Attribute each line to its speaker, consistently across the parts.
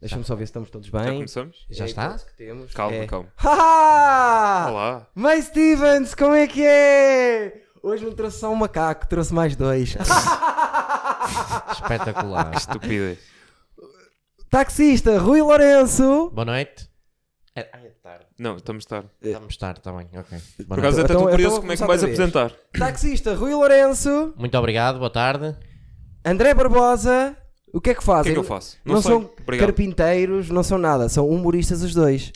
Speaker 1: Deixa-me só ver se estamos todos
Speaker 2: Já
Speaker 1: bem.
Speaker 2: começamos?
Speaker 1: Tá. Já É está? hipótese Que temos.
Speaker 2: Calma,
Speaker 1: É. Ah.
Speaker 2: calma.
Speaker 1: Haha!
Speaker 2: Olá.
Speaker 1: Mas Stevens, como é que é? Hoje não trouxe só um macaco, trouxe mais dois.
Speaker 2: É. Que
Speaker 3: Espetacular.
Speaker 2: estupidez.
Speaker 1: Taxista Rui Lourenço.
Speaker 3: Boa noite. É, ai, é tarde.
Speaker 2: Não, estamos tarde.
Speaker 3: Estamos tarde também, ok. Boa
Speaker 2: Por acaso
Speaker 1: Então-
Speaker 2: até estou
Speaker 3: noite.
Speaker 1: então
Speaker 2: curioso
Speaker 1: vou
Speaker 2: como é que
Speaker 1: começar
Speaker 2: me vais
Speaker 1: outra vez.
Speaker 2: apresentar.
Speaker 1: Taxista Rui Lourenço.
Speaker 3: Muito obrigado, boa tarde.
Speaker 1: André Barbosa. O que é que
Speaker 2: O que
Speaker 1: fazem?
Speaker 2: é que eu faço?
Speaker 1: Não, são carpinteiros, não são nada, são humoristas os dois.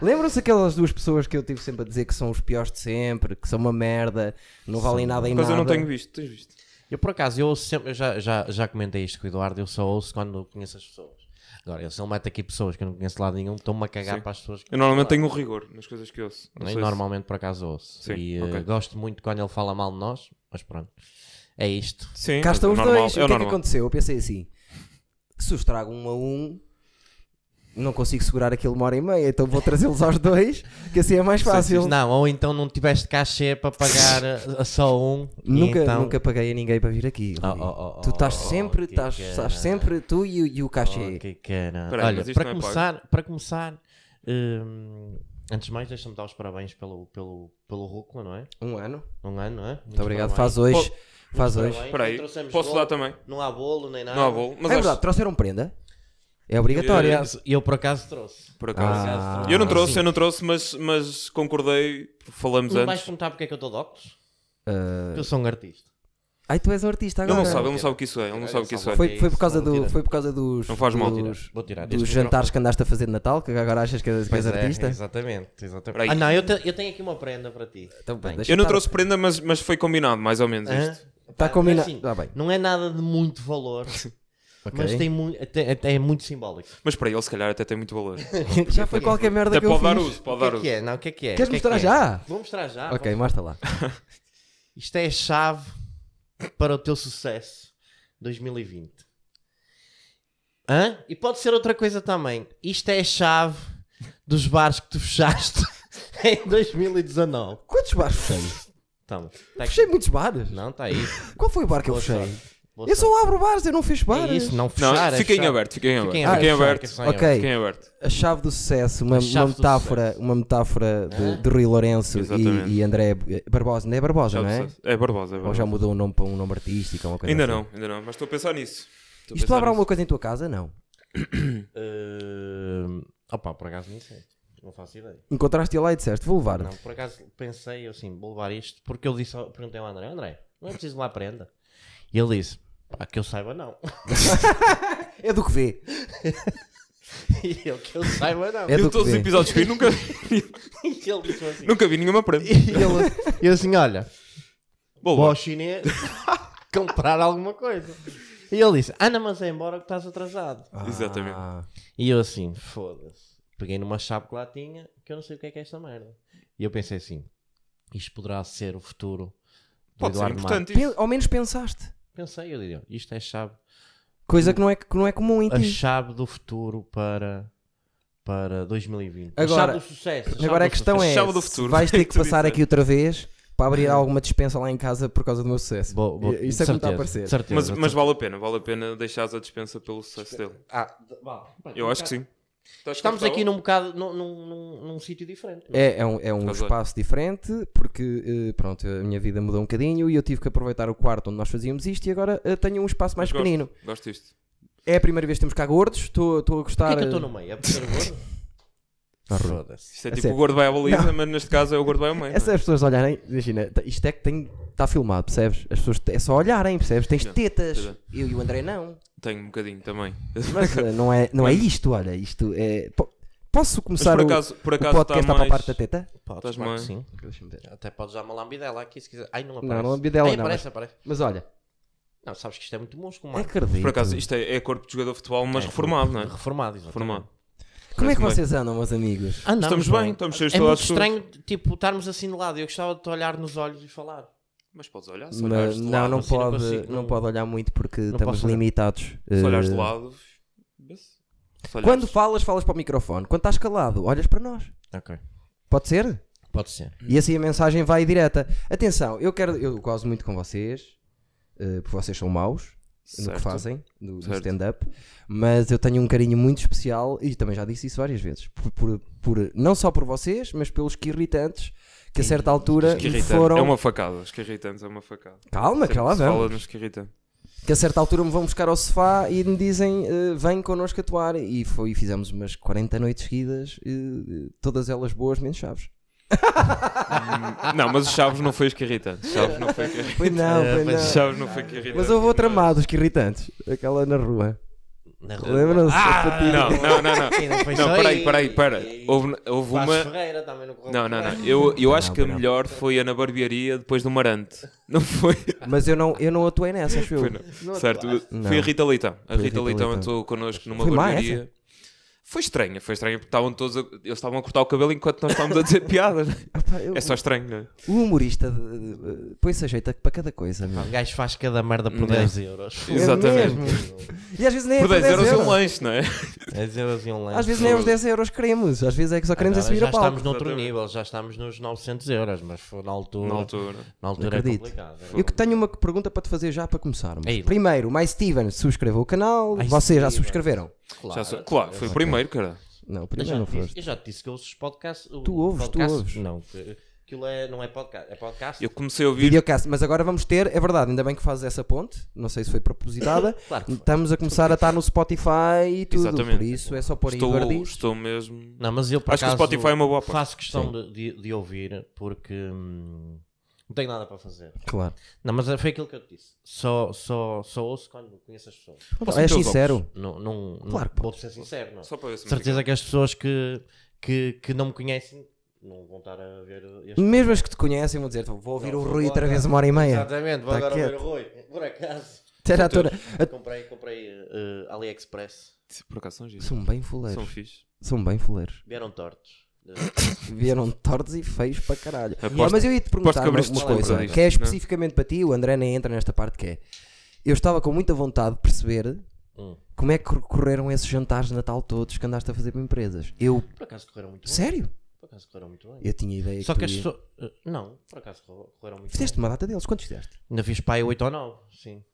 Speaker 1: Lembram-se aquelas duas pessoas que eu tive sempre a dizer que são os piores de sempre, que são uma merda, não valem nada em
Speaker 2: Por acaso
Speaker 1: nada?
Speaker 2: eu não tenho visto. Tens visto?
Speaker 3: Eu por acaso, eu ouço sempre, eu já, já, já comentei isto com o Eduardo, eu só ouço quando conheço as pessoas. Agora, eu se ele mete aqui pessoas que eu não conheço de lado nenhum, estou-me a cagar
Speaker 2: Sim.
Speaker 3: para as pessoas que
Speaker 2: Eu normalmente tenho um rigor nas coisas que ouço. Não
Speaker 3: Nem
Speaker 2: sei se-
Speaker 3: normalmente por acaso ouço.
Speaker 2: Sim,
Speaker 3: e eh,
Speaker 2: ok.
Speaker 3: gosto muito quando ele fala mal de nós, mas pronto. É isto.
Speaker 2: Sim,
Speaker 1: Cá
Speaker 2: mas
Speaker 1: estão
Speaker 2: é
Speaker 1: os
Speaker 2: normal,
Speaker 1: dois. o
Speaker 2: É
Speaker 1: que é que
Speaker 2: normal.
Speaker 1: aconteceu? Eu pensei assim: se os trago um a um, não consigo segurar aquilo uma hora e meia, então vou trazê-los aos dois, que assim é mais fácil.
Speaker 3: Não, ou então não tiveste cachê para pagar eh, só um. e
Speaker 1: Nunca,
Speaker 3: então...
Speaker 1: nunca paguei a ninguém para vir aqui.
Speaker 2: Ah,
Speaker 3: Oh,
Speaker 1: Rui.
Speaker 3: oh, oh,
Speaker 1: tu estás
Speaker 3: oh,
Speaker 1: sempre,
Speaker 3: que
Speaker 1: estás,
Speaker 3: cara.
Speaker 1: estás sempre tu e, o- e o cachê.
Speaker 3: Oh, que caralho.
Speaker 2: Peraí,
Speaker 3: Olha,
Speaker 2: mas isto
Speaker 3: para,
Speaker 2: não é pago?
Speaker 3: começar, para começar, hum, antes de mais, deixa-me dar os parabéns pelo, pelo, pelo Rúcula, não é?
Speaker 1: Um ano.
Speaker 3: Um ano, não é?
Speaker 1: Muito obrigado. Faz hoje. Faz hoje.
Speaker 2: Espera aí, posso dar também.
Speaker 3: Não há bolo nem nada.
Speaker 2: Não há bolo. Mas
Speaker 1: é
Speaker 2: acho-
Speaker 1: verdade, trouxeram prenda. É obrigatória.
Speaker 3: E eu por acaso trouxe.
Speaker 2: Por
Speaker 1: Ah.
Speaker 2: acaso.
Speaker 3: acaso,
Speaker 2: Eu não trouxe,
Speaker 3: Sim.
Speaker 2: eu não trouxe, mas, mas concordei, falamos
Speaker 3: Não vais
Speaker 2: antes.
Speaker 3: perguntar porque é que eu estou de óculos?
Speaker 1: É.
Speaker 3: Eu sou um artista.
Speaker 1: Ah, Ai, tu és um artista
Speaker 2: Ele
Speaker 1: agora.
Speaker 2: não sabe, ele não sabe o que isso é, ele não sabe o que isso é.
Speaker 1: Foi, foi,
Speaker 3: Isso,
Speaker 1: por causa
Speaker 3: não
Speaker 1: do,
Speaker 3: tira.
Speaker 1: foi por causa dos,
Speaker 2: Não faz mal.
Speaker 1: dos,
Speaker 3: Vou tirar
Speaker 1: dos
Speaker 3: este
Speaker 1: jantares que andaste a fazer de Natal, que agora achas que és, que és
Speaker 3: Pois é,
Speaker 1: artista.
Speaker 3: exatamente, exatamente.
Speaker 2: Peraí.
Speaker 3: Ah, não, eu, te- eu tenho aqui uma prenda para ti.
Speaker 1: Então, bem, deixa
Speaker 2: Eu não
Speaker 1: estar.
Speaker 2: trouxe prenda, mas, mas foi combinado, mais ou menos
Speaker 3: Hã?
Speaker 2: isto.
Speaker 1: Tá
Speaker 3: Pá,
Speaker 1: combinado.
Speaker 3: assim,
Speaker 1: Tá bem.
Speaker 3: Não é nada de muito valor,
Speaker 1: Ok.
Speaker 3: mas tem mu- até- até é muito simbólico.
Speaker 2: Mas para ele, se calhar, até tem muito valor.
Speaker 1: Já foi qualquer merda que
Speaker 2: Até
Speaker 1: eu
Speaker 2: pode
Speaker 1: fiz.
Speaker 2: dar uso,
Speaker 3: O
Speaker 2: pode
Speaker 3: que
Speaker 2: dar
Speaker 3: é
Speaker 2: uso.
Speaker 3: que é? Não, o que é que é?
Speaker 1: Queres
Speaker 3: O que é
Speaker 1: mostrar
Speaker 3: que é?
Speaker 1: já?
Speaker 3: Vou mostrar já.
Speaker 1: Ok,
Speaker 3: Vou-
Speaker 1: mostra lá.
Speaker 3: Isto é a chave para o teu sucesso 2020. Hã? E pode ser outra coisa também. Isto é a chave dos bares que tu fechaste em 2019.
Speaker 1: Quantos bares fechei?
Speaker 3: Então, tá aqui.
Speaker 1: Fechei muitos bares.
Speaker 3: Não, está aí.
Speaker 1: Qual foi o bar que eu
Speaker 3: Boa
Speaker 1: fechei?
Speaker 3: sorte. Boa
Speaker 1: Eu um
Speaker 3: sorte.
Speaker 1: só abro bares, eu não fecho bares.
Speaker 3: É isso, não
Speaker 2: Não,
Speaker 3: fechar. é
Speaker 2: fiquem
Speaker 3: fechar.
Speaker 2: aberto, fiquem aberto.
Speaker 3: Fiquem é
Speaker 2: Fiquem
Speaker 3: aberto.
Speaker 2: aberto.
Speaker 3: fiquem aberto.
Speaker 1: Ah, Ok.
Speaker 2: Fiquem aberto.
Speaker 1: A chave é- do Ah. sucesso, uma,
Speaker 3: A chave
Speaker 1: uma
Speaker 3: do
Speaker 1: metáfora,
Speaker 3: sucesso.
Speaker 1: uma metáfora de, de Rui Lourenço
Speaker 2: Exatamente.
Speaker 1: e, e André Barbosa, não é Barbosa,
Speaker 2: Já
Speaker 1: não é?
Speaker 2: disseste. É Barbosa, é
Speaker 1: Ou já
Speaker 2: Barbosa.
Speaker 1: mudou o nome para um nome artístico ou uma coisa
Speaker 2: Ainda
Speaker 1: assim?
Speaker 2: não, ainda não, mas estou a pensar nisso. Estou a
Speaker 1: Isto abre
Speaker 2: pensar nisso.
Speaker 1: alguma coisa em tua casa? Não.
Speaker 3: Ahm, Hum, opa, por acaso não sei. Não faço ideia.
Speaker 1: Encontraste-o lá e disseste, vou levar.
Speaker 3: Não, por acaso pensei eu assim, vou levar isto, porque eu disse, ao- perguntei ao André, André, não é preciso lá prenda? E ele disse, pá, que eu saiba não.
Speaker 1: É do que vê.
Speaker 3: E eu, que eu saiba não.
Speaker 1: É
Speaker 2: Eu
Speaker 1: do que
Speaker 2: todos os
Speaker 1: vê.
Speaker 2: episódios que vi nunca,
Speaker 3: E ele disse assim.
Speaker 2: nunca vi nenhuma prenda.
Speaker 3: E ele, eu assim, olha, vou
Speaker 2: Boa.
Speaker 3: ao chinês comprar alguma coisa. E ele disse, Ana, mas é embora que estás atrasado.
Speaker 2: Exatamente.
Speaker 1: Ah,
Speaker 3: E eu assim, foda-se. Peguei numa chave que lá tinha, que eu não sei o que é que é esta merda. E eu pensei assim, isto poderá ser o futuro do
Speaker 2: Pode ser
Speaker 3: Eduardo Marques.
Speaker 2: importante
Speaker 1: pen-
Speaker 2: isto.
Speaker 1: ao menos pensaste.
Speaker 3: Pensei, eu digo, isto é chave
Speaker 1: Coisa que não é, que não é comum em
Speaker 3: a
Speaker 1: ti.
Speaker 3: chave do futuro para, para 2020. a
Speaker 1: Agora-
Speaker 3: chave do sucesso. chave
Speaker 1: Agora a
Speaker 3: do
Speaker 1: questão
Speaker 3: sucesso.
Speaker 1: é,
Speaker 2: Chave do
Speaker 1: se
Speaker 2: futuro. é.
Speaker 1: vais ter que
Speaker 2: Tu
Speaker 1: passar
Speaker 2: disseste.
Speaker 1: aqui outra vez para
Speaker 3: Hum.
Speaker 1: abrir alguma dispensa lá em casa por causa do meu sucesso.
Speaker 3: Vou- vou-
Speaker 1: Isso é que
Speaker 3: de
Speaker 1: me está a
Speaker 3: certeza,
Speaker 1: parecer.
Speaker 3: de certeza,
Speaker 2: Mas,
Speaker 3: de
Speaker 2: mas vale a pena, vale a pena deixares a dispensa pelo sucesso dele.
Speaker 3: certeza. Ah, Vá, pá,
Speaker 2: Eu acho que sim.
Speaker 1: Então
Speaker 3: Estamos aqui num bocado, num, num, num, num sítio diferente. não é?
Speaker 1: É, é um, é um
Speaker 2: Estás a ver?
Speaker 1: espaço diferente porque, eh, pronto, a minha vida mudou um bocadinho e eu tive que aproveitar o quarto onde nós fazíamos isto e agora eh, tenho um espaço mais
Speaker 2: Gosto.
Speaker 1: pequenino.
Speaker 2: Gosto disto.
Speaker 1: É a primeira vez que temos cá gordos, estou estou a
Speaker 3: Porquê
Speaker 1: gostar.
Speaker 3: que eu estou
Speaker 1: eh,
Speaker 3: no meio? É por ser gordo? Foda-se.
Speaker 2: Isto é
Speaker 1: A
Speaker 2: tipo
Speaker 1: sério.
Speaker 2: o gordo vai à baliza, mas neste caso é o gordo vai ao meio.
Speaker 1: É só as pessoas olharem, imagina, t- isto é que tem. Está filmado, percebes? As pessoas t- é só olharem, percebes? Tens
Speaker 2: Não,
Speaker 1: tetas.
Speaker 2: pois é.
Speaker 1: Eu e o André não.
Speaker 2: Tenho um bocadinho também.
Speaker 1: Mas eh, não é, não é isto, olha, isto é. po- Posso
Speaker 2: Mas
Speaker 1: começar
Speaker 2: por
Speaker 1: o-
Speaker 2: acaso, por
Speaker 1: o,
Speaker 2: acaso
Speaker 1: podcast
Speaker 2: está
Speaker 1: para a
Speaker 2: mais...
Speaker 1: parte da teta?
Speaker 3: Podes,
Speaker 2: Estás
Speaker 3: claro que
Speaker 2: bem.
Speaker 3: sim.
Speaker 1: Deixa-me ver.
Speaker 3: Até podes dar uma lambidela aqui se quiser. Ai, não aparece.
Speaker 1: Não, não lambidela
Speaker 3: Ai,
Speaker 1: não,
Speaker 3: aparece, aparece.
Speaker 1: Mas olha,
Speaker 3: Não, sabes que isto é muito músculo, mano.
Speaker 1: acredito.
Speaker 2: Por acaso, isto é, é corpo de jogador de futebol, mas
Speaker 3: É,
Speaker 2: reformado, não é?
Speaker 3: Reformado, exatamente.
Speaker 2: Reformado.
Speaker 1: Como é que
Speaker 2: Parece-me
Speaker 1: vocês andam, meus amigos?
Speaker 3: Ah, não,
Speaker 2: Estamos
Speaker 3: João.
Speaker 2: bem, então. estamos cheios de
Speaker 3: É muito
Speaker 2: saudades suas.
Speaker 3: estranho, tipo, estarmos assim de lado. Eu gostava de te olhar nos olhos e falar.
Speaker 2: Mas podes olhar, se olhares
Speaker 1: Mas,
Speaker 2: de
Speaker 1: não,
Speaker 2: lado.
Speaker 1: não
Speaker 3: assim não
Speaker 1: pode,
Speaker 3: consigo,
Speaker 1: não
Speaker 3: não-
Speaker 1: pode olhar muito porque
Speaker 3: Não
Speaker 1: estamos
Speaker 3: posso olhar.
Speaker 1: limitados.
Speaker 2: Se
Speaker 1: Eh,
Speaker 2: olhares de lado. vê-se. Se olhares-
Speaker 1: Quando falas, falas para o microfone. Quando estás calado, olhas para nós.
Speaker 3: Ok.
Speaker 1: Pode ser?
Speaker 3: Pode ser.
Speaker 1: E assim a mensagem vai direta. Atenção, eu quero. Eu gosto muito com vocês, eh, porque vocês são maus. no que
Speaker 2: Certo.
Speaker 1: fazem, do, do
Speaker 2: Certo.
Speaker 1: stand-up, mas eu tenho um carinho muito especial, e também já disse isso várias vezes, por, por- por- não só por vocês, mas pelos que irritantes que a certa altura
Speaker 2: Os que
Speaker 1: me
Speaker 2: irritantes.
Speaker 1: foram.
Speaker 2: É uma facada. Os que irritantes é uma facada.
Speaker 1: Calma,
Speaker 2: Sempre
Speaker 1: que lá
Speaker 2: se
Speaker 1: vamos.
Speaker 2: Fala nos que irritantes.
Speaker 1: Que a certa altura me vão buscar ao sofá e me dizem eh, vem connosco atuar. E foi, fizemos umas 40 noites seguidas, eh, eh, todas elas boas, menos chaves.
Speaker 2: Não, mas os Chaves não foi os que irritantes. Chaves não foi os que irritantes.
Speaker 1: Foi não,
Speaker 3: Eh,
Speaker 1: foi
Speaker 3: mas
Speaker 1: não.
Speaker 2: Chaves não É, foi que irritantes.
Speaker 1: Mas houve outra má dos que irritantes, aquela na rua.
Speaker 3: Na rua.
Speaker 1: Lembram-se?
Speaker 3: Ah,
Speaker 2: Não, não, não. não.
Speaker 3: Sim, não foi só
Speaker 2: Não, peraí,
Speaker 3: aí.
Speaker 2: peraí, pera. Houve, houve
Speaker 3: Vasco
Speaker 2: uma.
Speaker 3: Ferreira também não correu
Speaker 2: Não,
Speaker 3: muito
Speaker 2: não,
Speaker 3: bem.
Speaker 2: não. Eu, eu acho
Speaker 1: Não,
Speaker 2: que a
Speaker 1: não.
Speaker 2: melhor foi a na barbearia depois do Marante. Não foi?
Speaker 1: Mas eu não, eu não atuei nessa, acho eu.
Speaker 2: Foi não.
Speaker 3: Não
Speaker 2: certo.
Speaker 1: Não.
Speaker 2: Foi a Rita Leitão. A
Speaker 1: Foi a
Speaker 2: Rita
Speaker 1: Rita
Speaker 2: Leitão
Speaker 1: Leitão.
Speaker 2: atuou connosco numa
Speaker 1: Foi má
Speaker 2: barbearia. Foi estranha, foi estranha porque estavam todos a... eles estavam a cortar o cabelo enquanto nós estávamos a dizer piadas.
Speaker 1: Ah, pá, eu-
Speaker 2: É só estranho, não é?
Speaker 1: O humorista eh, eh, põe-se a jeito para cada coisa. meu.
Speaker 3: O Um gajo faz cada merda por
Speaker 2: Não.
Speaker 3: 10 euros.
Speaker 2: Exatamente.
Speaker 1: E às vezes nem é
Speaker 2: Por 10 euros é um
Speaker 1: euros.
Speaker 2: lanche, não é?
Speaker 3: 10 euros e um lanche.
Speaker 1: Às vezes nem é os 10 euros que queremos. Às vezes é que
Speaker 2: Ah,
Speaker 1: só queremos é
Speaker 3: Agora
Speaker 1: subir
Speaker 3: já
Speaker 1: a palco.
Speaker 3: estamos noutro
Speaker 2: Exatamente.
Speaker 3: nível, já estamos nos 900 euros, mas foi na altura.
Speaker 2: Na altura.
Speaker 3: Na altura é
Speaker 1: Acredito.
Speaker 3: complicado.
Speaker 1: Eu que tenho uma pergunta para te fazer já para começarmos.
Speaker 3: Ei.
Speaker 1: Primeiro, mais Steven subscreveu o canal.
Speaker 3: Ai,
Speaker 1: Vocês já
Speaker 3: Steven.
Speaker 1: subscreveram?
Speaker 2: Já sou- Claro, foi o primeiro, cara.
Speaker 1: Não,
Speaker 3: Eu já,
Speaker 1: primeiro não
Speaker 3: te disse,
Speaker 1: foste.
Speaker 3: eu já te disse que eu ouço os podcasts. o
Speaker 1: Tu ouves, tu
Speaker 3: podcast-
Speaker 1: ouves.
Speaker 3: Não, que- aquilo é, não é podcast. É podcast.
Speaker 2: Eu comecei a ouvir.
Speaker 1: Videocast, mas agora vamos ter, é verdade, ainda bem que fazes essa ponte, não sei se foi propositada.
Speaker 3: Claro que foi.
Speaker 1: Estamos a começar a estar no Spotify e tudo, por
Speaker 2: Exatamente.
Speaker 1: isso é só pôr em
Speaker 2: Estou,
Speaker 1: verdes.
Speaker 2: estou mesmo.
Speaker 3: Não, mas eu por
Speaker 2: Acho que o
Speaker 3: acaso,
Speaker 2: Spotify é uma boa aposta.
Speaker 3: Faço questão de, de- de ouvir porque hum, não tenho nada para fazer.
Speaker 1: Claro.
Speaker 3: Não, mas foi aquilo que eu te disse. Só, só, só ouço quando conheço as pessoas.
Speaker 2: Posso
Speaker 1: És
Speaker 2: meter os
Speaker 1: É sincero.
Speaker 3: Não, não,
Speaker 1: Claro
Speaker 3: não,
Speaker 1: que
Speaker 3: vou ser sincero. Não.
Speaker 2: Só para ver se me
Speaker 3: certeza que as pessoas que, que, que não me conhecem não vão estar a ver este.
Speaker 1: Mesmo as que te conhecem vão dizer, vou ouvir
Speaker 3: Não,
Speaker 1: o
Speaker 3: vou
Speaker 1: Rui outra
Speaker 3: agora.
Speaker 1: vez uma hora e meia.
Speaker 3: Exatamente, vou
Speaker 1: Tá
Speaker 3: agora ver
Speaker 1: quieto.
Speaker 3: o Rui. Por acaso.
Speaker 1: Era a tua-
Speaker 3: Comprei, comprei eh, AliExpress.
Speaker 2: fica. Por acaso são giros.
Speaker 1: São bem
Speaker 2: São
Speaker 1: fuleiros.
Speaker 2: fixe.
Speaker 1: São bem fuleiros.
Speaker 3: Vieram tortos. Eh,
Speaker 1: Vieram tortos e feios para caralho.
Speaker 2: Aposto-
Speaker 1: Ah, mas eu ia te perguntar
Speaker 2: que
Speaker 1: uma,
Speaker 2: abriste
Speaker 1: uma
Speaker 2: desconto
Speaker 1: coisa
Speaker 2: para isto,
Speaker 1: que é
Speaker 2: não é?
Speaker 1: especificamente para ti. O André nem entra nesta parte que é. Eu estava com muita vontade de perceber
Speaker 3: Hum.
Speaker 1: como é que cor- correram esses jantares de Natal todos que andaste a fazer para empresas. Eu,
Speaker 3: por acaso correram muito bem.
Speaker 1: sério,
Speaker 3: Por acaso correram muito bem.
Speaker 1: eu tinha ideia
Speaker 3: Só
Speaker 1: que,
Speaker 3: que as
Speaker 1: tu ia-
Speaker 3: pessoas. eh, Não, por acaso corre- correram muito
Speaker 1: Fizeste
Speaker 3: bem.
Speaker 1: uma data deles, quantos fizeste?
Speaker 3: Ainda fiz para aí 8 ou 9, sim.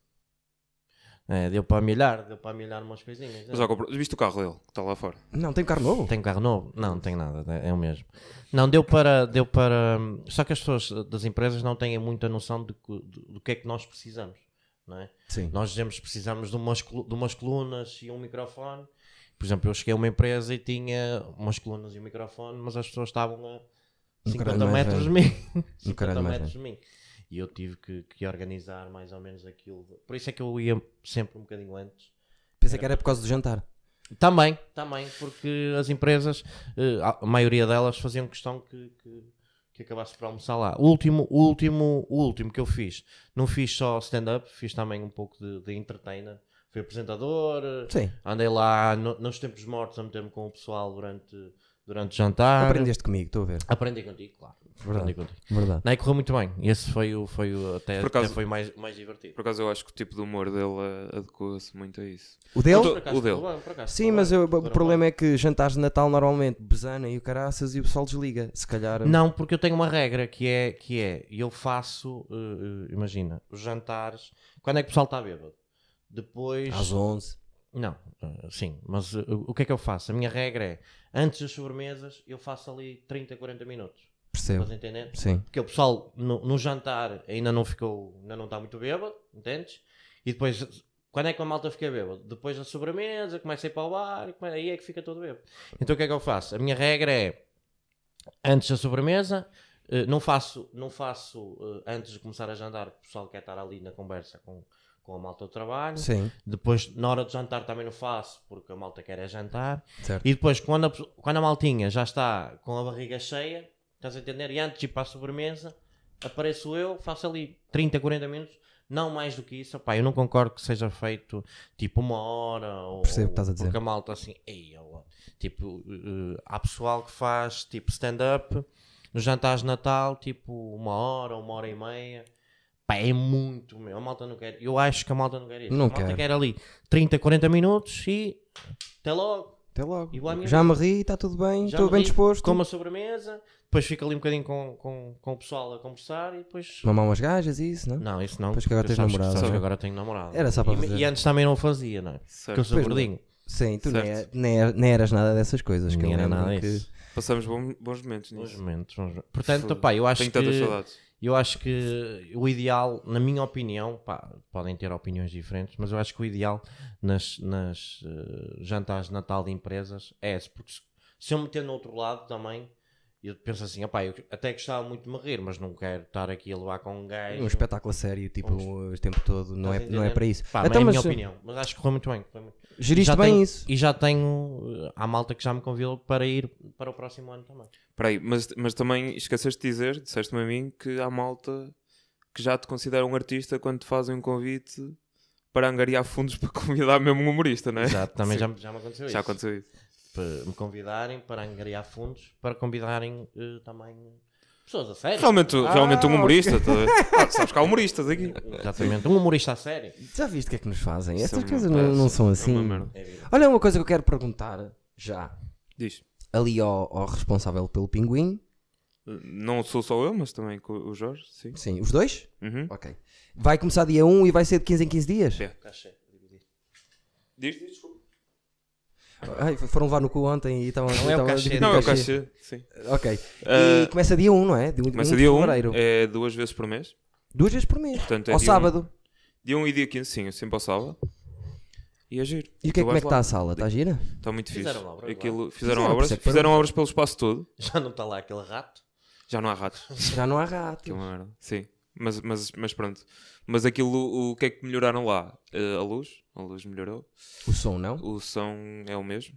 Speaker 3: É, deu para milhar, deu para milhar umas coisinhas. né?
Speaker 2: Mas já comprou- Viste o carro dele, que está lá fora.
Speaker 1: Não, tenho carro novo.
Speaker 3: Tenho carro novo? Não, não tenho nada, é é o mesmo. Não, deu para, deu para. Só que as pessoas das empresas não têm muita noção do que, do- do que é que nós precisamos. Não é?
Speaker 1: Sim.
Speaker 3: Nós dizemos que precisamos de umas, colu- de umas colunas e um microfone. Por exemplo, eu cheguei a uma empresa e tinha umas colunas e um microfone, mas as pessoas estavam a
Speaker 1: Um
Speaker 3: 50
Speaker 1: caralho mais
Speaker 3: metros de
Speaker 1: velho.
Speaker 3: mim.
Speaker 1: Um
Speaker 3: 50
Speaker 1: caralho mais
Speaker 3: metros de mim. E eu tive que, que organizar mais ou menos aquilo. Por isso é que eu ia sempre um bocadinho antes.
Speaker 1: Pensei que era por causa do jantar.
Speaker 3: Também, também, porque as empresas, eh, a maioria delas faziam questão que, que, que acabasse por almoçar lá. O último, o último, o último que eu fiz, não fiz só stand-up, fiz também um pouco de, de entertainer. Fui apresentador, eh,
Speaker 1: Sim.
Speaker 3: andei lá no- nos tempos mortos a meter-me com o pessoal durante, durante o jantar.
Speaker 1: Aprendeste comigo, estou a ver.
Speaker 3: Aprendi contigo, claro. Aprendi contigo.
Speaker 1: Verdade.
Speaker 3: Não, e correu muito bem. Esse foi o, foi o até,
Speaker 2: Por acaso-
Speaker 3: até foi mais, mais divertido.
Speaker 2: Por acaso eu acho que o tipo de humor dele eh, adequa-se muito a isso.
Speaker 1: O dele?
Speaker 2: Então-
Speaker 3: Por acaso,
Speaker 2: o dele.
Speaker 3: correu bem, por acaso,
Speaker 1: Sim,
Speaker 3: correu
Speaker 1: mas
Speaker 3: bem,
Speaker 1: eu- o
Speaker 3: correu
Speaker 1: problema é que jantares de Natal normalmente besana e o caraças e o pessoal desliga. Se calhar.
Speaker 3: Não, porque eu tenho uma regra que é, que é eu faço, eh, eh, imagina, os jantares. Quando é que o pessoal está bêbado? Depois.
Speaker 1: Às 11.
Speaker 3: Não, eh, sim, mas eh, o que é que eu faço? A minha regra é, antes das sobremesas, eu faço ali 30, 40 minutos.
Speaker 1: Percebo.
Speaker 3: Estás a entender?
Speaker 1: Sim.
Speaker 3: Porque o pessoal no, no jantar ainda não ficou, ainda não está muito bêbado, entendes? E depois, quando é que a malta fica bêbado? Depois da sobremesa, começa a ir para o bar, come- aí é que fica todo bêbado. Então o que é que eu faço? A minha regra é, antes da sobremesa, eh, não faço, não faço eh, antes de começar a jantar, porque o pessoal quer estar ali na conversa com, com a malta do trabalho.
Speaker 1: Sim.
Speaker 3: Depois, na hora de jantar também não faço, porque a malta quer é jantar.
Speaker 1: Certo.
Speaker 3: E depois, quando a, pesso- quando a maltinha já está com a barriga cheia, estás a entender? E antes de ir para a sobremesa, apareço eu, faço ali 30, 40 minutos, não mais do que isso. Pá, eu não concordo que seja feito tipo uma hora ou.
Speaker 1: Percebo o que estás a
Speaker 3: ou-
Speaker 1: dizer.
Speaker 3: Porque a malta assim, ei, ela. Tipo, eh, há pessoal que faz tipo stand-up nos jantares de Natal, tipo uma hora, uma hora e meia. Pá, é muito, meu. A malta não quer. Eu acho que a malta não quer isso.
Speaker 1: Não
Speaker 3: a malta
Speaker 1: quer.
Speaker 3: quer ali 30, 40 minutos e até logo.
Speaker 1: Até logo.
Speaker 3: E vou à minha
Speaker 1: Já me ri, está tudo bem,
Speaker 3: Já
Speaker 1: estou
Speaker 3: me
Speaker 1: bem
Speaker 3: ri,
Speaker 1: disposto.
Speaker 3: Como a sobremesa, depois fico ali um bocadinho com, com, com o pessoal a conversar e depois.
Speaker 1: Mamar umas gajas e isso, não?
Speaker 3: Não, isso não.
Speaker 1: Pois que agora
Speaker 3: porque
Speaker 1: tens
Speaker 3: sabes que-
Speaker 1: namorada,
Speaker 3: sabes que
Speaker 1: não é?
Speaker 3: agora tenho namorado.
Speaker 1: Era só para
Speaker 3: e,
Speaker 1: fazer.
Speaker 3: E antes também não fazia, não é? Porque eu sou
Speaker 1: Pois não.
Speaker 3: gordinho.
Speaker 1: Sim, tu nem, é-
Speaker 2: Certo.
Speaker 1: nem era- nem eras nada dessas coisas. que é um eu
Speaker 3: Nem era
Speaker 1: lembro
Speaker 3: nada
Speaker 1: que-
Speaker 3: disso.
Speaker 2: Passamos bom- bons momentos nisso.
Speaker 3: Bons momentos, bons momentos. Portanto,
Speaker 2: Foda-se.
Speaker 3: pá, eu acho
Speaker 2: Tenho tantas
Speaker 3: que.
Speaker 2: saudades.
Speaker 3: Eu acho que o ideal, na minha opinião, pá, podem ter opiniões diferentes, mas eu acho que o ideal nas, nas eh, jantares de Natal de empresas é esse, porque se, se eu me meter no outro lado também, eu penso assim, opá, eu até gostava muito de me rir, mas não quero estar aqui a levar com um gajo.
Speaker 1: Um espetáculo a sério, tipo, o tempo todo, não é,
Speaker 3: Estás a
Speaker 1: não é
Speaker 3: entender?
Speaker 1: para isso.
Speaker 3: Pá, mas
Speaker 1: então,
Speaker 3: é a
Speaker 1: mas
Speaker 3: minha opinião, mas acho que correu muito bem. correu muito bem.
Speaker 1: geriste
Speaker 3: Já
Speaker 1: bem
Speaker 3: tenho-
Speaker 1: isso.
Speaker 3: E já tenho, eh, há malta que já me convidou para ir para o próximo ano também.
Speaker 2: Espera aí, mas, mas também esqueceste de dizer, disseste-me a mim, que há malta que já te considera um artista quando te fazem um convite para angariar fundos para convidar mesmo um humorista, não é?
Speaker 3: Exato, também
Speaker 2: Sim.
Speaker 3: já, já me aconteceu isso.
Speaker 2: Já aconteceu isso.
Speaker 3: para me convidarem para angariar fundos, para convidarem eh, também pessoas a sério.
Speaker 2: É Realmente,
Speaker 1: Ah,
Speaker 2: realmente um
Speaker 1: ok.
Speaker 2: humorista, tá a ver? Ah, sabes que há humoristas aqui.
Speaker 3: Exatamente, um humorista a sério.
Speaker 1: Já viste o que é que nos fazem?
Speaker 2: Isso é
Speaker 1: Estas
Speaker 2: uma
Speaker 1: coisas não,
Speaker 2: peça,
Speaker 1: não são
Speaker 2: é uma
Speaker 1: assim.
Speaker 2: merda.
Speaker 3: É verdade.
Speaker 1: Olha, uma coisa que eu quero perguntar já
Speaker 2: Diz.
Speaker 1: ali ao, ao responsável pelo pinguim.
Speaker 2: Não sou só eu, mas também co- o Jorge, sim.
Speaker 1: Sim, os dois?
Speaker 2: Uhum.
Speaker 1: Ok. Vai começar dia 1 e vai ser de 15 em 15 dias?
Speaker 2: Sim.
Speaker 3: Caixa, dividir.
Speaker 2: Diz, diz, desculpa.
Speaker 1: Ai, foram levar no cu ontem e estavam
Speaker 3: Não é o
Speaker 1: estavam a
Speaker 3: cachê.
Speaker 1: dividir
Speaker 2: Não, é o
Speaker 1: cachê.
Speaker 2: cachê, sim.
Speaker 1: Ok.
Speaker 2: Ah,
Speaker 1: e começa dia 1, não é? De um-
Speaker 2: Começa
Speaker 1: 1 de
Speaker 2: dia 1,
Speaker 1: fevereiro.
Speaker 2: é duas vezes por mês.
Speaker 1: Duas vezes por mês.
Speaker 2: Portanto, é
Speaker 1: ao
Speaker 2: dia
Speaker 1: sábado.
Speaker 2: Dia 1 e dia 15, sim, eu sempre ao sábado. E é giro.
Speaker 1: E o que é,
Speaker 2: Tu
Speaker 1: como é
Speaker 2: vais
Speaker 1: que
Speaker 2: lá.
Speaker 1: está a sala? Está gira?
Speaker 2: Está muito fixe.
Speaker 3: Fizeram obras,
Speaker 1: Fizeram,
Speaker 2: Aquilo- fizeram
Speaker 1: por
Speaker 2: obras,
Speaker 1: isso é que
Speaker 2: fizeram obras pelo espaço todo.
Speaker 3: Já não está lá aquele rato.
Speaker 2: Já não há ratos.
Speaker 1: Já não há rato.
Speaker 2: que é uma merda. Sim. Mas, mas, mas pronto. Mas aquilo, o que é que melhoraram lá? Eh, a luz. A luz melhorou.
Speaker 1: O som, não?
Speaker 2: O som é o mesmo.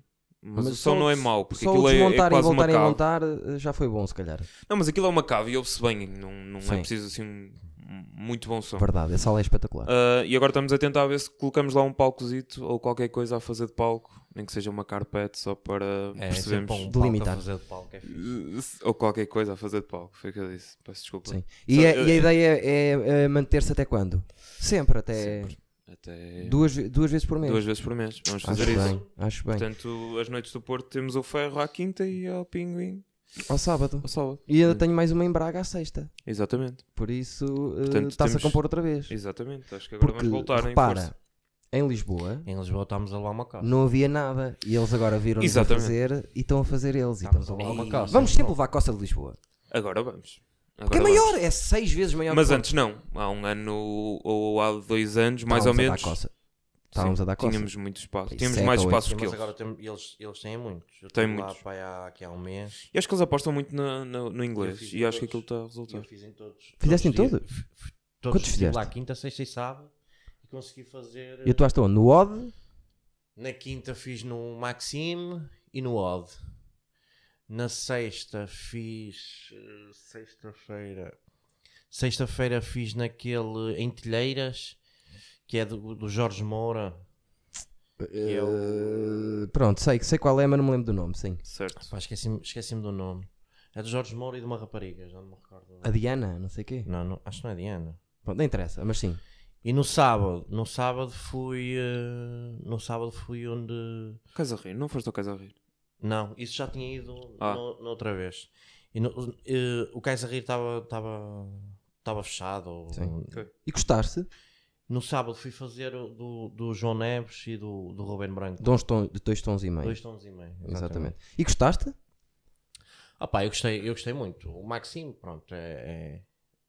Speaker 1: Mas
Speaker 2: Mas, o som
Speaker 1: só
Speaker 2: não
Speaker 1: o
Speaker 2: é
Speaker 1: des-
Speaker 2: mau, porque
Speaker 1: Só
Speaker 2: aquilo
Speaker 1: o
Speaker 2: é, é
Speaker 1: desmontar e
Speaker 2: quase uma
Speaker 1: voltarem a
Speaker 2: cave.
Speaker 1: montar eh, já foi bom, se calhar.
Speaker 2: Não, mas aquilo é uma cave e ouve-se bem. Não, não
Speaker 1: Sim.
Speaker 2: é preciso assim um, um muito bom som.
Speaker 1: Verdade, a sala é espetacular.
Speaker 2: Ah, e agora estamos a tentar ver se colocamos lá um palcozito ou qualquer coisa a fazer de palco, nem que seja uma carpete só para percebermos.
Speaker 3: É
Speaker 1: um
Speaker 3: sempre bom
Speaker 1: É, delimitar.
Speaker 3: palco a fazer de palco, é fixe.
Speaker 2: Eh, Ou qualquer coisa a fazer de palco, foi o que eu disse. Peço desculpa.
Speaker 1: Sim. E,
Speaker 2: Sabe,
Speaker 1: a, e a
Speaker 2: eh,
Speaker 1: ideia é, eh, manter-se até quando? Sempre, até
Speaker 2: Sempre. Até
Speaker 1: Duas, ve- duas vezes por mês.
Speaker 2: duas vezes por mês. Vamos
Speaker 1: Acho
Speaker 2: fazer
Speaker 1: bem,
Speaker 2: isso.
Speaker 1: acho bem.
Speaker 2: Portanto, as noites do Porto temos o ferro à quinta e ao pinguim
Speaker 1: Ao sábado.
Speaker 2: ao sábado.
Speaker 1: E ainda tenho mais uma em Braga à sexta.
Speaker 2: Exatamente,
Speaker 1: Por isso eh,
Speaker 2: Portanto,
Speaker 1: está-se a
Speaker 2: temos-
Speaker 1: compor outra vez.
Speaker 2: exatamente. Acho que agora
Speaker 1: Porque,
Speaker 2: vamos voltar em
Speaker 1: repara,
Speaker 2: força.
Speaker 1: em Lisboa
Speaker 3: Em Lisboa estamos a levar uma casa.
Speaker 1: não havia nada. E eles agora viram a
Speaker 2: Exatamente.
Speaker 1: fazer e estão a fazer eles. E
Speaker 3: Estamos
Speaker 1: estamos
Speaker 3: a levar
Speaker 1: a-
Speaker 3: uma
Speaker 1: Ei,
Speaker 3: coça.
Speaker 1: Vamos sempre levar a costa de Lisboa.
Speaker 2: Agora vamos.
Speaker 1: Que é
Speaker 2: Agora
Speaker 1: maior,
Speaker 2: vamos.
Speaker 1: é seis vezes maior
Speaker 2: Mas
Speaker 1: que
Speaker 2: antes não, há um ano ou há dois anos, mais ou
Speaker 1: Estávamos Tá a dar
Speaker 2: menos,
Speaker 1: coça. Estávamos
Speaker 2: sim,
Speaker 1: a dar coça.
Speaker 2: tínhamos muito espaço.
Speaker 1: Pois,
Speaker 2: Tínhamos
Speaker 1: sete
Speaker 2: mais
Speaker 1: ou
Speaker 2: espaços
Speaker 3: Sim,
Speaker 2: que
Speaker 3: mas
Speaker 2: eles.
Speaker 3: agora tem- eles, eles têm muitos. Eu
Speaker 2: Tem
Speaker 3: estive
Speaker 2: muitos.
Speaker 3: Lá, pá, há, aqui há um mês.
Speaker 2: E acho que eles apostam muito na- na- no,
Speaker 3: Eu
Speaker 2: inglês
Speaker 3: fiz
Speaker 2: e acho que aquilo está a
Speaker 3: todos. E eu
Speaker 2: resultar.
Speaker 3: fiz em todos.
Speaker 1: Fizeste em
Speaker 3: todos os
Speaker 1: todos?
Speaker 3: dias. F- f-
Speaker 1: Quantos
Speaker 3: Todos estive lá
Speaker 1: fizeste?
Speaker 3: quinta, sexta e sábado e consegui fazer.
Speaker 1: E tu estás onde? No Odd?
Speaker 3: Na quinta fiz no Maxime e no Odd. Na sexta fiz. eh, Sexta-feira. Sexta-feira fiz naquele em Telheiras, que é do, do Jorge Moura. Que é o-
Speaker 1: Eh, Pronto, sei, sei qual é, mas não me lembro do nome, sim.
Speaker 2: Certo.
Speaker 3: Pá, esqueci-me esqueci do nome. É do Jorge Moura e de uma rapariga, já não me recordo.
Speaker 1: A Diana, não sei o quê.
Speaker 3: Não, não, acho que não é Diana.
Speaker 1: Pronto, não interessa, mas sim.
Speaker 3: E no sábado, no sábado fui. eh, no sábado fui onde.
Speaker 2: Casa Rir, não foste ao Casa Rir.
Speaker 3: Não, isso já tinha ido
Speaker 2: Ah.
Speaker 3: no- noutra vez. E no- eh, o Kaiser Rir estava estava estava fechado. ou-
Speaker 1: Sim. E gostaste?
Speaker 3: No sábado fui fazer o do, do João Neves e do, do Ruben Branco.
Speaker 1: Dons ton- de dois tons e meio.
Speaker 3: Dois tons e meio.
Speaker 1: exatamente. E gostaste?
Speaker 3: Ah pá, eu gostei, eu gostei muito. O Maxime, pronto, é, é,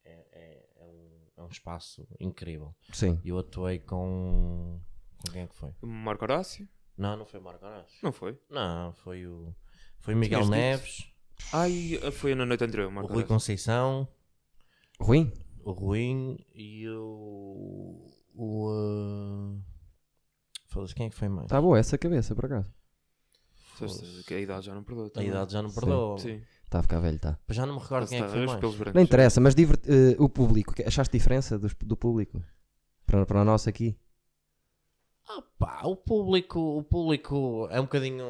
Speaker 3: é, é- é um, é um espaço incrível.
Speaker 1: Sim.
Speaker 3: E eu atuei com. Com quem é que foi?
Speaker 2: Marco Horácio?
Speaker 3: Não, não foi o Marco Arás.
Speaker 2: Não foi.
Speaker 3: Não, foi o. Foi o Miguel
Speaker 2: Tinhas dito.
Speaker 3: Neves,
Speaker 2: Ai, ah, foi na noite anterior,
Speaker 3: o
Speaker 2: Marco
Speaker 3: Rui
Speaker 2: Horácio.
Speaker 3: Conceição.
Speaker 1: Ruim?
Speaker 3: o Ruim e o. O. ah, Foda-se, quem é que foi mais?
Speaker 1: Está Tá boa essa cabeça, por acaso.
Speaker 2: Certo, eh, que A idade já não perdoa.
Speaker 3: A
Speaker 2: também.
Speaker 3: idade já não perdoa.
Speaker 2: Sim.
Speaker 1: Está Tá a ficar velho, está.
Speaker 3: Mas Já não me recordo quem é que foi mais.
Speaker 2: pelos brancos.
Speaker 1: Não interessa, mas divert- eh, o público. que- Achaste diferença dos- do público? Para, para o nosso aqui?
Speaker 3: Ah, pá, o público, o público é um bocadinho.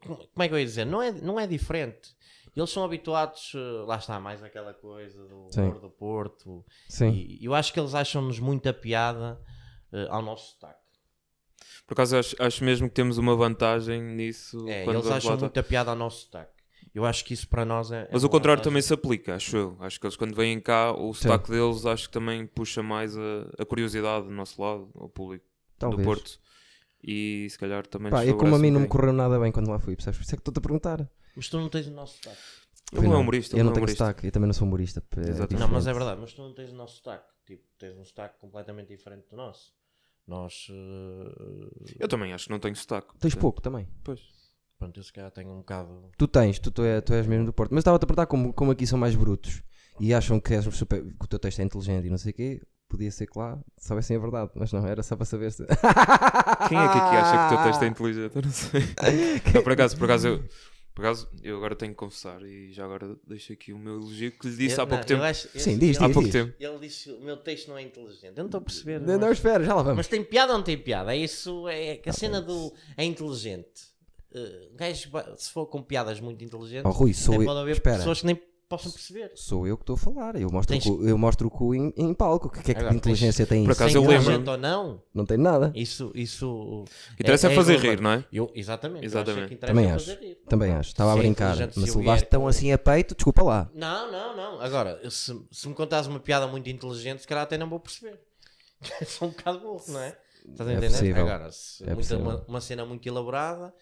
Speaker 3: Como como é que eu ia dizer? Não é, não é diferente. Eles são habituados, ah, lá está, mais aquela coisa do
Speaker 1: Sim.
Speaker 3: humor do Porto.
Speaker 1: Sim.
Speaker 3: E eu acho que eles acham-nos muita piada ah, ao nosso eh, sotaque.
Speaker 2: Por acaso acho, acho mesmo que temos uma vantagem nisso.
Speaker 3: É,
Speaker 2: quando
Speaker 3: eles
Speaker 2: vamos
Speaker 3: acham
Speaker 2: lá.
Speaker 3: muita piada ao nosso sotaque. Eu acho que isso para nós é. é
Speaker 2: Mas
Speaker 3: uma
Speaker 2: o contrário
Speaker 3: vantagem.
Speaker 2: também se aplica, acho eu. Acho que eles quando vêm cá, o sotaque deles acho que também puxa mais a, a curiosidade do nosso lado, ao público
Speaker 1: Talvez.
Speaker 2: do Porto. E se calhar também
Speaker 1: Pá,
Speaker 2: nos
Speaker 1: e como a
Speaker 2: favorece
Speaker 1: mim
Speaker 2: um
Speaker 1: não me
Speaker 2: bocadinho.
Speaker 1: correu nada bem quando lá fui, percebes? Por isso é que estou-te a perguntar.
Speaker 3: Mas tu não tens o nosso sotaque.
Speaker 2: Ele não é
Speaker 1: Afinal,
Speaker 2: humorista,
Speaker 1: Eu não
Speaker 2: ele não é
Speaker 1: tenho
Speaker 2: humorista.
Speaker 1: destaque, eu também não sou humorista. é
Speaker 2: Exatamente.
Speaker 3: Não, mas é
Speaker 1: diferente.
Speaker 3: verdade, mas tu não tens o nosso sotaque. Tipo, tens um sotaque completamente diferente do nosso. Nós. eh,
Speaker 2: Eu também acho que não tenho sotaque.
Speaker 1: Tens
Speaker 2: portanto,
Speaker 1: pouco também.
Speaker 2: pois.
Speaker 3: Pronto, eu se calhar tenho um bocado.
Speaker 1: Tu tens, tu, tu, é- tu és mesmo do Porto. Mas estava-te a perguntar como, como aqui são mais brutos e acham que, és super, que o teu texto é inteligente e não sei o quê. Podia ser que lá soubessem a verdade, mas não, era só para saber se.
Speaker 2: Quem é que aqui acha que o teu texto é inteligente? Eu não sei. Não, por acaso, por acaso, eu, por acaso, eu agora tenho que confessar e já agora deixo aqui o meu elogio que lhe disse
Speaker 3: Eu-
Speaker 2: há pouco
Speaker 3: não,
Speaker 2: tempo.
Speaker 3: eu acho- eu-
Speaker 1: Sim, diz, diz,
Speaker 2: Há
Speaker 3: ele,
Speaker 2: pouco
Speaker 1: diz.
Speaker 2: tempo.
Speaker 3: ele disse: o meu texto não é inteligente. Eu não estou a perceber.
Speaker 1: Não, não,
Speaker 3: mas,
Speaker 1: espera, já lá vamos.
Speaker 3: mas tem piada ou não tem piada? É isso. É que a cena do. É inteligente. Eh, Um gajo, ba- se for com piadas muito inteligentes,
Speaker 1: Oh, Rui, sou
Speaker 3: até
Speaker 1: eu.
Speaker 3: pode haver
Speaker 1: Espera,
Speaker 3: pessoas que nem possam perceber.
Speaker 1: sou eu que estou a falar. Eu mostro,
Speaker 3: Tens-
Speaker 1: o, cu, eu mostro o cu em, em palco. O que é que
Speaker 3: Agora,
Speaker 1: de inteligência tem
Speaker 2: Ah, Por
Speaker 1: isso?
Speaker 2: acaso
Speaker 3: Se é
Speaker 2: eu lembro-
Speaker 3: inteligente ou não,
Speaker 1: Não tem nada.
Speaker 3: isso. isso
Speaker 2: Interessa é, fazer rir,
Speaker 3: irrelevante.
Speaker 2: não é?
Speaker 3: Eu, exatamente. Eu acho
Speaker 2: Exatamente.
Speaker 3: que interessa
Speaker 1: Também
Speaker 3: é
Speaker 1: acho.
Speaker 3: fazer rir.
Speaker 1: Também acho. Estava a
Speaker 3: Se é
Speaker 1: brincar.
Speaker 3: inteligente,
Speaker 1: Mas
Speaker 3: se
Speaker 1: se
Speaker 3: eu
Speaker 1: levaste
Speaker 3: vier-
Speaker 1: tão assim a peito, desculpa lá.
Speaker 3: Não, não, não. Agora, se, se me contares uma piada muito inteligente, se calhar até não vou perceber. Sou um bocado burro, não é? Estás a
Speaker 1: É
Speaker 3: entender?
Speaker 1: possível.
Speaker 3: Agora, se
Speaker 1: É
Speaker 3: muita-
Speaker 1: possível.
Speaker 3: uma, uma cena muito elaborada,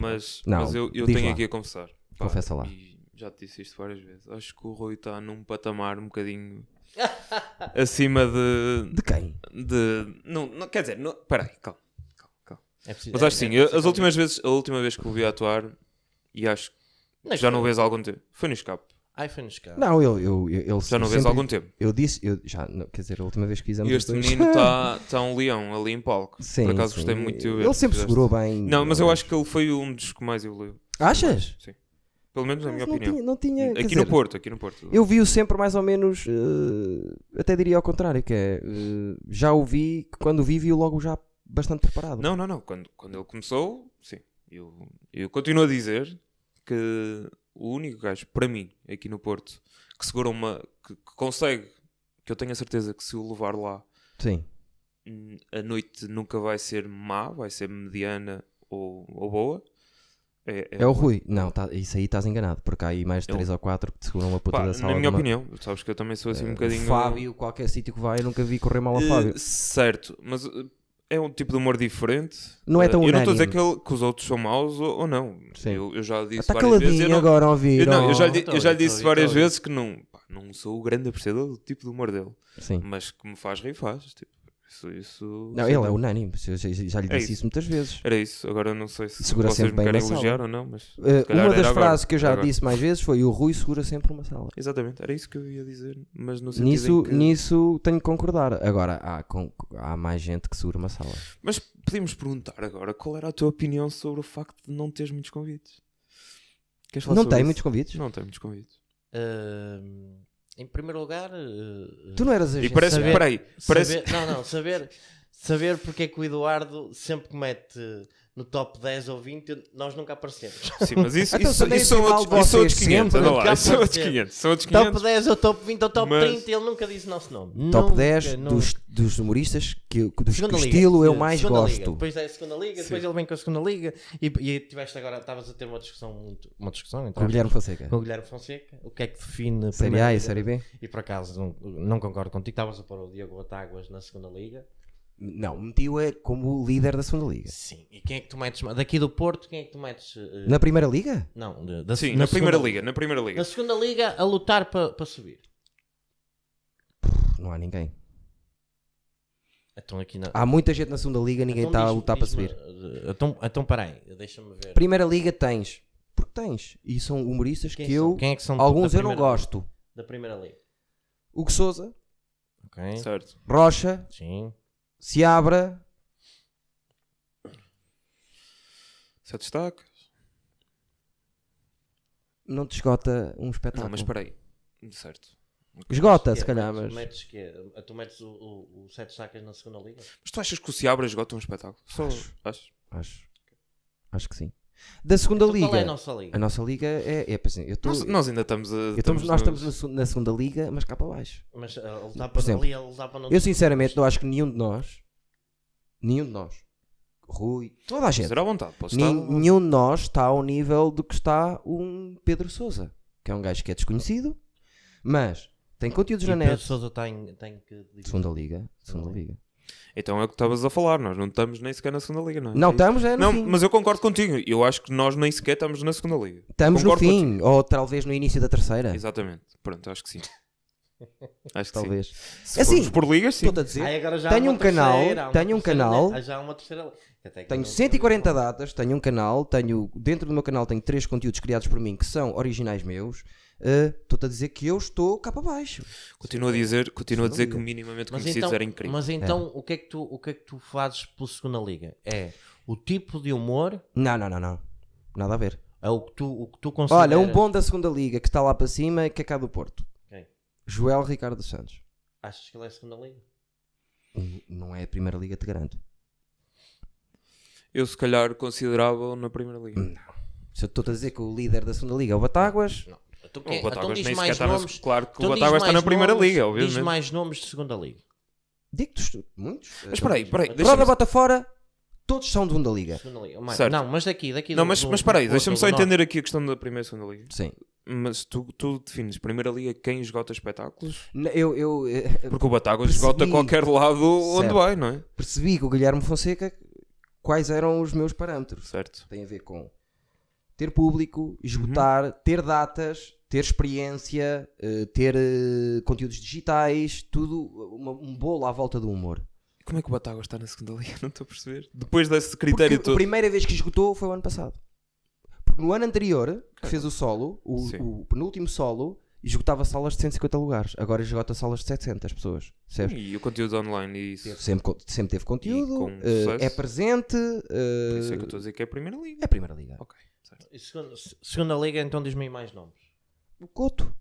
Speaker 2: Mas,
Speaker 1: Não,
Speaker 2: mas eu, eu
Speaker 1: diz
Speaker 2: tenho
Speaker 1: lá.
Speaker 2: aqui a confessar.
Speaker 1: Confessa lá.
Speaker 2: E já te disse isto várias vezes. Acho que o Rui está num patamar um bocadinho acima de.
Speaker 1: De quem?
Speaker 2: de não, não, quer dizer, não, peraí, calma, calma, calma.
Speaker 3: é preciso.
Speaker 2: Mas
Speaker 3: é-
Speaker 2: acho que
Speaker 3: é
Speaker 2: sim, eu- as
Speaker 3: preciso-
Speaker 2: últimas vezes, a última vez que o vi atuar, e acho que já não o vês há algum tempo, foi no escape.
Speaker 3: Ai, foi no escape.
Speaker 1: Não, eu, eu, eu, ele
Speaker 2: Já não o
Speaker 1: sempre-
Speaker 2: vês há algum tempo.
Speaker 1: Eu disse, eu, já, não, quer dizer, a última vez que fizemos
Speaker 2: E este
Speaker 1: os dois-
Speaker 2: menino está tá um leão ali em palco. Por acaso
Speaker 1: sim.
Speaker 2: gostei muito de o ver.
Speaker 1: Ele sempre
Speaker 2: Fizeste-
Speaker 1: segurou bem.
Speaker 2: Não, mas eu acho que ele foi um dos que mais evoluiu.
Speaker 1: Achas?
Speaker 2: Sim. Pelo menos na minha
Speaker 1: Mas não
Speaker 2: opinião.
Speaker 1: tinha, não tinha- quer
Speaker 2: aqui
Speaker 1: dizer,
Speaker 2: no Porto, aqui no Porto.
Speaker 1: Eu vi-o sempre mais ou menos, eh, até diria ao contrário, que é, eh, já o vi, quando o vi, vi-o logo já bastante preparado.
Speaker 2: Não, não, não. Quando, quando ele começou, sim. Eu, eu continuo a dizer que o único gajo, para mim, aqui no Porto, que segura uma. que, que consegue, que eu tenho a certeza que se o levar lá,
Speaker 1: Sim.
Speaker 2: hum, a noite nunca vai ser má, vai ser mediana ou, ou boa.
Speaker 1: É, o Rui. Não, tá- isso aí estás enganado, porque há aí mais de
Speaker 2: É o-
Speaker 1: 3 ou 4 que te seguram uma puta
Speaker 2: Pá,
Speaker 1: da sala.
Speaker 2: na
Speaker 1: de
Speaker 2: minha
Speaker 1: uma-
Speaker 2: opinião, sabes que eu também sou assim um bocadinho.
Speaker 1: Fábio, qualquer sítio que vai, eu nunca vi correr mal a
Speaker 2: Eh,
Speaker 1: Fábio.
Speaker 2: certo, mas eh, é um tipo de humor diferente.
Speaker 1: Não é tão
Speaker 2: Eh, Eu não
Speaker 1: unânime.
Speaker 2: estou a dizer que, ele- que os outros são maus ou, ou não.
Speaker 1: Sim.
Speaker 2: Eu, eu já disse
Speaker 1: Está
Speaker 2: várias vezes. Eu
Speaker 1: caladinho
Speaker 2: não,
Speaker 1: agora, ouviram?
Speaker 2: Eu, não, eu já lhe,
Speaker 3: Então,
Speaker 2: eu já lhe
Speaker 3: então,
Speaker 2: disse várias
Speaker 3: então.
Speaker 2: vezes que não, pá, não sou o grande apreciador do tipo de humor dele,
Speaker 1: Sim.
Speaker 2: mas que me faz rir, faz. Tipo, isso, isso,
Speaker 1: Não,
Speaker 2: sei
Speaker 1: ele
Speaker 2: lá.
Speaker 1: é unânime, eu já, já lhe
Speaker 2: É
Speaker 1: disse
Speaker 2: isso.
Speaker 1: isso muitas vezes.
Speaker 2: Era isso, agora eu não sei se
Speaker 1: Segura
Speaker 2: vocês
Speaker 1: sempre
Speaker 2: me
Speaker 1: bem
Speaker 2: querem
Speaker 1: na sala.
Speaker 2: elogiar ou não, mas. se
Speaker 1: Uh,
Speaker 2: calhar
Speaker 1: uma das
Speaker 2: era agora,
Speaker 1: frases que eu já
Speaker 2: era agora.
Speaker 1: disse mais vezes foi o Rui segura sempre uma sala.
Speaker 2: Exatamente, era isso que eu ia dizer, mas no sentido.
Speaker 1: Nisso,
Speaker 2: em que-
Speaker 1: nisso tenho que concordar. Agora, há, con- há mais gente que segura uma sala.
Speaker 2: Mas podíamos perguntar agora qual era a tua opinião sobre o facto de não teres muitos convites? Queres falar
Speaker 1: Não
Speaker 2: sobre
Speaker 1: tem
Speaker 2: isso?
Speaker 1: muitos convites?
Speaker 2: Não tem muitos convites.
Speaker 3: Ahm, Eh, em primeiro lugar. eh,
Speaker 1: Tu não eras
Speaker 2: E
Speaker 1: agente.
Speaker 2: parece.
Speaker 1: sabe?
Speaker 3: saber-
Speaker 2: Peraí, parece.
Speaker 3: Saber, não, não, saber, saber porque é que o Eduardo sempre que mete no top 10 ou 20, nós nunca aparecemos.
Speaker 2: Sim, mas isso,
Speaker 1: Então,
Speaker 2: isso,
Speaker 1: também
Speaker 2: isso são
Speaker 1: afinal
Speaker 2: outros, isso são outros
Speaker 1: vocês
Speaker 2: 500,
Speaker 1: sempre
Speaker 2: anda
Speaker 3: nunca
Speaker 2: lá, isso são outros
Speaker 3: apareceram.
Speaker 2: 500, são outros 500.
Speaker 3: top 10 ou top 20 ou top
Speaker 2: Mas-
Speaker 3: 30, ele nunca disse o nosso nome.
Speaker 1: Top
Speaker 3: Nunca,
Speaker 1: 10
Speaker 3: nunca.
Speaker 1: dos, dos humoristas que, que- dos que
Speaker 3: Segunda
Speaker 1: o
Speaker 3: liga.
Speaker 1: estilo eu
Speaker 3: Eh,
Speaker 1: mais
Speaker 3: segunda
Speaker 1: gosto.
Speaker 3: liga. Depois é a segunda liga, depois ele vem com a segunda liga e, e tiveste agora, estavas a ter uma discussão muito, uma discussão entre
Speaker 1: Com o Guilherme Fonseca.
Speaker 3: com o Guilherme Fonseca, o que é que define
Speaker 1: Série
Speaker 3: primeira
Speaker 1: A e
Speaker 3: liga?
Speaker 1: Série B?
Speaker 3: E por acaso não, não concordo contigo, estavas a pôr o Diogo Batáguas na segunda liga.
Speaker 1: Não, meti-o
Speaker 3: eh,
Speaker 1: é como líder da segunda liga.
Speaker 3: Sim, e quem é que tu metes mais- daqui do Porto, quem é que tu metes? eh,
Speaker 1: Na primeira liga?
Speaker 3: Não, de- da,
Speaker 2: Sim,
Speaker 3: na
Speaker 2: na, primeira
Speaker 3: segunda-
Speaker 2: liga, na primeira liga.
Speaker 3: Na segunda liga a lutar para subir.
Speaker 1: Não há ninguém.
Speaker 3: Então aqui na.
Speaker 1: Há muita gente na segunda liga, ninguém
Speaker 3: Então
Speaker 1: está a
Speaker 3: diz-me-
Speaker 1: lutar para
Speaker 3: diz-me,
Speaker 1: subir.
Speaker 3: eh, Então, então peraí, deixa-me ver.
Speaker 1: Primeira liga tens. Porque tens. E são humoristas
Speaker 3: Quem
Speaker 1: que
Speaker 3: são?
Speaker 1: eu.
Speaker 3: Quem é que são
Speaker 1: Alguns
Speaker 3: da
Speaker 1: eu não
Speaker 3: primeira-
Speaker 1: gosto.
Speaker 3: Da primeira liga.
Speaker 1: Hugo Souza,
Speaker 3: Ok.
Speaker 2: Certo.
Speaker 1: Rocha,
Speaker 3: Sim.
Speaker 1: Seabra,
Speaker 2: Sete destaque.
Speaker 1: não te esgota um
Speaker 3: Tá
Speaker 1: espetáculo.
Speaker 2: Não, mas espera aí. Certo.
Speaker 1: Esgota, se
Speaker 3: Quê?
Speaker 1: calhar,
Speaker 3: Tu
Speaker 1: mas.
Speaker 3: Metes quê? Tu metes o, o, o sete sacas na segunda liga?
Speaker 2: Mas tu achas que o Seabra esgota um espetáculo? Só
Speaker 1: Acho.
Speaker 2: acho.
Speaker 1: Acho. Acho que sim. Da segunda
Speaker 3: Então
Speaker 1: liga.
Speaker 3: Qual é a
Speaker 1: a, nossa...
Speaker 3: nossa liga?
Speaker 1: liga é. é por exemplo, eu tô,
Speaker 2: Nós, nós ainda estamos a.
Speaker 1: eu estamos- nós
Speaker 2: nos-
Speaker 1: estamos na su- na segunda liga, mas cá para baixo.
Speaker 3: Mas eh, a lutar
Speaker 1: Por
Speaker 3: para
Speaker 1: exemplo,
Speaker 3: ali, a lutar para não.
Speaker 1: Eu sinceramente não acho que nenhum de nós. Nenhum de nós. Rui, toda a gente.
Speaker 2: Será à vontade, posso estar.
Speaker 1: Nin- Nenhum de nós está ao nível do que está um Pedro Sousa, que é um gajo que é desconhecido, mas tem conteúdos
Speaker 3: E
Speaker 1: na
Speaker 3: Pedro
Speaker 1: net.
Speaker 3: Sousa tem, tem que.
Speaker 1: Segunda Liga. Segunda
Speaker 3: Segunda
Speaker 1: Liga.
Speaker 2: Então é o que estavas a falar, nós não estamos nem sequer na segunda liga, não é?
Speaker 1: Não, estamos é no
Speaker 2: Não,
Speaker 1: fim.
Speaker 2: mas eu concordo contigo. Eu acho que nós nem sequer estamos na segunda liga.
Speaker 1: Estamos no
Speaker 2: concordo
Speaker 1: fim,
Speaker 2: contigo.
Speaker 1: ou talvez no início da terceira.
Speaker 2: Exatamente. Pronto, acho que sim. Acho que
Speaker 1: Talvez.
Speaker 2: sim. Se
Speaker 1: É assim,
Speaker 2: formos por ah, é. ligas, sim.
Speaker 1: Estou a dizer.
Speaker 3: Ai, agora já há
Speaker 1: tenho
Speaker 3: uma
Speaker 1: um canal,
Speaker 3: terceira, há uma
Speaker 1: tenho um
Speaker 3: terceira,
Speaker 1: canal.
Speaker 3: né? Ah, já há uma terceira. Até que
Speaker 1: Tenho
Speaker 3: não-
Speaker 1: 140 datas, tenho um canal, tenho dentro do meu canal tenho três conteúdos criados por mim que são originais meus. Eh, Estou-te a dizer que eu estou cá para baixo.
Speaker 2: Continua a dizer, continua a dizer que
Speaker 1: Segunda
Speaker 2: minimamente
Speaker 3: Mas
Speaker 2: conhecidos
Speaker 3: então,
Speaker 2: era incrível.
Speaker 3: mas então o, que é que tu, o que é que tu fazes pela segunda liga? É o tipo de humor,
Speaker 1: Não, não, não, não. Nada a ver.
Speaker 3: é o que tu, o que tu consideras.
Speaker 1: Olha, um bom da segunda liga que está lá para cima que é cá do Porto.
Speaker 3: Quem?
Speaker 1: Joel Ricardo Santos.
Speaker 3: Achas que ele é a segunda liga?
Speaker 1: N- Não é a primeira liga, te garanto.
Speaker 2: Eu se calhar considerava na primeira liga.
Speaker 1: Hum. Se eu estou a dizer que o líder da segunda liga é o Batáguas,
Speaker 3: Então,
Speaker 2: O
Speaker 3: então
Speaker 2: Batagas
Speaker 3: diz
Speaker 2: nem sequer
Speaker 3: mais
Speaker 2: está na,
Speaker 3: nomes.
Speaker 2: Claro que
Speaker 3: então
Speaker 2: o
Speaker 3: diz
Speaker 2: Batagas está na
Speaker 3: mais
Speaker 2: primeira
Speaker 3: nomes-
Speaker 2: liga,
Speaker 3: Diz
Speaker 2: obviamente.
Speaker 3: mais nomes de segunda liga.
Speaker 1: digo-te muitos.
Speaker 2: Mas espera aí, espera aí.
Speaker 1: Prova
Speaker 2: deixa-me-
Speaker 1: bota fora, todos são de segunda liga.
Speaker 3: Segunda liga. Mais-
Speaker 2: Certo.
Speaker 3: Não, mas daqui, daqui.
Speaker 2: Não,
Speaker 3: do-
Speaker 2: mas,
Speaker 3: do-
Speaker 2: mas espera aí,
Speaker 3: do-
Speaker 2: deixa-me
Speaker 3: do
Speaker 2: só
Speaker 3: Norte.
Speaker 2: entender aqui a questão da primeira e segunda liga.
Speaker 1: Sim.
Speaker 2: Mas tu, tu defines primeira liga quem esgota espetáculos?
Speaker 1: N- Eu, eu, eh,
Speaker 2: Porque o Batagas
Speaker 1: Percebi.
Speaker 2: esgota qualquer lado onde
Speaker 1: Certo.
Speaker 2: vai, não é?
Speaker 1: percebi com o Guilherme Fonseca quais eram os meus parâmetros.
Speaker 2: Certo.
Speaker 1: Tem a ver com ter público, esgotar,
Speaker 2: Uhum.
Speaker 1: ter datas, ter experiência, eh, ter eh, conteúdos digitais, tudo uma- um bolo à volta do humor.
Speaker 2: Como é que o Batagas está na segunda liga? Não estou a perceber. Depois desse
Speaker 1: Porque
Speaker 2: critério
Speaker 1: a
Speaker 2: todo.
Speaker 1: primeira vez que esgotou foi o ano passado. Porque no ano anterior, que fez o solo, o,
Speaker 2: Sim.
Speaker 1: o penúltimo solo, esgotava salas de 150 lugares. Agora esgota salas de 700 pessoas. Percebes?
Speaker 2: E o conteúdo online e isso.
Speaker 1: Teve Sempre, co- sempre teve
Speaker 2: E
Speaker 1: conteúdo,
Speaker 2: com
Speaker 1: eh,
Speaker 2: sucesso.
Speaker 1: é presente. eh,
Speaker 2: Por isso é que eu estou a dizer que é a primeira liga.
Speaker 1: é a primeira liga.
Speaker 2: Ok. certo.
Speaker 3: E Segunda, se- segunda liga, então diz-me aí mais nomes.
Speaker 1: o Coto,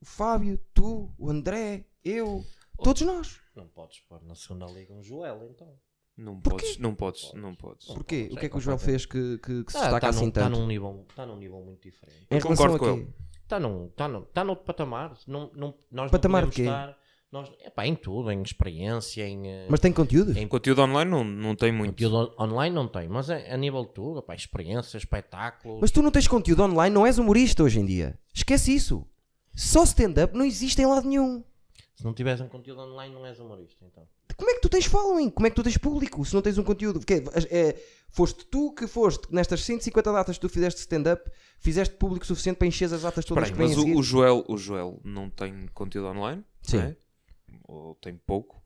Speaker 1: o Fábio, tu, o André, eu, todos nós.
Speaker 3: Não podes pôr na segunda liga um Joel, então.
Speaker 2: Não podes, não podes, não podes.
Speaker 1: Porquê? O
Speaker 3: sei,
Speaker 1: que é que o Joel
Speaker 3: concordo.
Speaker 1: fez que, que, que se
Speaker 3: Está
Speaker 1: destaca assim
Speaker 3: num, tá
Speaker 1: tanto?
Speaker 3: num nível, tá num nível muito diferente.
Speaker 1: Em
Speaker 2: Eu
Speaker 1: relação
Speaker 2: concordo
Speaker 1: a
Speaker 2: com
Speaker 1: quê?
Speaker 3: Está num, tá num, tá noutro patamar. Não, não, nós
Speaker 1: Patamar
Speaker 3: não
Speaker 1: de quê?
Speaker 3: podemos estar. Nós, epá, em tudo, em experiência, em. eh,
Speaker 1: Mas tem conteúdos?
Speaker 3: Em-
Speaker 2: Conteúdo online não, não tem muito.
Speaker 3: Conteúdo on- online não tem, mas a, a nível de tudo, epá, experiência, espetáculo.
Speaker 1: Mas tu não tens conteúdo online, não és humorista hoje em dia. Esquece isso. Só stand-up não existe em lado nenhum.
Speaker 3: Se não tiveres um conteúdo online, não és humorista, então.
Speaker 1: Como é que tu tens following? Como é que tu tens público se não tens um conteúdo? Porque é, é- foste tu que foste, nestas 150 datas que tu fizeste stand-up, fizeste público suficiente para encher as datas todas
Speaker 2: Espera aí,
Speaker 1: que vêm
Speaker 2: mas
Speaker 1: a seguir.
Speaker 2: o, o Joel, o Joel não tem conteúdo online?
Speaker 1: Sim.
Speaker 2: não é? Ou tem pouco?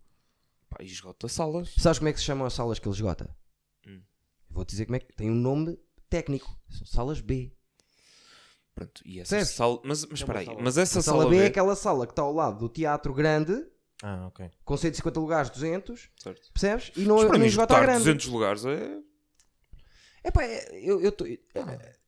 Speaker 2: Pá, e esgota salas.
Speaker 1: Sabes como é que se chamam as salas que ele esgota?
Speaker 2: Hum.
Speaker 1: Vou dizer como é que tem um nome técnico. São salas B.
Speaker 2: Pronto, e essa
Speaker 1: Percebes?
Speaker 2: sala. Mas, mas
Speaker 3: É uma
Speaker 2: espera aí,
Speaker 3: sala.
Speaker 2: mas essa
Speaker 1: A sala,
Speaker 2: sala
Speaker 1: B é
Speaker 2: B.
Speaker 1: aquela sala que está ao lado do teatro grande,
Speaker 3: Ah, ok.
Speaker 1: com 150 lugares, 200,
Speaker 2: Certo.
Speaker 1: percebes? E não,
Speaker 2: Mas para
Speaker 1: não
Speaker 2: mim,
Speaker 1: esgota a
Speaker 2: esgotar
Speaker 1: tá grande.
Speaker 2: 200 lugares é.
Speaker 1: Epá, é- eu, eu tô- é-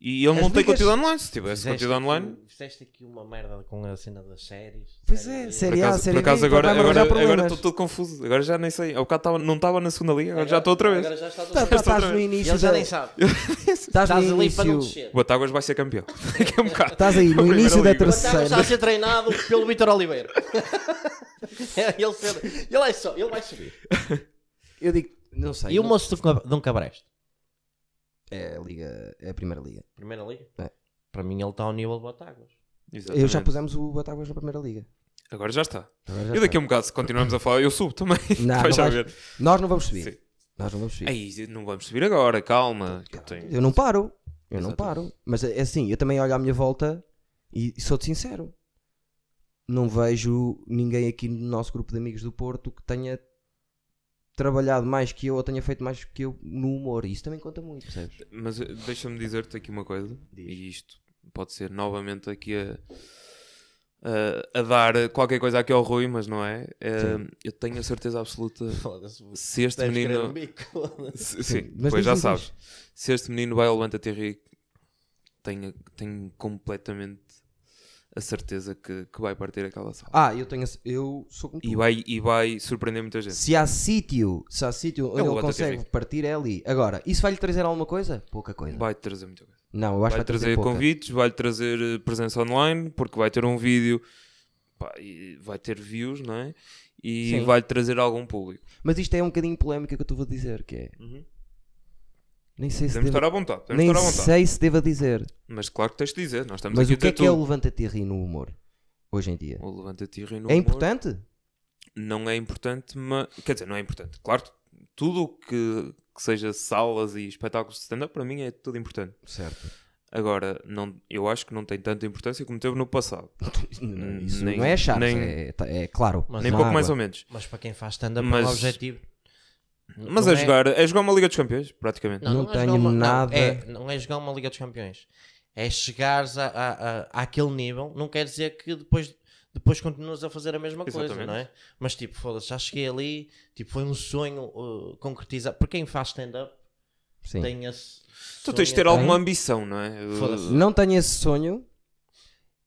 Speaker 2: E ele
Speaker 1: As
Speaker 2: não tem
Speaker 1: ligas-
Speaker 2: conteúdo online. Se tivesse conteúdo
Speaker 3: aqui- um-
Speaker 2: online.
Speaker 3: fizeste aqui uma merda com a cena das séries.
Speaker 1: Pois é,
Speaker 2: Por
Speaker 1: série A,
Speaker 2: acaso,
Speaker 1: série
Speaker 2: por
Speaker 1: B,
Speaker 2: acaso agora,
Speaker 1: vai-me
Speaker 2: agora,
Speaker 1: arranjar
Speaker 2: agora
Speaker 1: problemas.
Speaker 2: estou todo confuso. Agora já nem sei. Há bocado tava- não estava na segunda liga, agora já estou outra vez.
Speaker 3: Agora já estás
Speaker 1: Tá-
Speaker 3: outra
Speaker 1: tá-
Speaker 3: vez.
Speaker 1: Estás no
Speaker 2: outra
Speaker 1: início
Speaker 3: Ele já
Speaker 1: da-
Speaker 3: nem sabe.
Speaker 1: Estás
Speaker 3: Estás
Speaker 1: no
Speaker 3: ali para não
Speaker 1: início...
Speaker 3: descer.
Speaker 2: Batáguas vai ser campeão. Daqui a um bocado.
Speaker 1: Estás aí, no
Speaker 2: Primeira
Speaker 1: início da
Speaker 2: liga.
Speaker 3: Batáguas está a
Speaker 1: terceira.
Speaker 3: ser treinado pelo Vitor Oliveira. É, ele, cedo- ele é só, ele vai subir.
Speaker 1: Eu digo, não sei.
Speaker 3: E o
Speaker 1: não-
Speaker 3: moço do Cab- de um Cabreste?
Speaker 1: É a, liga, é a primeira liga.
Speaker 3: Primeira liga?
Speaker 1: É.
Speaker 3: Para mim ele está ao nível de Batáguas.
Speaker 1: Eu já
Speaker 2: Exatamente.
Speaker 1: pusemos o Batáguas na primeira liga.
Speaker 2: Agora já está.
Speaker 1: Agora já
Speaker 2: E daqui
Speaker 1: está.
Speaker 2: a um bocado, se continuarmos a falar, eu subo também.
Speaker 1: Não, não
Speaker 2: Vais já
Speaker 1: vais-
Speaker 2: ver.
Speaker 1: Nós não vamos subir.
Speaker 2: Sim.
Speaker 1: Nós não vamos subir.
Speaker 2: Aí, não vamos subir agora, calma. que eu tenho-
Speaker 1: Eu não paro. Eu não
Speaker 2: É Exatamente.
Speaker 1: paro. Mas é é assim, eu também olho à minha volta e, e sou-te sincero. Não vejo ninguém aqui no nosso grupo de amigos do Porto que tenha trabalhado mais que eu ou tenha feito mais que eu no humor. Isso também conta muito, percebes?
Speaker 2: Mas eh, deixa-me dizer-te aqui uma coisa,
Speaker 1: Diz.
Speaker 2: e isto pode ser novamente aqui a, a, a dar eh, qualquer coisa aqui ao Rui, mas não é? Eh, eu tenho a certeza absoluta
Speaker 3: Foda-se.
Speaker 2: se este
Speaker 3: Deves querer
Speaker 2: menino.
Speaker 3: um bico.
Speaker 1: Sim,
Speaker 2: se- Sim,
Speaker 1: mas
Speaker 2: pois
Speaker 1: diz,
Speaker 2: já
Speaker 1: diz,
Speaker 2: sabes. Se este menino vai ao Levanta Terri, tenho, tenho completamente a certeza que, que vai partir aquela sala.
Speaker 1: Ah, eu tenho. a- Eu sou como tu.
Speaker 2: E vai, e vai surpreender muita gente.
Speaker 1: Se há sítio, se há sítio onde
Speaker 2: o
Speaker 1: ele
Speaker 2: Lota
Speaker 1: consegue
Speaker 2: TV.
Speaker 1: partir é ali. Agora, isso vai lhe trazer alguma coisa? Pouca coisa.
Speaker 2: Vai trazer muita coisa.
Speaker 1: Não, eu acho que
Speaker 2: Vai trazer
Speaker 1: pouca.
Speaker 2: convites, vai trazer eh, presença online, porque vai ter um vídeo pá, e vai ter views, não é? E
Speaker 1: Sim.
Speaker 2: vai trazer algum público.
Speaker 1: Mas isto é um bocadinho polémica que eu estou a dizer, que é. Nem sei se
Speaker 2: Uhum. Podemos
Speaker 1: devo,
Speaker 2: estar à vontade, podemos
Speaker 1: nem
Speaker 2: estar à vontade.
Speaker 1: sei se devo dizer.
Speaker 2: Mas claro que tens de dizer, nós estamos
Speaker 1: Mas
Speaker 2: aqui
Speaker 1: o que
Speaker 2: a
Speaker 1: é
Speaker 2: dizer
Speaker 1: que é o
Speaker 2: tudo.
Speaker 1: levanta-te e ri no humor? Hoje em dia.
Speaker 2: O levanta-te e ri no
Speaker 1: é
Speaker 2: humor.
Speaker 1: importante?
Speaker 2: Não é importante, mas... Quer dizer, não é importante. Claro, tudo o que, que seja salas e espetáculos de stand-up, para mim é tudo importante.
Speaker 1: Certo.
Speaker 2: Agora, não, eu acho que não tem tanta importância como teve no passado.
Speaker 1: Isso
Speaker 2: Hum, Nem-
Speaker 1: não é chato,
Speaker 2: nem-
Speaker 1: é, tá- é claro.
Speaker 3: Mas
Speaker 2: Nem
Speaker 3: não
Speaker 2: pouco
Speaker 1: há
Speaker 2: mais ou
Speaker 1: água.
Speaker 2: menos.
Speaker 3: Mas para quem faz stand-up é
Speaker 2: Mas-
Speaker 3: um objetivo.
Speaker 2: Mas
Speaker 3: Não
Speaker 2: é, jogar, é jogar uma Liga dos Campeões, praticamente.
Speaker 1: Não
Speaker 3: é jogar
Speaker 1: tenho
Speaker 3: uma-
Speaker 1: nada-
Speaker 3: Não é, não é jogar uma Liga dos Campeões. É chegares a, a, a- àquele nível. Não quer dizer que depois, depois continuas a fazer a mesma coisa,
Speaker 2: Exatamente.
Speaker 3: não é? Mas tipo, foda-se, já cheguei ali. Tipo, foi um sonho uh, concretizado. Para quem faz stand-up,
Speaker 1: Sim.
Speaker 3: tem esse.
Speaker 2: Tu
Speaker 3: sonho
Speaker 2: tens de ter
Speaker 3: atrás.
Speaker 2: alguma ambição, não é?
Speaker 3: Foda-se.
Speaker 1: Não tenho esse sonho.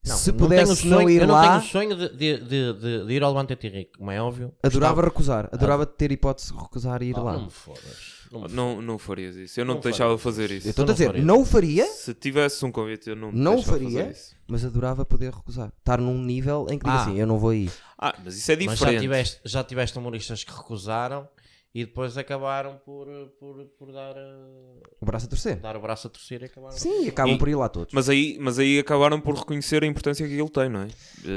Speaker 3: Não,
Speaker 1: se
Speaker 3: não
Speaker 1: pudesse
Speaker 3: tenho
Speaker 1: não,
Speaker 3: sonho-
Speaker 1: ir
Speaker 3: eu
Speaker 1: lá,
Speaker 3: não tenho sonho de, de, de, de, de ir ao Levante Rico, como é óbvio.
Speaker 1: adorava recusar. Adorava ter hipótese de recusar e ir
Speaker 3: Gostava- Ah,
Speaker 1: lá.
Speaker 3: Não me fodas. Não me fodas.
Speaker 2: Eh, Não, não farias isso. Eu não,
Speaker 3: Não
Speaker 2: te deixava fazer isso.
Speaker 1: Eu estou a
Speaker 3: não
Speaker 1: dizer,
Speaker 3: faria.
Speaker 1: não o faria,
Speaker 2: Se tivesse um convite, eu não te
Speaker 1: Não
Speaker 2: deixava
Speaker 1: faria.
Speaker 2: fazer isso.
Speaker 1: mas adorava poder recusar. Estar num nível em que diga
Speaker 3: Ah.
Speaker 1: assim, eu não vou aí.
Speaker 2: Ah, mas isso é
Speaker 3: Mas
Speaker 2: diferente.
Speaker 3: já tiveste, já tiveste humoristas que recusaram e depois acabaram por, por, por dar, eh,
Speaker 1: O braço a torcer.
Speaker 3: dar o braço a torcer e acabaram.
Speaker 1: Sim, e acabam
Speaker 2: E-
Speaker 1: por ir lá todos.
Speaker 2: Mas aí, mas aí acabaram por reconhecer a importância que ele tem, não é?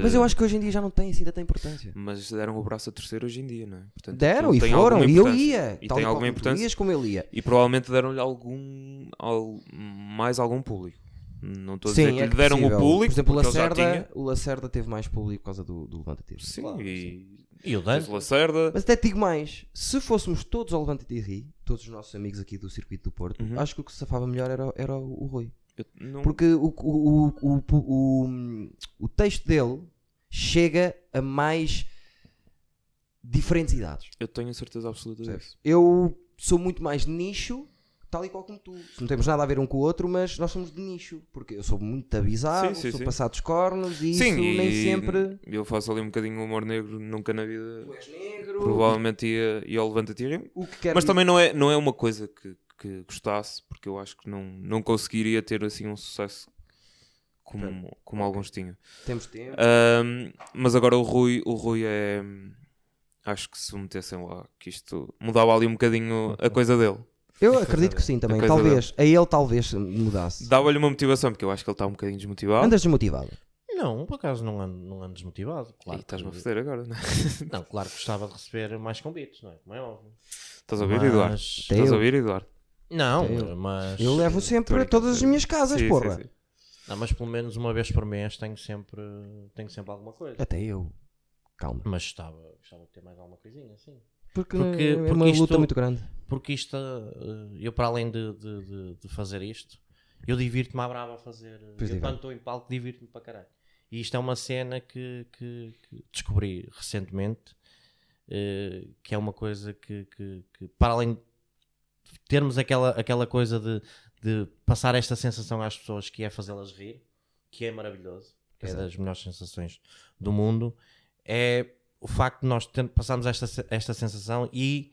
Speaker 1: Mas eu acho que hoje em dia já não tem assim tanta importância.
Speaker 2: Mas deram o braço a torcer hoje em dia, não é? Portanto,
Speaker 1: Deram
Speaker 2: aquilo
Speaker 1: e
Speaker 2: tem alguma
Speaker 1: foram, e eu
Speaker 2: importância.
Speaker 1: ia.
Speaker 2: E
Speaker 1: tal
Speaker 2: tem
Speaker 1: qual
Speaker 2: alguma
Speaker 1: como tu
Speaker 2: importância.
Speaker 1: Ias como ele ia.
Speaker 2: E provavelmente deram-lhe algum, al- mais algum público. Não estou a dizer que
Speaker 1: é
Speaker 2: lhe deram
Speaker 1: possível.
Speaker 2: o público,
Speaker 1: Por exemplo, o
Speaker 2: porque ele já
Speaker 1: Lacerda,
Speaker 2: tinha.
Speaker 1: o Lacerda teve mais público por causa do, do Levanta Tiro.
Speaker 2: Sim,
Speaker 1: Claro, sim.
Speaker 2: e
Speaker 3: E o
Speaker 2: tens o
Speaker 3: Dante?
Speaker 2: Lacerda.
Speaker 1: Mas até te digo mais: se fôssemos todos ao Levanta e Ri, todos os nossos amigos aqui do Circuito do Porto,
Speaker 2: Uhum.
Speaker 1: acho que o que se safava melhor era, era o o Rui.
Speaker 2: Eu não-
Speaker 1: Porque o, o, o, o, o, o texto dele chega a mais diferentes idades.
Speaker 2: Eu tenho a certeza absoluta disso.
Speaker 1: Eu sou muito mais de nicho, tal e qual como tu. Não temos nada a ver um com o outro, mas nós somos de nicho. Porque eu sou muito abisado,
Speaker 2: Sim, sim,
Speaker 1: sou
Speaker 2: sim.
Speaker 1: passado dos cornos e isso
Speaker 2: e
Speaker 1: nem sempre.
Speaker 2: Eu faço ali um bocadinho humor negro, nunca na vida.
Speaker 1: Tu és negro.
Speaker 2: Provavelmente ia, ia ao levanta e
Speaker 1: O que quer
Speaker 2: Mas também não é, não é uma coisa que, que gostasse, porque eu acho que não, não conseguiria ter assim um sucesso como, como alguns tinham.
Speaker 1: Temos tempo.
Speaker 2: Ahm, mas agora o Rui, o Rui é. Acho que se o metessem lá, que isto mudava ali um bocadinho a coisa dele.
Speaker 1: Eu acredito que sim também.
Speaker 2: coisa
Speaker 1: Talvez. A ele talvez mudasse.
Speaker 2: Dava-lhe uma motivação, porque eu acho que ele está um bocadinho desmotivado.
Speaker 1: Andas desmotivado.
Speaker 3: Não, por acaso não ando, não ando desmotivado. Claro tá
Speaker 2: e estás-me a
Speaker 3: que-
Speaker 2: foder agora, não é?
Speaker 3: Não, claro que gostava de receber mais convites, não é? Como é óbvio.
Speaker 2: Estás a ouvir,
Speaker 3: Mas-
Speaker 2: Eduardo?
Speaker 1: Até
Speaker 2: Estás a
Speaker 1: eu.
Speaker 2: ouvir, Eduardo?
Speaker 3: Não,
Speaker 1: Eu-
Speaker 3: mas.
Speaker 1: Eu levo sempre a todas as minhas casas,
Speaker 2: Sim,
Speaker 1: porra.
Speaker 2: sim, sim.
Speaker 3: Não, mas pelo menos uma vez por mês tenho sempre, tenho sempre alguma coisa.
Speaker 1: Até eu. Calma.
Speaker 3: Mas gostava, gostava de ter mais alguma coisinha, assim.
Speaker 1: Porque,
Speaker 3: Porque-
Speaker 1: é
Speaker 3: porque
Speaker 1: uma
Speaker 3: isto-
Speaker 1: luta muito grande.
Speaker 3: Porque isto, eh, eu para além de, de- de- de fazer isto, eu divirto-me à brava a fazer. eh,
Speaker 1: Pois
Speaker 3: eu
Speaker 1: é.
Speaker 3: quando estou em palco divirto-me para caralho. E isto é uma cena que, que- que descobri recentemente, eh, que é uma coisa que, que- que, para além de termos aquela, aquela coisa de, de passar esta sensação às pessoas que é fazê-las rir, que é maravilhoso, que é
Speaker 1: Exato.
Speaker 3: das melhores sensações do mundo, é o facto de nós ter- passarmos esta, se- esta sensação e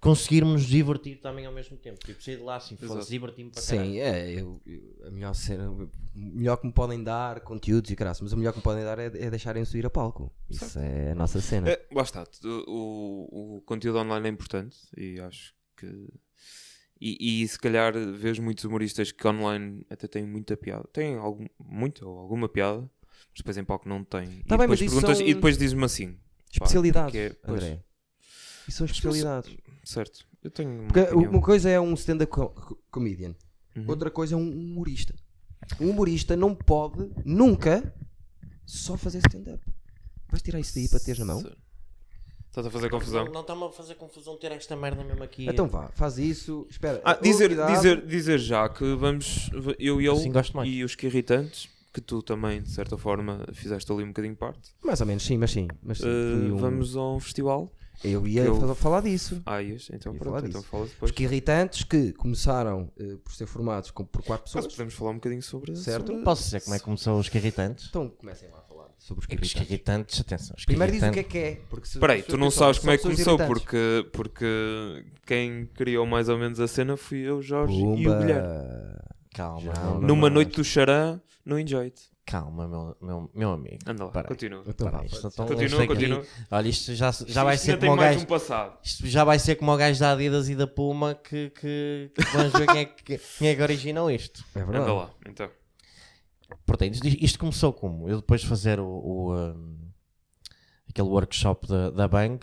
Speaker 3: conseguirmos nos divertir também ao mesmo tempo. Tipo, sair de lá assim,
Speaker 2: Exato.
Speaker 3: foda-se, divertir-me para caralho.
Speaker 1: Sim, é. eu- eu- a melhor cena. O melhor que me podem dar, conteúdos e graças, mas o melhor que me podem dar é, é deixarem subir a palco. Isso é a nossa cena.
Speaker 2: É, lá está. tu- O, o conteúdo online é importante e acho que. E, e se calhar vês muitos humoristas que online até têm muita piada. Têm algum, muito ou alguma piada, mas depois em palco não
Speaker 1: Tá
Speaker 2: têm. e,
Speaker 1: bem,
Speaker 2: depois
Speaker 1: mas isso
Speaker 2: perguntas,
Speaker 1: são-
Speaker 2: e depois dizes-me assim.
Speaker 1: especialidades,
Speaker 2: porque é- pois.
Speaker 1: André. Isso são especialidades.
Speaker 2: Certo. Eu tenho. Uma
Speaker 1: Porque
Speaker 2: opinião.
Speaker 1: uma coisa é um stand-up co- co- comedian,
Speaker 2: Uhum.
Speaker 1: outra coisa é um humorista. Um humorista não pode nunca só fazer stand-up. Vais tirar isso daí para teres na mão?
Speaker 2: Certo. Estás a fazer
Speaker 3: Não-
Speaker 2: confusão.
Speaker 3: Não está-me a fazer confusão ter esta merda mesmo aqui.
Speaker 1: Então vá, faz isso. Espera.
Speaker 2: Ah,
Speaker 1: Oh,
Speaker 2: dizer,
Speaker 1: cuidado.
Speaker 2: dizer, dizer já que vamos. Eu e ele
Speaker 3: Assim gosto mais.
Speaker 2: e os que irritantes, que tu também, de certa forma, fizeste ali um bocadinho parte.
Speaker 1: Mais ou menos, sim, mas sim. Mas sim,
Speaker 2: Uh,
Speaker 1: foi um-
Speaker 2: Vamos a um festival.
Speaker 1: Eu ia
Speaker 2: eu-
Speaker 1: fa- falar disso.
Speaker 2: Ah, este? Então
Speaker 1: Ia
Speaker 2: pronto,
Speaker 1: falar
Speaker 2: então
Speaker 1: disso.
Speaker 2: fala depois.
Speaker 1: Os que irritantes que começaram eh, por ser formados com- por quatro
Speaker 2: Mas
Speaker 1: pessoas.
Speaker 2: podemos falar um bocadinho sobre
Speaker 1: Certo.
Speaker 2: sobre-
Speaker 3: Posso dizer como é que começou os carritantes?
Speaker 1: Então comecem lá a falar sobre os que
Speaker 3: Então, Os
Speaker 1: irritantes.
Speaker 3: carritantes, atenção. Os
Speaker 1: Primeiro diz o que é
Speaker 3: carritantes-
Speaker 1: que é. Porque se,
Speaker 2: Espera aí,
Speaker 1: se-
Speaker 2: tu não
Speaker 1: se-
Speaker 2: sabes
Speaker 1: são
Speaker 2: como é que
Speaker 1: pessoas
Speaker 2: começou,
Speaker 1: irritantes.
Speaker 2: porque, porque quem criou mais ou menos a cena fui eu, Jorge e o Guilherme.
Speaker 1: Pumba.
Speaker 3: Calma.
Speaker 1: Já.
Speaker 3: não, não,
Speaker 2: Numa
Speaker 3: não,
Speaker 2: noite do Xarã, no Enjoy-te.
Speaker 3: Calma, meu, meu, meu amigo.
Speaker 2: Anda lá,
Speaker 3: Para aí.
Speaker 2: continua.
Speaker 1: Então
Speaker 3: Pá,
Speaker 1: vá, pode
Speaker 3: isto então,
Speaker 1: ser.
Speaker 2: Continua,
Speaker 3: isto aqui-
Speaker 2: continua.
Speaker 3: Olha, isto já, já
Speaker 2: Isto
Speaker 3: vai
Speaker 2: ainda
Speaker 3: ser
Speaker 2: tem
Speaker 3: como o
Speaker 2: mais
Speaker 3: gajo.
Speaker 2: um passado.
Speaker 3: Isto já vai ser como o gajo da Adidas e da Puma que, que, que vamos ver quem é, que, quem é que originou isto.
Speaker 1: É
Speaker 2: Anda
Speaker 1: verdade.
Speaker 2: lá, então.
Speaker 3: Portanto, isto, isto começou como? Eu depois de fazer o, o, hum, aquele workshop da, da Bang,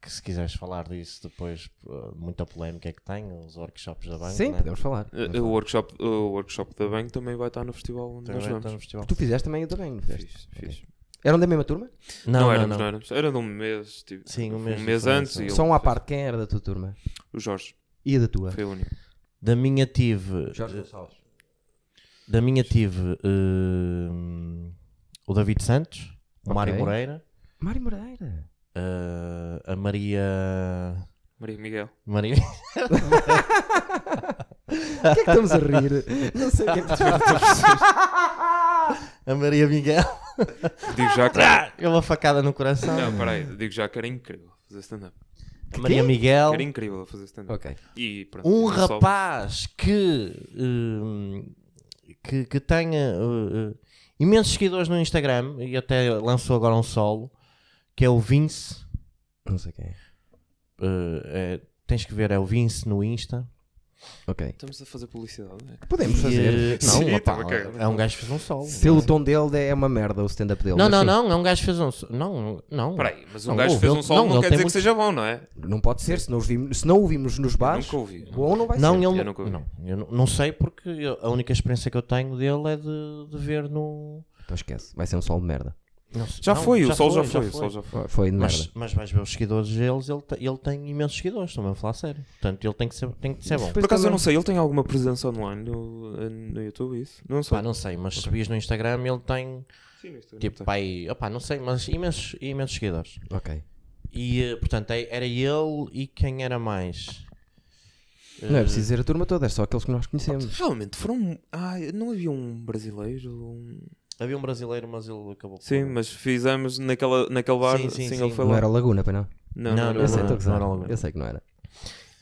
Speaker 3: que se quiseres falar disso depois, uh, muita polémica é que tem, os workshops da Bang.
Speaker 1: Sim,
Speaker 3: né?
Speaker 1: podemos falar. Podemos
Speaker 2: Uh, O
Speaker 1: falar.
Speaker 2: workshop, o workshop da Bang também vai estar no festival onde
Speaker 3: Também
Speaker 2: nós vamos.
Speaker 3: tem um festival.
Speaker 1: Tu fizeste também, eu também. não fizeste?
Speaker 2: Fiz, fiz.
Speaker 1: Eram da mesma turma?
Speaker 3: Não,
Speaker 2: Não,
Speaker 3: não,
Speaker 2: éramos,
Speaker 3: não.
Speaker 2: não. éramos. Era de um mês. Tipo,
Speaker 3: Sim, um mês de
Speaker 2: antes.
Speaker 3: diferença.
Speaker 2: e ele
Speaker 1: Só um à
Speaker 2: fez.
Speaker 1: parte. Quem era da tua turma?
Speaker 2: O Jorge
Speaker 1: E a da tua?
Speaker 2: foi o único.
Speaker 3: Da minha tive.
Speaker 1: Gonçalves.
Speaker 3: Da minha tive hum, o David Santos, o
Speaker 1: Ok.
Speaker 3: Mário Moreira,
Speaker 1: Mário Moreira.
Speaker 3: uh, a Maria.
Speaker 2: Maria Miguel.
Speaker 3: Maria.
Speaker 1: O que é que estamos a rir? Não sei o que é que tu
Speaker 3: a Maria Miguel.
Speaker 2: Digo já que era...
Speaker 3: É uma facada no coração.
Speaker 2: Não, peraí. Digo já que era incrível fazer stand-up.
Speaker 3: A Maria Miguel.
Speaker 2: Era incrível fazer stand-up.
Speaker 1: Ok.
Speaker 2: E pronto.
Speaker 3: Um
Speaker 2: e só-
Speaker 3: rapaz que, hum, que, que tenha uh, uh, imensos seguidores no Instagram e até lançou agora um solo, que é o Vince.
Speaker 1: Não sei quem é.
Speaker 3: uh, é- tens que ver, é o Vince no Insta.
Speaker 1: Ok.
Speaker 2: Estamos a fazer publicidade, não é?
Speaker 1: Podemos
Speaker 3: E,
Speaker 1: fazer.
Speaker 3: eh,
Speaker 2: Sim,
Speaker 3: Não, opá,
Speaker 2: tá, ok.
Speaker 3: é um gajo que fez um solo.
Speaker 1: Pelo tom dele é uma merda o stand-up dele.
Speaker 3: Não,
Speaker 1: mas
Speaker 3: não,
Speaker 1: sim.
Speaker 3: não, é um gajo que fez um solo. Não, não.
Speaker 2: Peraí, mas um
Speaker 3: Não,
Speaker 2: gajo
Speaker 3: ouve,
Speaker 2: fez
Speaker 3: ele-
Speaker 2: um solo
Speaker 3: não,
Speaker 2: não,
Speaker 3: ele
Speaker 2: quer
Speaker 3: tem
Speaker 2: dizer
Speaker 3: muito-
Speaker 2: que seja bom, não é?
Speaker 1: Não pode ser. Se não, os vimos, se não o vimos nos bares,
Speaker 2: Nunca ouvi.
Speaker 1: bom não vai
Speaker 3: Não,
Speaker 1: ser.
Speaker 3: ele
Speaker 2: eu
Speaker 3: não,
Speaker 2: nunca vi.
Speaker 3: não, eu não, não sei porque eu- a única experiência que eu tenho dele é de, de ver no.
Speaker 1: Então esquece. Vai ser um sol de merda.
Speaker 3: não sei-
Speaker 2: Já
Speaker 3: não,
Speaker 2: foi, o sol já foi. O sol já foi.
Speaker 1: Foi- Foi de
Speaker 3: Mas,
Speaker 1: merda.
Speaker 3: mas vais ver os seguidores deles, ele, te- ele tem imensos seguidores, estou mesmo a falar a sério. Portanto, ele tem que ser, tem que ser é bom.
Speaker 1: Depois
Speaker 2: Por acaso eu
Speaker 1: também-
Speaker 2: não sei, ele tem alguma presença online no, no YouTube, isso? Não sei.
Speaker 3: Pá, não sei, mas se vias no Instagram, ele tem
Speaker 2: Sim, no Instagram
Speaker 3: tipo,
Speaker 2: tem.
Speaker 3: pá, aí, opá, não sei, mas imensos, imensos seguidores.
Speaker 1: Ok.
Speaker 3: E eh, portanto, é- era ele e quem era mais?
Speaker 1: Não é preciso dizer a turma toda, é só aqueles que nós conhecemos.
Speaker 2: Realmente foram. Ah, não havia um brasileiro? um-
Speaker 3: Havia um brasileiro, mas ele acabou por-
Speaker 2: Sim, mas fizemos naquela, naquele bar.
Speaker 3: Sim,
Speaker 2: Sim,
Speaker 3: sim,
Speaker 2: ele
Speaker 3: sim.
Speaker 2: foi
Speaker 1: Não
Speaker 2: lá.
Speaker 1: era Laguna, para não?
Speaker 2: Não,
Speaker 3: Não,
Speaker 2: não,
Speaker 3: não,
Speaker 2: não.
Speaker 1: Eu sei,
Speaker 2: não.
Speaker 1: estou a gozar.
Speaker 3: não era Laguna.
Speaker 1: Eu sei que não era.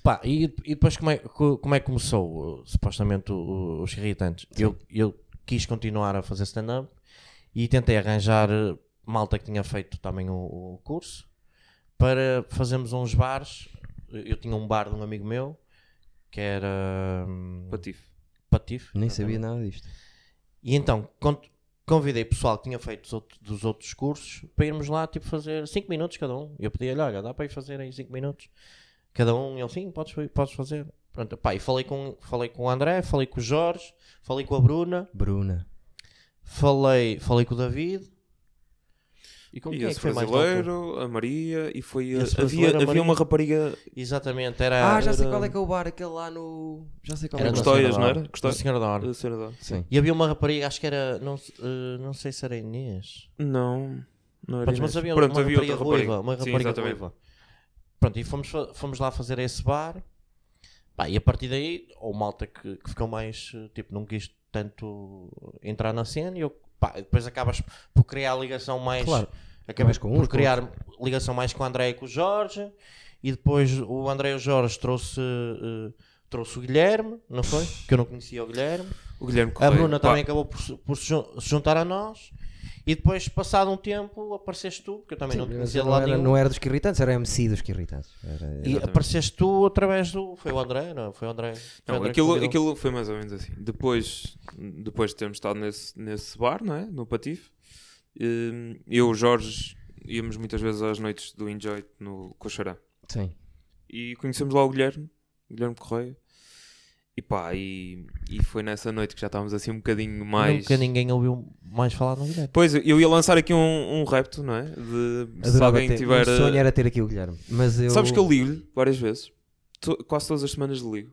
Speaker 3: Pá, e, e depois como é, co- como é que começou, uh, supostamente, o- o- os irritantes? Eu, eu quis continuar a fazer stand-up e tentei arranjar uh, malta que tinha feito também o, o curso para fazermos uns bares. Eu eu tinha um bar de um amigo meu que era hum,
Speaker 2: Patife.
Speaker 3: Patife.
Speaker 1: Nem
Speaker 3: exatamente.
Speaker 1: sabia nada disto.
Speaker 3: E então con- convidei pessoal que tinha feito dos, outro- dos outros cursos para irmos lá tipo, fazer 5 minutos cada um. Eu pedi-lhe, olha, dá para ir fazer aí 5 minutos cada um. E ele, sim, podes, fa- podes fazer. Pronto, pá, e falei com, falei com o André, falei com o Jorge, falei com a Bruna,
Speaker 1: Bruna.
Speaker 3: falei, falei com o David. E com
Speaker 2: E
Speaker 3: quem é
Speaker 2: esse
Speaker 3: que foi mais na altura?
Speaker 2: brasileiro, a Maria, e foi.
Speaker 3: Esse
Speaker 2: havia,
Speaker 3: brasileiro, a
Speaker 2: havia
Speaker 3: Maria.
Speaker 2: uma rapariga.
Speaker 3: Exatamente, era,
Speaker 1: Ah, já sei
Speaker 2: era-
Speaker 1: qual é que é o bar, aquele lá no. Já sei qual é
Speaker 3: era
Speaker 1: que
Speaker 3: da
Speaker 1: é.
Speaker 2: Custóias,
Speaker 3: Senhora da
Speaker 2: não
Speaker 3: Hora.
Speaker 2: era? Custóias?
Speaker 3: Da Senhora da Hora.
Speaker 2: a eh, senhora da-
Speaker 1: Sim.
Speaker 3: E havia uma rapariga, acho que era, não, se- eh, não sei se era Inês.
Speaker 2: Não. Não era
Speaker 3: Pronto, mas
Speaker 2: Inês.
Speaker 3: havia
Speaker 2: Pronto,
Speaker 3: uma
Speaker 2: havia
Speaker 3: rapariga
Speaker 2: outra rapariga.
Speaker 3: ruiva, uma
Speaker 2: Sim,
Speaker 3: rapariga
Speaker 2: exatamente.
Speaker 3: ruiva. Pronto, e fomos, fa- fomos lá fazer esse bar. Pá, e a partir daí, ou malta que, que ficou mais, eh, tipo, não quis tanto entrar na cena, e eu, pá, e depois acabas por criar ligação mais...
Speaker 1: Claro.
Speaker 3: Acabas
Speaker 1: Mais com uns,
Speaker 3: por
Speaker 1: com
Speaker 3: criar ligação mais com o André e com o Jorge, e depois o André e o Jorge trouxe... eh, Trouxe o Guilherme, não foi? Que eu não conhecia o Guilherme.
Speaker 2: O Guilherme
Speaker 3: A
Speaker 2: Correia.
Speaker 3: Bruna
Speaker 2: Pá,
Speaker 3: também acabou por, se- por se jun- se juntar a nós. E depois, passado um tempo, apareceste tu, porque eu também não te
Speaker 1: Sim, mas
Speaker 3: conhecia de
Speaker 1: não,
Speaker 3: lado
Speaker 1: era,
Speaker 3: nenhum.
Speaker 1: não era dos que irritantes, era MC dos que irritantes. Era-
Speaker 3: e apareceste tu através do. Foi o André, não? é? Foi o André. Foi o
Speaker 2: Não,
Speaker 3: André que
Speaker 2: aquilo,
Speaker 3: convidou.
Speaker 2: aquilo foi mais ou menos assim. Depois, depois de termos estado nesse, nesse bar, não é? No Patife, hum, eu, Jorge, íamos muitas vezes às noites do Enjoy no Coxará.
Speaker 1: Sim.
Speaker 2: E conhecemos lá o Guilherme, Guilherme Correia. E pá, e, e foi nessa noite que já estávamos assim um bocadinho mais.
Speaker 3: Nunca ninguém ouviu mais falar no Guilherme.
Speaker 2: Pois, eu ia lançar aqui um, um repto, não é? De, se
Speaker 1: Adorava
Speaker 2: alguém
Speaker 1: ter-
Speaker 2: tiver. eh,
Speaker 1: O sonho era ter aqui o Guilherme. Mas eu.
Speaker 2: Sabes que eu ligo-lhe várias vezes. To- quase todas as semanas lhe ligo.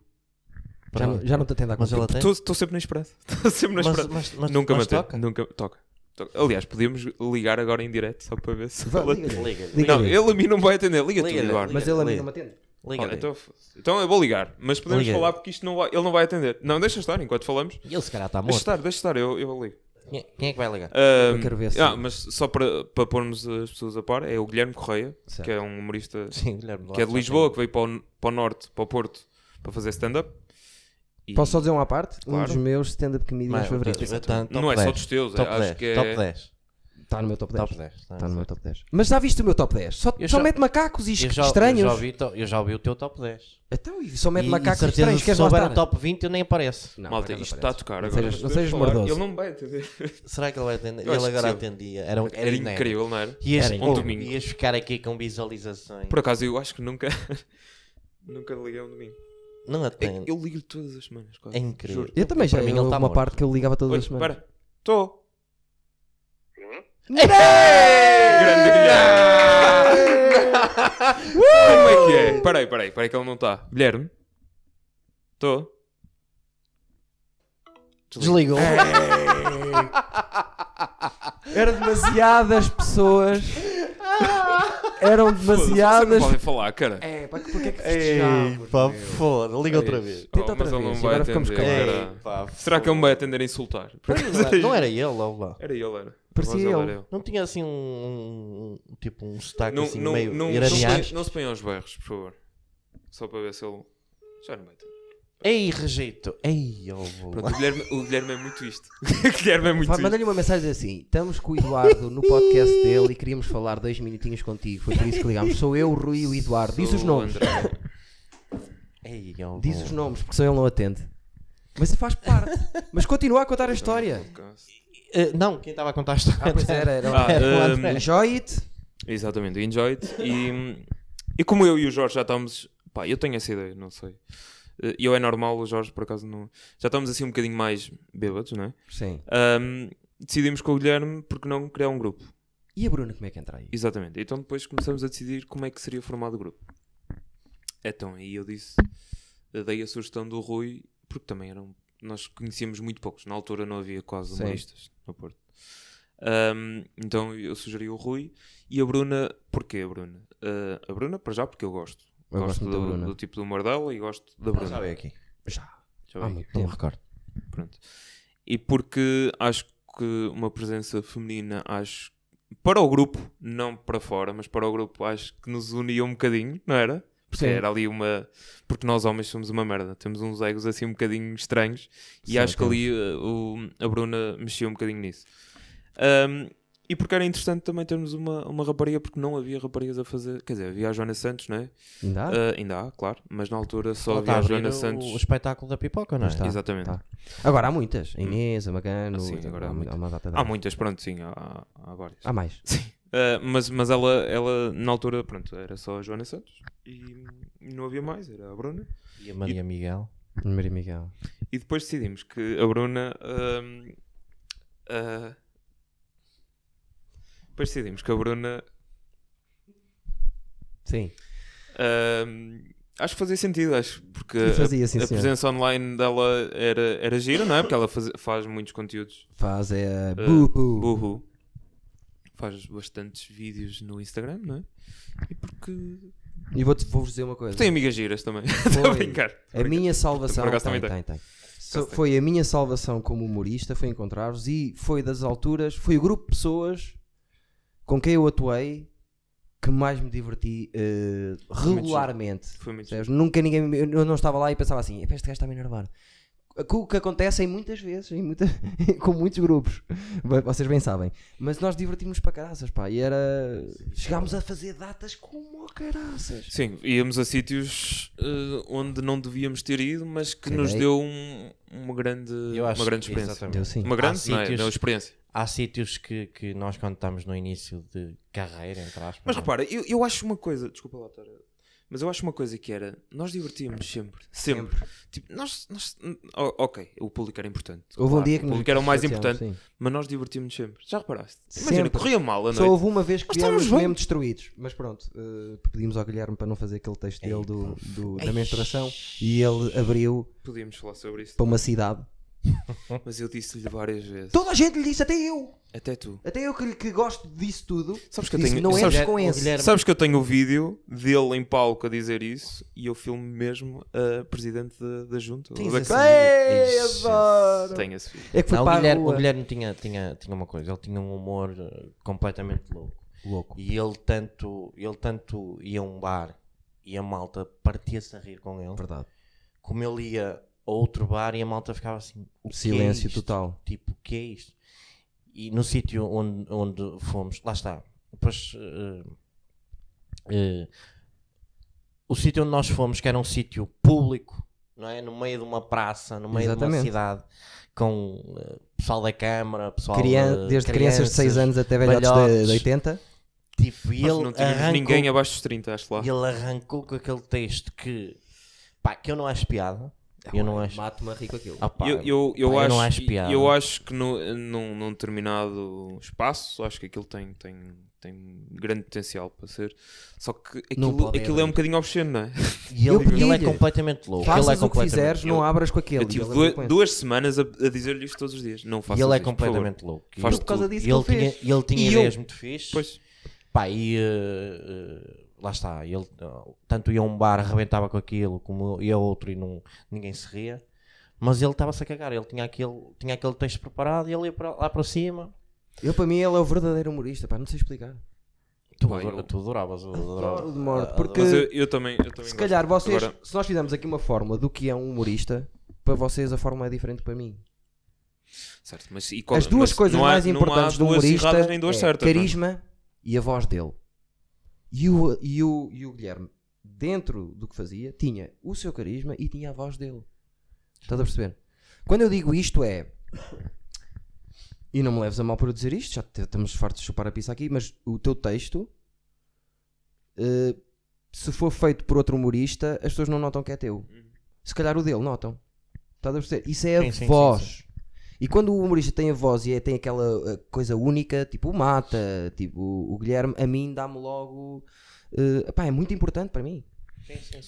Speaker 1: Já, não- já não estou a tentar
Speaker 3: Mas ele até.
Speaker 2: Estou sempre na esperança. Estou sempre na
Speaker 3: Mas,
Speaker 2: esperança.
Speaker 3: mas, mas,
Speaker 2: nunca
Speaker 3: mas
Speaker 2: matei.
Speaker 3: toca.
Speaker 2: Nunca toca. Toca. Aliás, podíamos ligar agora em direto só para ver se.
Speaker 1: Vá,
Speaker 2: ela-
Speaker 1: liga-lhe.
Speaker 3: Liga-lhe.
Speaker 1: Liga-lhe.
Speaker 2: Não, ele a mim não vai atender. Liga,
Speaker 3: Liga-lhe,
Speaker 2: tu, Eduardo.
Speaker 1: Mas ele é a mim
Speaker 3: Liga-lhe.
Speaker 1: não me atende.
Speaker 3: Liga-lhe.
Speaker 2: Olha, então, então eu vou ligar, mas podemos
Speaker 3: Liga-lhe.
Speaker 2: falar porque isto não vai, ele não vai atender. Não, deixa estar enquanto falamos.
Speaker 3: E Ele se calhar está
Speaker 2: Deixa
Speaker 3: morto.
Speaker 2: estar, deixa estar, eu, eu ligo.
Speaker 3: Quem quem é que vai ligar?
Speaker 2: Ahm,
Speaker 1: Eu quero ver se-
Speaker 2: ah, mas só para, para pormos as pessoas a par, é o Guilherme Correia,
Speaker 1: Certo.
Speaker 2: que é um humorista
Speaker 3: Sim, Guilherme.
Speaker 1: um
Speaker 2: que é de
Speaker 3: Duarte.
Speaker 2: Lisboa, que veio para o, para o norte, para o Porto, para fazer stand-up. E-
Speaker 1: Posso só dizer uma à parte? Um
Speaker 2: Claro.
Speaker 1: dos meus stand-up comedians
Speaker 3: Mas,
Speaker 1: favoritos.
Speaker 3: eu tenho- top
Speaker 2: Não é só
Speaker 3: 10,
Speaker 2: dos teus, é-
Speaker 3: top
Speaker 2: acho
Speaker 3: 10,
Speaker 2: que é-
Speaker 3: Top 10.
Speaker 1: Está Tá no meu top 10.
Speaker 3: Top 10.
Speaker 1: Está Tá no meu top 10. Mas já viste o meu top 10? Só,
Speaker 3: Eu
Speaker 1: só
Speaker 3: já-
Speaker 1: mete macacos e
Speaker 3: Eu
Speaker 1: es-
Speaker 3: já,
Speaker 1: estranhos.
Speaker 3: Eu já, ouvi, to- eu já ouvi o teu top 10.
Speaker 1: Então, e só mete
Speaker 3: e,
Speaker 1: macacos e
Speaker 3: e certeza,
Speaker 1: estranhos.
Speaker 3: se
Speaker 1: Queres lá
Speaker 3: souber
Speaker 1: estar?
Speaker 3: o top tá 20, eu nem apareço.
Speaker 1: Não, por
Speaker 2: Malta,
Speaker 1: acaso
Speaker 2: isto está a
Speaker 1: aparece.
Speaker 2: tocar
Speaker 1: Não
Speaker 2: agora.
Speaker 1: sejas-
Speaker 2: mas
Speaker 1: não
Speaker 2: podemos
Speaker 1: sejas
Speaker 2: falar.
Speaker 1: mordoso.
Speaker 2: Ele não vai entender.
Speaker 3: Será que ele vai atender?
Speaker 2: Eu acho
Speaker 3: Ele
Speaker 2: que
Speaker 3: agora
Speaker 2: sim.
Speaker 3: atendia. Era, um-
Speaker 2: Era
Speaker 1: é
Speaker 2: incrível, não era?
Speaker 3: Ias,
Speaker 1: Era
Speaker 3: oh,
Speaker 2: um domingo.
Speaker 3: ias ficar aqui com visualizações.
Speaker 2: Por acaso, eu acho que nunca... Nunca liguei um domingo.
Speaker 3: Não
Speaker 2: É
Speaker 3: atende.
Speaker 2: que Eu ligo-lhe todas as semanas, quase.
Speaker 3: É incrível.
Speaker 2: Juro.
Speaker 1: Eu também já
Speaker 3: Para
Speaker 1: vi
Speaker 3: mim ele
Speaker 1: uma
Speaker 3: está morto.
Speaker 1: parte que eu ligava todas
Speaker 2: Oi,
Speaker 1: as semanas.
Speaker 2: espera. Estou. Grande
Speaker 1: Grande
Speaker 2: Guilherme!
Speaker 1: Uh!
Speaker 2: Como é que é? Peraí, peraí, peraí que ele não está. Guilherme? Estou.
Speaker 3: Desligou.
Speaker 2: É,
Speaker 1: Eram demasiadas pessoas. Eram
Speaker 2: Vocês não
Speaker 1: demasiadas.
Speaker 2: podem falar, cara.
Speaker 1: É, pá, porque é que
Speaker 3: Ei, pá, foda. Liga outra vez.
Speaker 2: Oh,
Speaker 1: Tenta outra
Speaker 2: mas ele não
Speaker 1: vez,
Speaker 2: vai
Speaker 1: agora ficamos
Speaker 2: atender.
Speaker 1: calados.
Speaker 2: cara.
Speaker 3: Ei, pá,
Speaker 2: Será que ele me vai atender a insultar? Por acaso
Speaker 3: foda. Não era ele, ou lá.
Speaker 2: Era ele, era.
Speaker 1: Parecia
Speaker 2: Mas
Speaker 1: ele.
Speaker 2: era ele.
Speaker 3: Não tinha assim um, um- tipo um sotaque
Speaker 2: Não,
Speaker 3: assim
Speaker 2: não,
Speaker 3: meio
Speaker 2: não, não, se
Speaker 3: iraniano.
Speaker 2: ponha- não se ponham aos berros, por favor. Só para ver se ele. Já não vai ter.
Speaker 3: Ei, rejeito. Ei, ó, vou
Speaker 2: Pronto,
Speaker 3: lá.
Speaker 2: o Guilherme, o Guilherme é muito isto. o Guilherme é muito
Speaker 1: Pá,
Speaker 2: isto.
Speaker 1: Manda-lhe uma mensagem assim: estamos com o Eduardo no podcast dele e queríamos falar dois minutinhos contigo. Foi por isso que ligámos. Sou eu, o Rui e o Eduardo. Diz os
Speaker 2: O
Speaker 1: nomes.
Speaker 2: André.
Speaker 3: Ei, ó,
Speaker 1: Diz
Speaker 3: vou
Speaker 1: os
Speaker 3: lá.
Speaker 1: nomes, porque senão ele não atende. Mas faz parte. Mas continua a contar a história.
Speaker 3: Eh, não, quem estava a contar a história?
Speaker 1: Ah, pois era, era.
Speaker 2: Ah,
Speaker 3: Era o
Speaker 2: hum,
Speaker 3: André.
Speaker 1: Enjoy it.
Speaker 2: Exatamente, enjoy it. E, e como eu e o Jorge já estamos. Pá, eu tenho essa ideia, não sei. Eh, Eu é normal, o Jorge por acaso não. Já estamos assim um bocadinho mais bêbados, não é?
Speaker 1: Sim.
Speaker 2: Ahm, decidimos com o Guilherme porque não criar um grupo.
Speaker 1: E a Bruna, como é que entra aí?
Speaker 2: Exatamente. Então depois começamos a decidir como é que seria formado o grupo. Então, aí eu disse, eh, dei a sugestão do Rui, porque também eram. Nós conhecíamos muito poucos. Na altura não havia quase
Speaker 1: Sim.
Speaker 2: humoristas no Porto. Ahm, então eu sugeri o Rui e a Bruna. Porquê a Bruna? Ah, a Bruna, para já, porque eu gosto.
Speaker 1: Eu gosto muito da
Speaker 2: do,
Speaker 1: Bruna. Ah,
Speaker 2: do tipo de humor dela e gosto da
Speaker 3: Não
Speaker 2: Bruna. Ah,
Speaker 3: sabe aqui.
Speaker 1: Já.
Speaker 2: Já
Speaker 1: Há
Speaker 2: vi.
Speaker 1: muito
Speaker 3: Não me
Speaker 1: tempo.
Speaker 3: recordo.
Speaker 2: Pronto. E porque acho que uma presença feminina, acho para o grupo, não para fora, mas para o grupo, acho que nos unia um bocadinho, não era? Porque
Speaker 1: Sim.
Speaker 2: era ali uma. Porque nós homens somos uma merda, temos uns egos assim um bocadinho estranhos e
Speaker 1: Sim,
Speaker 2: acho que ali uh, o, a Bruna mexia um bocadinho nisso. Ahm, e porque era interessante também termos uma, uma rapariga, porque não havia raparigas a fazer. Quer dizer, havia a Joana Santos, não é?
Speaker 1: Ainda há?
Speaker 2: Ah, ainda há, claro, mas na altura só
Speaker 3: Ela
Speaker 2: havia
Speaker 3: está a
Speaker 2: a
Speaker 3: abrir
Speaker 2: Joana
Speaker 3: o-
Speaker 2: Santos.
Speaker 3: tá O espetáculo da pipoca, não é?
Speaker 1: Pois está.
Speaker 2: Exatamente.
Speaker 1: Tá. Agora há muitas. A Inês, a
Speaker 2: Ah,
Speaker 1: Magano.
Speaker 2: sim,
Speaker 1: há-
Speaker 2: agora há
Speaker 1: há,
Speaker 2: muitas.
Speaker 1: uma data de-
Speaker 2: Há muitas, pronto, sim, há, há várias.
Speaker 1: Há mais.
Speaker 2: Uh, mas, mas ela, ela, na altura, pronto, era só a Joana Santos e não havia mais, era a Bruna.
Speaker 3: E a Maria Miguel.
Speaker 1: Maria Miguel.
Speaker 2: E depois decidimos que a Bruna. ahm, ah, depois decidimos que a Bruna.
Speaker 1: Sim.
Speaker 2: Eh, ahm, acho que fazia sentido, acho, porque
Speaker 1: Sim, fazia,
Speaker 2: a,
Speaker 1: sim,
Speaker 2: a
Speaker 1: senhor.
Speaker 2: presença online dela era, era gira, não é? Porque ela faz, faz muitos conteúdos.
Speaker 1: Faz é a
Speaker 2: Ah,
Speaker 1: bu bu.
Speaker 2: Burro. Faz bastantes vídeos no Instagram, não é? E porque
Speaker 1: E vou-te- vou-vos dizer uma coisa.
Speaker 2: Tu tens amigas giras também. Estou a
Speaker 1: Foi.
Speaker 2: brincar. Tô
Speaker 1: A
Speaker 2: brincar.
Speaker 1: minha salvação.
Speaker 2: Por acaso
Speaker 1: Tem, tem,
Speaker 2: também
Speaker 1: tem. So- foi a minha salvação como humorista, foi encontrar-vos e foi das alturas, foi o grupo de pessoas com quem eu atuei que mais me diverti eh,
Speaker 2: giro.
Speaker 1: regularmente.
Speaker 2: Foi muito
Speaker 1: Percebes? Nunca ninguém. me- Eu não estava lá e pensava assim: "Epá, este gajo está a me enervar. O que acontece em muitas vezes, em muita- com muitos grupos, Bem, vocês bem sabem. Mas nós divertimos para caraças, pá. E era. Chegámos a fazer datas como a caraças.
Speaker 2: Sim, íamos a sítios eh, onde não devíamos ter ido, mas que
Speaker 1: Sim,
Speaker 2: nos
Speaker 1: é.
Speaker 2: deu um- uma grande, uma grande experiência.
Speaker 1: Eu sim.
Speaker 2: Uma grande, não é?
Speaker 3: sítios-
Speaker 2: Deu experiência.
Speaker 3: Há sítios que, que nós contamos no início de carreira, entre aspas.
Speaker 2: Mas
Speaker 3: não é?
Speaker 2: repara, eu, eu acho uma coisa, desculpa lá, Tora, mas eu acho uma coisa que era, nós divertíamos sempre, sempre. Tipo, nós, nós- o- ok, o público era importante.
Speaker 1: Houve um
Speaker 2: claro,
Speaker 1: dia que
Speaker 2: o
Speaker 1: nos
Speaker 2: público era o mais
Speaker 1: chateámos,
Speaker 2: importante,
Speaker 1: sim.
Speaker 2: mas nós divertíamos sempre. Já reparaste? Imagina,
Speaker 1: Sempre.
Speaker 2: corria mal a noite.
Speaker 1: Só houve uma vez que
Speaker 2: Nós estávamos
Speaker 1: viemos
Speaker 2: bem.
Speaker 1: mesmo destruídos. Mas pronto, eh, pedimos ao Guilherme para não fazer aquele texto dele do, do- da menstruação e ele abriu
Speaker 2: Podíamos falar sobre isso,
Speaker 1: para uma cidade.
Speaker 2: mas eu disse-lhe várias vezes,
Speaker 1: Toda a gente lhe disse, até eu,
Speaker 2: até tu.
Speaker 1: até eu que, lhe- que gosto disso tudo.
Speaker 2: Sabes que eu
Speaker 1: disse,
Speaker 2: tenho-
Speaker 1: não
Speaker 2: sabes-
Speaker 1: entres
Speaker 3: Guilherme-
Speaker 1: com
Speaker 3: o
Speaker 1: esse.
Speaker 3: Guilherme-
Speaker 2: Sabes que eu tenho o vídeo dele em palco a dizer isso e eu filmo mesmo a presidente da, da junta.
Speaker 1: Tens
Speaker 2: Da-
Speaker 1: esse
Speaker 3: Ei,
Speaker 1: vídeo? Ixi,
Speaker 3: adoro.
Speaker 2: Tenho esse vídeo.
Speaker 1: É que foi
Speaker 3: Não, o,
Speaker 1: para a
Speaker 3: Guilherme, o
Speaker 1: rua.
Speaker 3: Guilherme tinha, tinha, tinha uma coisa, ele tinha um humor eh, completamente louco.
Speaker 1: Louco.
Speaker 3: E ele tanto, ele tanto ia a um bar e a malta partia-se a rir com ele,
Speaker 1: Verdade.
Speaker 3: como ele ia a outro bar e a malta ficava assim. "O que é
Speaker 1: Silêncio
Speaker 3: isto?"
Speaker 1: total.
Speaker 3: Tipo, o que é isto? E no sítio onde, onde fomos, lá está. Depois, eh, eh, o sítio onde nós fomos, que era um sítio público, não é? No meio de uma praça, no meio de
Speaker 1: Exatamente.
Speaker 3: uma cidade, com eh, pessoal da Câmara, pessoal
Speaker 1: Crian-
Speaker 3: de
Speaker 1: desde crianças de 6
Speaker 3: crianças,
Speaker 1: anos até velhotes de,
Speaker 3: velhotes.
Speaker 1: de 80.
Speaker 3: Tipo, e
Speaker 2: Nós
Speaker 3: ele
Speaker 2: não tínhamos
Speaker 3: arrancou,
Speaker 2: ninguém abaixo dos 30, acho lá.
Speaker 3: ele arrancou com aquele texto que, pá, que eu não acho piada.
Speaker 1: É
Speaker 3: eu não acho.
Speaker 1: Mato-me a rico aquilo.
Speaker 3: Ah, pá,
Speaker 2: eu, eu, eu
Speaker 3: pá,
Speaker 2: acho,
Speaker 3: não acho piada.
Speaker 2: eu acho que no, num, num determinado espaço, acho que aquilo tem, tem, tem grande potencial para ser. Só que
Speaker 1: Não
Speaker 2: aquilo,
Speaker 1: pode
Speaker 2: aquilo é um
Speaker 1: abrir.
Speaker 2: bocadinho obsceno, não é?
Speaker 3: E
Speaker 1: Eu
Speaker 3: ele, ele é
Speaker 1: pedi-lhe,
Speaker 3: completamente louco. ele é
Speaker 1: Faças o que
Speaker 3: completamente
Speaker 1: fizeres, não abras com aquele.
Speaker 2: Eu tive
Speaker 1: E ele
Speaker 2: dua-
Speaker 1: andou com
Speaker 2: duas,
Speaker 1: esse.
Speaker 2: semanas a, a dizer-lhe isto todos os dias. Não faças
Speaker 3: é E ele é
Speaker 2: isto, por favor.
Speaker 3: completamente louco. E
Speaker 2: Faz
Speaker 1: Por causa
Speaker 2: tudo.
Speaker 1: disso
Speaker 3: ele,
Speaker 1: que ele
Speaker 3: tinha,
Speaker 1: fez.
Speaker 3: ele tinha
Speaker 1: E eu-
Speaker 3: ideias muito fixes.
Speaker 2: Pois.
Speaker 3: Pá, e eh, eh, lá está. Ele, eh, tanto ia a um bar, arrebentava com aquilo, como ia a outro e não, ninguém se ria. Mas ele estava-se a cagar. Ele tinha aquele, tinha aquele texto preparado e ele ia para, lá para cima.
Speaker 1: Eu, para mim, ele é o verdadeiro humorista, pá, não sei explicar.
Speaker 3: Tu,
Speaker 2: Pá,
Speaker 3: ador-
Speaker 2: eu-
Speaker 3: tu adoravas o
Speaker 1: Adoro de morte, porque
Speaker 2: Mas eu, eu também. Eu também
Speaker 1: se
Speaker 2: gosto.
Speaker 1: calhar vocês,
Speaker 2: Agora,
Speaker 1: se nós fizermos aqui uma fórmula do que é um humorista, para vocês a fórmula é diferente para mim.
Speaker 2: certo, mas, e qual-
Speaker 1: As duas
Speaker 2: mas
Speaker 1: coisas
Speaker 2: não há-
Speaker 1: mais
Speaker 2: não há
Speaker 1: importantes do
Speaker 2: duas
Speaker 1: humorista
Speaker 2: erradas nem duas
Speaker 1: é
Speaker 2: certas, não é?
Speaker 1: carisma e a voz dele. E o, e, o, e o Guilherme, dentro do que fazia, tinha o seu carisma e tinha a voz dele. Estás a perceber? Quando eu digo isto é... E não me leves a mal por eu dizer isto, já te- estamos fartos de chupar a pizza aqui, mas o teu texto... eh, se for feito por outro humorista, as pessoas não notam que é teu.
Speaker 2: Uhum.
Speaker 1: Se calhar o dele notam. Estás a perceber? Isso é a
Speaker 3: Sim, sim, sim,
Speaker 1: voz. E quando o humorista tem a voz e é- tem aquela uh, coisa única, tipo o Mata, tipo o o Guilherme, a mim dá-me logo. uh, epá, é muito importante para mim.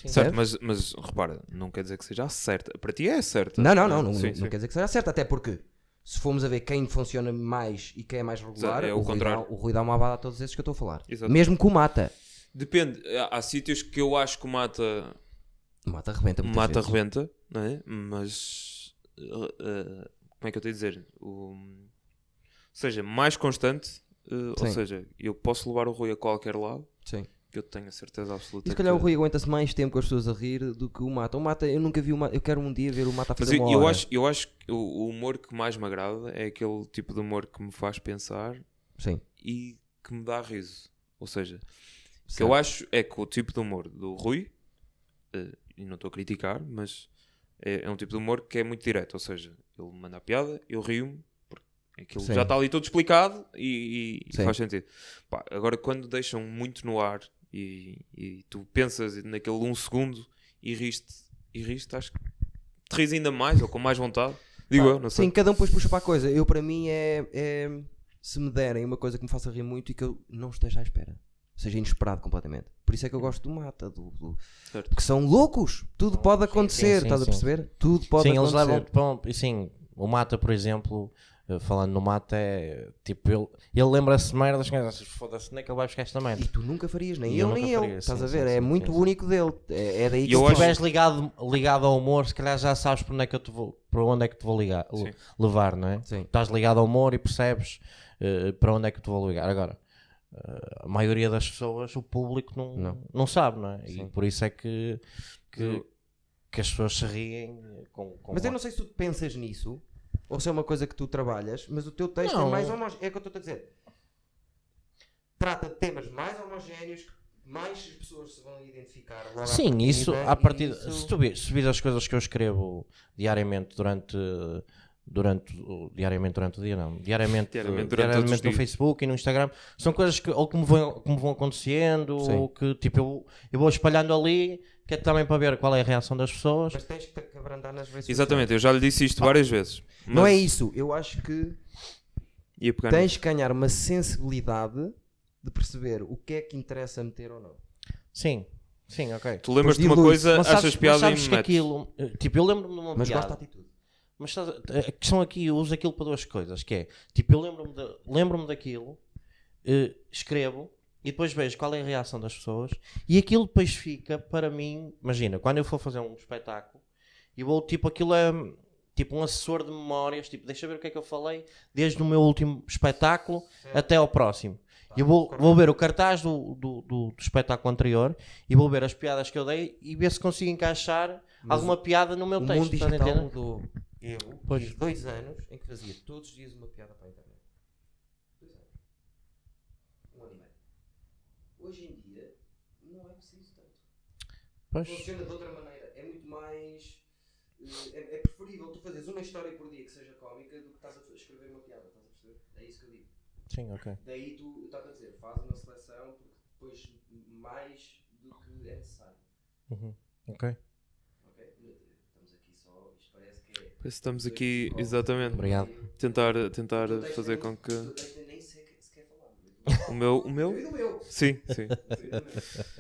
Speaker 2: Certo, mas, mas repara, não quer dizer que seja a certa. Para ti é a certa.
Speaker 1: Não, não, não,
Speaker 2: Ah,
Speaker 1: não,
Speaker 2: sim,
Speaker 1: não
Speaker 2: sim.
Speaker 1: quer dizer que seja certo, até porque se formos a ver quem funciona mais e quem é mais regular,
Speaker 2: Exato, é
Speaker 1: o,
Speaker 2: o
Speaker 1: Rui dá,
Speaker 2: contrário.
Speaker 1: o Rui dá uma abada a todos esses que eu estou a falar.
Speaker 2: Exato.
Speaker 1: Mesmo com o Mata.
Speaker 2: Depende. Há- Há sítios que eu acho que o Mata
Speaker 1: O Mata arrebenta muitas
Speaker 2: mata
Speaker 1: vezes.
Speaker 2: rebenta, não é? Mas uh, uh, como é que eu tenho a dizer? O, ou seja, mais constante, uh, ou
Speaker 1: Sim.
Speaker 2: seja, eu posso levar o Rui a qualquer lado,
Speaker 1: Sim.
Speaker 2: que eu tenho a certeza absoluta.
Speaker 1: E se calhar o
Speaker 2: que-
Speaker 1: Rui aguenta-se mais tempo com as pessoas a rir do que o Mata. O Mata, eu nunca vi o Mata. Eu quero um dia ver o Mata a
Speaker 2: Mas
Speaker 1: fazer
Speaker 2: eu,
Speaker 1: uma
Speaker 2: eu
Speaker 1: hora.
Speaker 2: acho, eu acho que o, o humor que mais me agrada é aquele tipo de humor que me faz pensar
Speaker 1: Sim.
Speaker 2: e que me dá riso. Ou seja, o que
Speaker 1: Certo.
Speaker 2: eu acho é que o tipo de humor do Rui, eh, e não estou a criticar, mas é, é um tipo de humor que é muito direto. Ou seja, ele manda a piada, eu rio-me, porque aquilo
Speaker 1: Sim.
Speaker 2: já está ali tudo explicado e, e- e
Speaker 1: Sim.
Speaker 2: faz sentido. Pá, agora, quando deixam muito no ar e, e tu pensas naquele um segundo e riste, e riste, acho que te rires ainda mais ou com mais vontade. Digo
Speaker 1: Pá,
Speaker 2: eu, não sei.
Speaker 1: Sim, cada um depois puxa para a coisa. Eu, para mim, é, é- se me derem uma coisa que me faça rir muito e que eu não esteja à espera. Seja inesperado completamente. Por isso é que eu gosto do Mata, do, do-
Speaker 2: Certo.
Speaker 1: porque são loucos. Tudo pode acontecer,
Speaker 3: sim,
Speaker 1: estás a
Speaker 3: sim.
Speaker 1: perceber? Tudo pode
Speaker 3: sim, eles
Speaker 1: acontecer.
Speaker 3: levam para um- Sim, o Mata, por exemplo, eh, falando no Mata, é tipo, ele, ele lembra-se de merdas, mas foda-se, onde é que ele vai buscar esta merda?
Speaker 1: E tu nunca farias, nem
Speaker 3: E
Speaker 1: eu,
Speaker 3: eu
Speaker 1: nem
Speaker 3: nunca
Speaker 1: eu.
Speaker 3: faria,
Speaker 1: Estás
Speaker 3: sim,
Speaker 1: a ver?
Speaker 3: sim,
Speaker 1: é
Speaker 3: sim,
Speaker 1: muito
Speaker 3: sim,
Speaker 1: único dele. É, é daí que
Speaker 2: eu
Speaker 1: se
Speaker 2: acho-
Speaker 3: Se
Speaker 1: faz.
Speaker 3: estiveres ligado, ligado ao humor, se calhar já sabes para onde é que eu te vou, para onde é que te vou ligar,
Speaker 2: Sim.
Speaker 3: levar, não é?
Speaker 1: Sim.
Speaker 3: Estás ligado ao humor e percebes eh, para onde é que te vou ligar. Agora, eh, a maioria das pessoas, o público não,
Speaker 1: Não.
Speaker 3: não. sabe, não é? E
Speaker 1: Sim.
Speaker 3: por isso é que, que, que as pessoas se riem com, com
Speaker 1: Mas eu não sei se tu pensas nisso ou se é uma coisa que tu trabalhas, mas o teu texto é
Speaker 3: Não.
Speaker 1: mais homogéneo. É o que eu estou a dizer. Trata de temas mais homogéneos que mais pessoas se vão identificar. logo à
Speaker 3: Sim, isso
Speaker 1: partida,
Speaker 3: à
Speaker 1: e
Speaker 3: partida.
Speaker 1: isso-
Speaker 3: Se tu vi- se vires as coisas que eu escrevo diariamente durante. Durante, o- diariamente durante o dia, não.
Speaker 2: Diariamente
Speaker 3: Diariamente, diariamente,
Speaker 2: durante todos os
Speaker 3: no
Speaker 2: dias.
Speaker 3: Facebook e no Instagram, são coisas que ou que me vão, que me vão acontecendo,
Speaker 1: Sim.
Speaker 3: ou que tipo eu, eu vou espalhando ali, que é também para ver qual é a reação das pessoas.
Speaker 1: Mas tens que te abrandar nas vezes.
Speaker 2: Exatamente, eu já lhe disse isto várias vezes.
Speaker 1: Não é
Speaker 2: mas
Speaker 1: isso. Eu acho que
Speaker 2: ia
Speaker 3: é
Speaker 2: pegar nisso.
Speaker 1: tens que ganhar uma sensibilidade de perceber o que é que interessa meter ou não.
Speaker 3: Sim, sim, ok.
Speaker 2: Tu lembras-te de uma
Speaker 1: dilui-se.
Speaker 2: coisa,
Speaker 3: Mas sabes,
Speaker 2: achas
Speaker 3: mas
Speaker 2: piada
Speaker 3: sabes
Speaker 2: e
Speaker 3: que
Speaker 2: metes.
Speaker 3: aquilo, eh, tipo, eu lembro-me de uma
Speaker 1: Mas
Speaker 3: piada.
Speaker 1: gosto da atitude.
Speaker 3: Mas estás a, a questão aqui, eu uso aquilo para duas coisas, que é, tipo, eu lembro-me da- lembro-me daquilo, eh, escrevo, e depois vejo qual é a reação das pessoas, e aquilo depois fica, para mim, imagina, quando eu for fazer um espetáculo, e vou, tipo, aquilo é, tipo, um assessor de memórias, tipo, deixa eu ver o que é que eu falei, desde o meu último espetáculo até ao próximo.
Speaker 1: Tá.
Speaker 3: E eu vou, vou ver o cartaz do, do, do- do espetáculo anterior, e vou ver as piadas que eu dei, e ver se consigo encaixar
Speaker 1: Mas
Speaker 3: alguma piada no meu
Speaker 1: o mundo
Speaker 3: texto, estás a
Speaker 1: digital
Speaker 3: entender?
Speaker 1: mudou. Eu
Speaker 3: Pois.
Speaker 1: tive dois anos em que fazia todos os dias uma piada para a internet. Dois anos. Um ano e meio. Hoje em dia não é preciso tanto.
Speaker 3: Pois.
Speaker 1: Funciona de outra maneira. É muito mais. eh, É, é preferível tu fazeres uma história por dia que seja cómica do que estás a escrever uma piada, estás a perceber? É isso que eu digo.
Speaker 3: Sim, ok.
Speaker 1: Daí tu, eu estava a dizer, faz uma seleção porque depois mais do que é necessário.
Speaker 3: Ok.
Speaker 1: Ok? Estamos aqui só, isto parece que é.
Speaker 2: Parece que estamos aqui, exatamente,
Speaker 3: Obrigado.
Speaker 2: tentar, tentar fazer com que
Speaker 1: nem sei se quer falar. é?
Speaker 2: o meu... O meu? Sim, sim.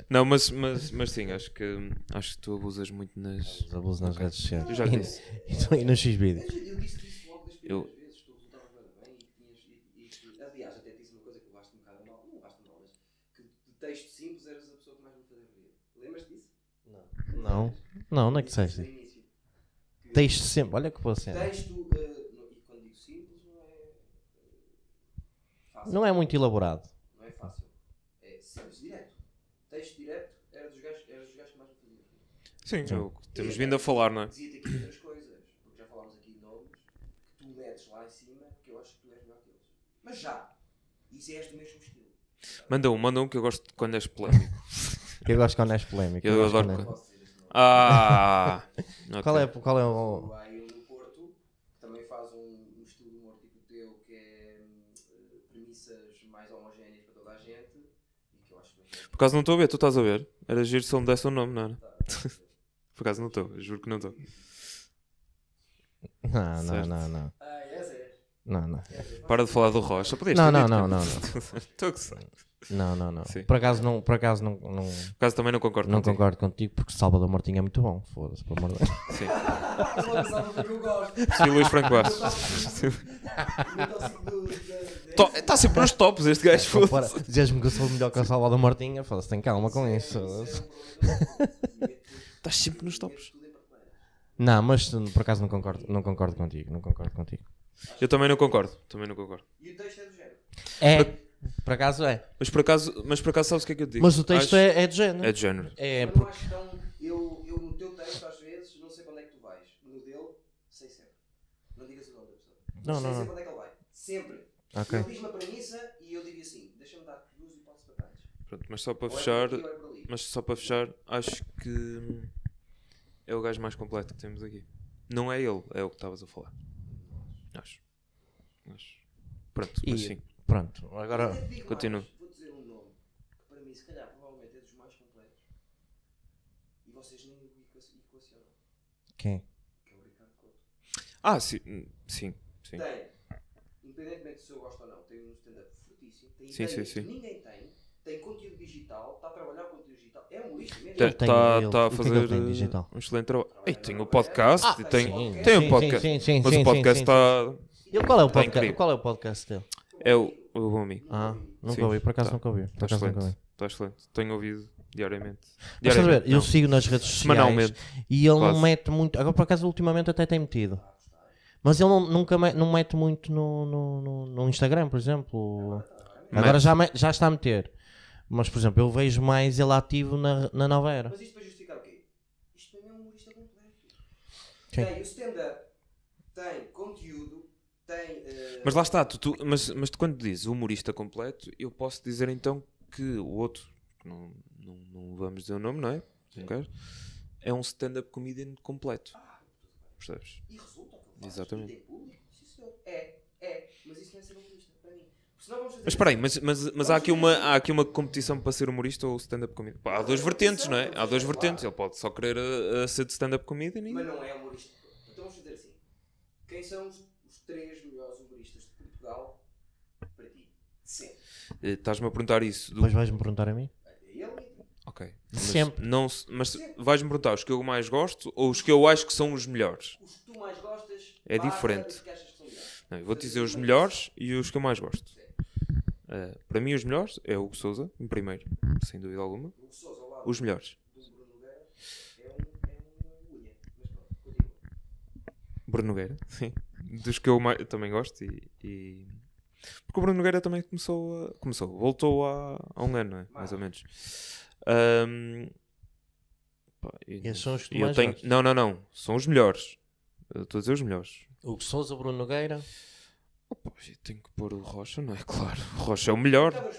Speaker 2: Não, mas, mas, mas sim, acho que, acho que tu abusas muito nas...
Speaker 3: Os abusos nas redes sociais.
Speaker 2: Eu já disse.
Speaker 3: E, e nos X-Vídeos.
Speaker 1: Eu disse isso logo das
Speaker 2: Eu-
Speaker 1: primeiras vezes, tu resultava bem e tinhas. E, e, que- aliás, até disse uma coisa que eu gosto um bocado mal, não gosto mal, mas que de texto simples eras a pessoa que mais me fazia rir. Lembras-te disso? Não.
Speaker 3: Não. Não, onde é que
Speaker 1: disseste?
Speaker 3: disseste? Texto né? sempre. Olha que boa cena.
Speaker 1: Texto, eh, no- e quando digo simples, não é. eh, fácil.
Speaker 3: Não é muito elaborado.
Speaker 1: Não é fácil. É simples, direto. Texto direto era dos gajos, era dos gajos que mais me faziam rir.
Speaker 2: Sim, é o que temos vindo a falar, não é?
Speaker 1: Dizia-te aqui outras coisas, porque já falámos aqui de nomes que tu metes lá em cima que eu acho que tu és melhor que eles. Mas já! Isso és do mesmo estilo.
Speaker 2: Manda um, manda um que eu gosto de quando és polémico.
Speaker 3: Eu gosto quando és polémico.
Speaker 2: Eu
Speaker 3: gosto
Speaker 2: adoro
Speaker 3: quando
Speaker 2: quando-
Speaker 3: é-
Speaker 1: Posso dizer esse nome.
Speaker 2: Ah!
Speaker 3: Qual é,
Speaker 2: ok.
Speaker 3: qual é
Speaker 1: O
Speaker 3: o.
Speaker 1: Ail no Porto que também faz um, um estilo de humor tipo teu que é hum, eh, premissas mais homogéneas para toda a gente e que eu acho bem.
Speaker 2: Por acaso não estou a ver, tu estás a ver? Era giro se ele me desse o nome, não era? Por acaso não estou, juro que não estou.
Speaker 3: Não, não,
Speaker 2: Certo.
Speaker 3: não, não.
Speaker 1: Ah, és, és.
Speaker 3: Não, não.
Speaker 2: Para de falar do Rocha, podias
Speaker 3: Não,
Speaker 2: ter
Speaker 3: não,
Speaker 2: dito,
Speaker 3: não,
Speaker 2: né?
Speaker 3: não,
Speaker 2: Estou a gozar.
Speaker 3: Não, não, não.
Speaker 2: Sim.
Speaker 3: Por acaso não, por acaso não, não,
Speaker 2: Por acaso também não concordo
Speaker 3: não
Speaker 2: contigo.
Speaker 3: concordo contigo porque Salvador Martinho é muito bom. Foda-se, pelo amor de Deus.
Speaker 2: Sim.
Speaker 1: Uma pessoa que eu gosto.
Speaker 2: Sim, Luís Franco Bastos.
Speaker 1: Não tô assim do- da- da-
Speaker 2: Está tá sempre nos tops este
Speaker 3: Tá
Speaker 2: gajo.
Speaker 3: Compara- Dizes-me que eu sou melhor que o Salvador Martinho, foda-se, tem calma com isso. tá
Speaker 2: Estás sempre nos tops.
Speaker 3: Não, mas por acaso não concordo, não concordo contigo, não concordo contigo.
Speaker 2: Eu também não concordo, também não concordo.
Speaker 1: E o texto é do género.
Speaker 3: É, por acaso é.
Speaker 2: Mas por acaso, mas por acaso sabes o que é que eu te digo?
Speaker 3: Mas o texto
Speaker 2: Acho-
Speaker 3: é, é de género.
Speaker 2: é de género.
Speaker 3: É,
Speaker 1: Eu
Speaker 3: porque
Speaker 1: não acho tão. Eu, eu no teu texto, às vezes, não sei quando é que tu vais. No dele, sei sempre. Não digas o nome da pessoa. Mas
Speaker 3: Não,
Speaker 1: sei
Speaker 3: não,
Speaker 1: sempre
Speaker 3: não.
Speaker 1: onde é que ele vai. Sempre.
Speaker 3: Ok.
Speaker 1: Ele diz uma premissa e eu digo assim: deixa-me dar duas hipóteses para trás.
Speaker 2: Pronto, mas só para
Speaker 1: Ou é
Speaker 2: fechar,
Speaker 1: por aqui ou é por ali.
Speaker 2: mas só para fechar, acho que é o gajo mais completo que temos aqui. Não é ele, é o que estavas a falar. Acho. Acho. Pronto, mas
Speaker 3: E-
Speaker 2: sim.
Speaker 3: pronto,
Speaker 1: Eu
Speaker 3: agora
Speaker 1: até te digo
Speaker 2: continua.
Speaker 1: mais, Vou dizer um nome que para mim, se calhar, provavelmente é dos mais completos. E vocês nem o equa- equacionam.
Speaker 3: quem?
Speaker 1: Que é o Ricardo Couto.
Speaker 2: Ah, sim, sim, sim.
Speaker 1: Tem, independentemente se eu gosto ou não, tem um stand-up fortíssimo. Tem
Speaker 2: Sim,
Speaker 1: ideias
Speaker 2: sim,
Speaker 1: que
Speaker 2: sim.
Speaker 1: ninguém tem. Tem conteúdo digital, está a trabalhar com conteúdo digital. É um lixo mesmo.
Speaker 3: Ele
Speaker 2: Está
Speaker 3: tem- ele-
Speaker 2: tá
Speaker 3: o
Speaker 2: a
Speaker 3: que é que
Speaker 2: fazer
Speaker 3: ele tem
Speaker 2: eh,
Speaker 3: digital?
Speaker 2: um excelente trabalho.
Speaker 1: Trabalha
Speaker 2: Ei, tem o
Speaker 1: agora.
Speaker 2: podcast
Speaker 1: Ah,
Speaker 2: e tem,
Speaker 1: sim,
Speaker 2: tem
Speaker 1: sim,
Speaker 2: um podcast.
Speaker 3: sim, sim,
Speaker 2: mas
Speaker 3: sim,
Speaker 2: o
Speaker 3: sim,
Speaker 2: podcast está.
Speaker 3: Ele, qual, é o
Speaker 2: Tá
Speaker 3: podcast,
Speaker 2: incrível.
Speaker 3: qual é o podcast dele?
Speaker 2: É o, o Bom Amigo.
Speaker 3: Ah, nunca
Speaker 2: Sim,
Speaker 3: ouvi, por acaso
Speaker 2: tá.
Speaker 3: nunca ouvi. Por
Speaker 2: Está
Speaker 3: acaso nunca ouvi.
Speaker 2: excelente. Está excelente. Tenho ouvido diariamente.
Speaker 3: Mas estás a
Speaker 2: Diariamente.
Speaker 3: ver, eu
Speaker 2: não.
Speaker 3: sigo nas redes sociais
Speaker 2: Semanalmente.
Speaker 3: e ele não
Speaker 2: Quase.
Speaker 3: mete muito. Agora por acaso ultimamente até tem metido. Mas ele não, nunca me- não mete muito no, no, no- no Instagram, por exemplo. Agora
Speaker 1: Ah,
Speaker 2: Mete.
Speaker 3: já, me- já está a meter. Mas por exemplo, eu vejo mais ele ativo na, na nova era.
Speaker 1: Mas isto para justificar o quê? Isto para mim é um humorista completo.
Speaker 3: Sim.
Speaker 1: Tem o stand-up, tem conteúdo, tem. eh,
Speaker 2: Mas lá está, tu, tu- mas, mas tu quando dizes humorista completo, eu posso dizer então que o outro, que não, não, não vamos dizer o nome, não é? Ok? É um stand-up comedian completo. Percebes?
Speaker 1: E resulta que ele faz.
Speaker 2: Exatamente.
Speaker 1: E tem público. Sim, senhor. É, é. Mas isso não é ser humorista para mim. Porque senão vamos fazer.
Speaker 2: Mas espera aí, mas, mas, mas há, aqui uma, há aqui uma competição para ser humorista ou stand-up comedian? Pá, há duas vertentes, não é? Há duas vertentes. Ele pode só querer uh, uh, ser de stand-up comedian
Speaker 1: Mas
Speaker 2: e...
Speaker 1: não é humorista. Então vamos fazer assim. Quem são os, os três melhores humoristas de Portugal para ti? Sempre.
Speaker 2: Eh, Estás-me a perguntar isso. do-
Speaker 3: Depois vais-me perguntar a mim?
Speaker 1: É Ele
Speaker 2: Ok.
Speaker 3: Sempre.
Speaker 2: Mas, não, se- mas vais-me perguntar os que eu mais gosto ou os que eu acho que são os melhores?
Speaker 1: os que tu mais gostas.
Speaker 2: É
Speaker 1: barra,
Speaker 2: diferente.
Speaker 1: os que achas que são melhores.
Speaker 2: Não, eu vou-te dizer os melhores e os que eu mais gosto. Eh, para mim, os melhores é o Hugo Souza, em primeiro, sem dúvida alguma.
Speaker 1: O Sousa ao lado
Speaker 2: Os melhores.
Speaker 1: do Bruno Nogueira é, um, é uma unha. Mas pronto, continua.
Speaker 2: Bruno Nogueira, sim. Dos que eu mais, também gosto e, e- Porque o Bruno Nogueira também começou a... Começou, voltou há, há um ano, não é? mais ou menos. Ahm, Pá, e-
Speaker 3: Esses são os que tu
Speaker 2: e eu
Speaker 3: mais
Speaker 2: tenho...
Speaker 3: gostas.
Speaker 2: Não, não, não. São os melhores. Eu Estou a dizer os melhores.
Speaker 3: Hugo Souza, Bruno Nogueira.
Speaker 2: Opa, eu tenho que pôr o Rocha, não é? Claro. O Rocha é o melhor.
Speaker 1: Tá,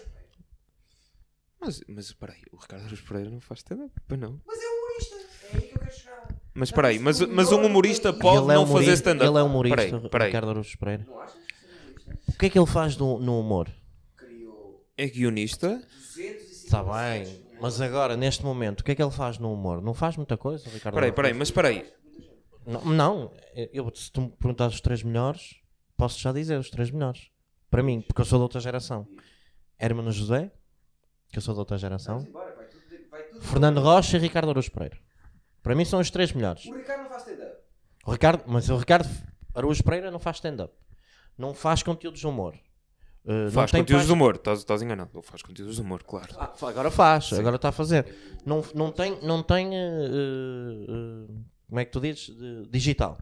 Speaker 2: Mas, mas peraí, o Ricardo Aruz Pereira não faz stand-up, pois não?
Speaker 1: Mas é humorista, é aí que eu quero chegar.
Speaker 2: Mas peraí, mas, mas um humorista
Speaker 1: E
Speaker 2: pode
Speaker 3: Ele é
Speaker 2: não
Speaker 3: humorista-
Speaker 2: fazer stand-up.
Speaker 3: Ele é humorista,
Speaker 2: Peraí, peraí.
Speaker 3: Ricardo Araújo Pereira.
Speaker 1: Não achas que sou humorista?
Speaker 3: O que é que ele faz no, no humor?
Speaker 1: Criou
Speaker 2: É guionista?
Speaker 1: 250
Speaker 2: Tá
Speaker 3: Está Tá bem,
Speaker 1: sketches, não é?
Speaker 3: mas agora, neste momento, o que é que ele faz no humor? Não faz muita coisa, Ricardo?
Speaker 2: Peraí,
Speaker 3: Araújo?
Speaker 2: peraí, mas peraí.
Speaker 3: Não, não, eu, se tu me perguntares os três melhores, posso já dizer os três melhores. Para mim, porque eu sou de outra geração. Hermano José, que eu sou de outra geração.
Speaker 1: Vamos embora, vai tudo- vai tudo-
Speaker 3: Fernando Rocha e Ricardo Araújo Pereira. Para mim são os três melhores.
Speaker 1: O Ricardo não faz stand-up.
Speaker 3: O Ricardo, mas o Ricardo Araújo Pereira não faz stand-up. Não faz conteúdos de humor. Eh, não
Speaker 2: Faz
Speaker 3: tem
Speaker 2: conteúdos
Speaker 3: paz-
Speaker 2: de humor, estás, estás enganado. Ele faz conteúdos de humor, claro.
Speaker 3: Ah, fa- agora faz, agora está a fazer. Não, não tem, não tem eh, eh, eh, como é que tu dizes? De- digital.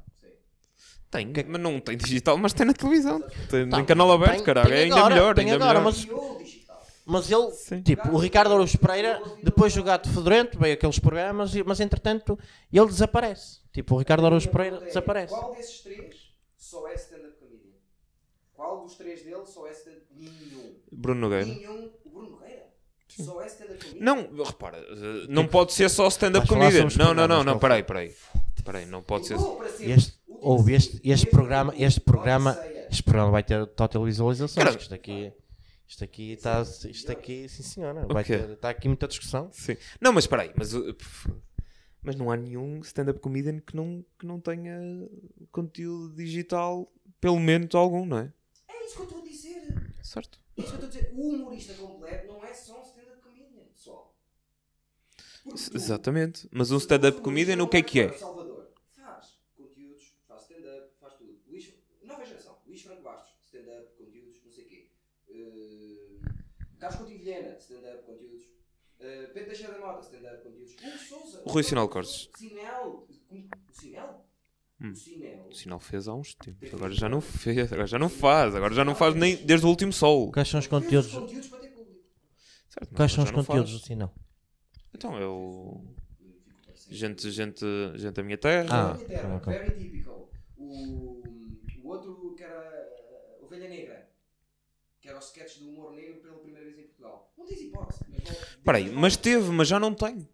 Speaker 2: Tem, mas não tem digital, mas tem na televisão. Tem
Speaker 3: Tá,
Speaker 2: em canal aberto,
Speaker 3: tem-
Speaker 2: caralho.
Speaker 3: tem
Speaker 2: é ainda
Speaker 3: agora,
Speaker 2: melhor,
Speaker 3: tem
Speaker 2: ainda
Speaker 3: agora,
Speaker 2: melhor.
Speaker 3: mas-
Speaker 1: Criou o digital.
Speaker 3: Mas ele,
Speaker 2: Sim.
Speaker 3: tipo, o Ricardo Araújo Pereira, depois do Gato Fedorento, veio aqueles programas, e- mas entretanto ele desaparece. Tipo, o Ricardo Araújo Pereira
Speaker 1: Pergunta é,
Speaker 3: desaparece.
Speaker 1: Qual desses três só é stand-up comedian? Qual dos três deles só é stand-up? Nenhum.
Speaker 2: Bruno Nogueira.
Speaker 1: Nenhum. O Bruno Nogueira? Só é stand-up comedian?
Speaker 2: Não, repara, eh, não pode ser só stand-up
Speaker 3: Mas falar
Speaker 2: comedian.
Speaker 3: sobre os
Speaker 2: Não, não, não,
Speaker 3: programas,
Speaker 2: não,
Speaker 3: não.
Speaker 2: peraí, peraí. Peraí, não pode ser.
Speaker 1: Ficou para sempre.
Speaker 3: Este,
Speaker 1: O Dino
Speaker 3: ouve, este,
Speaker 1: Cid,
Speaker 3: este programa,
Speaker 1: é
Speaker 3: este programa,
Speaker 1: Odisseia.
Speaker 3: este programa vai ter total visualizações.
Speaker 2: Caralho.
Speaker 3: Isto aqui, isto aqui está, isto aqui, sim senhora, vai
Speaker 2: Ok.
Speaker 3: ter, está aqui muita discussão.
Speaker 2: Sim. Não, mas peraí, mas, uh, pf, mas não há nenhum stand-up comedian que não, que não tenha conteúdo digital, pelo menos algum, não é?
Speaker 1: É isso que eu estou a dizer.
Speaker 2: Certo.
Speaker 1: É isso que eu estou a dizer. O humorista completo não é só um stand-up comedian, pessoal. Porque tu-
Speaker 2: Exatamente. Mas um stand-up comedian, o que é que é?
Speaker 1: Salvador faz conteúdos, faz stand-up, faz tudo. Luís, nova geração, Luís Franco Bastos, stand-up, conteúdos, não sei o quê. Eh, Carlos Coutinho Vilhena, stand-up, conteúdos. Eh, Pedro Teixeira da Mota, stand-up, conteúdos. Hugo Sousa.
Speaker 2: Rui Sinal Cortes. Hum.
Speaker 1: Sinel. como- O Sinel? O Sinel.
Speaker 2: O sinal fez há uns tempos, agora já não fez, agora já não faz, agora já não faz nem desde o último sol.
Speaker 3: Quais são os
Speaker 1: Fez os
Speaker 3: conteúdos,
Speaker 1: conteúdos para ter público.
Speaker 2: Certo, mas
Speaker 3: quais
Speaker 2: agora
Speaker 3: são os
Speaker 2: já não
Speaker 3: conteúdos assim, do
Speaker 2: faz.
Speaker 3: sinal?
Speaker 2: Então é o. Gente, gente, gente da minha terra.
Speaker 3: Ah.
Speaker 1: Very Terra,
Speaker 3: ok.
Speaker 1: Very Typical. O, o outro que era uh, Ovelha Negra, que era o sketch do humor negro pela primeira vez em Portugal. Não tens hipótese. mas vou-
Speaker 2: Espera aí, mas teve, mas já não tem.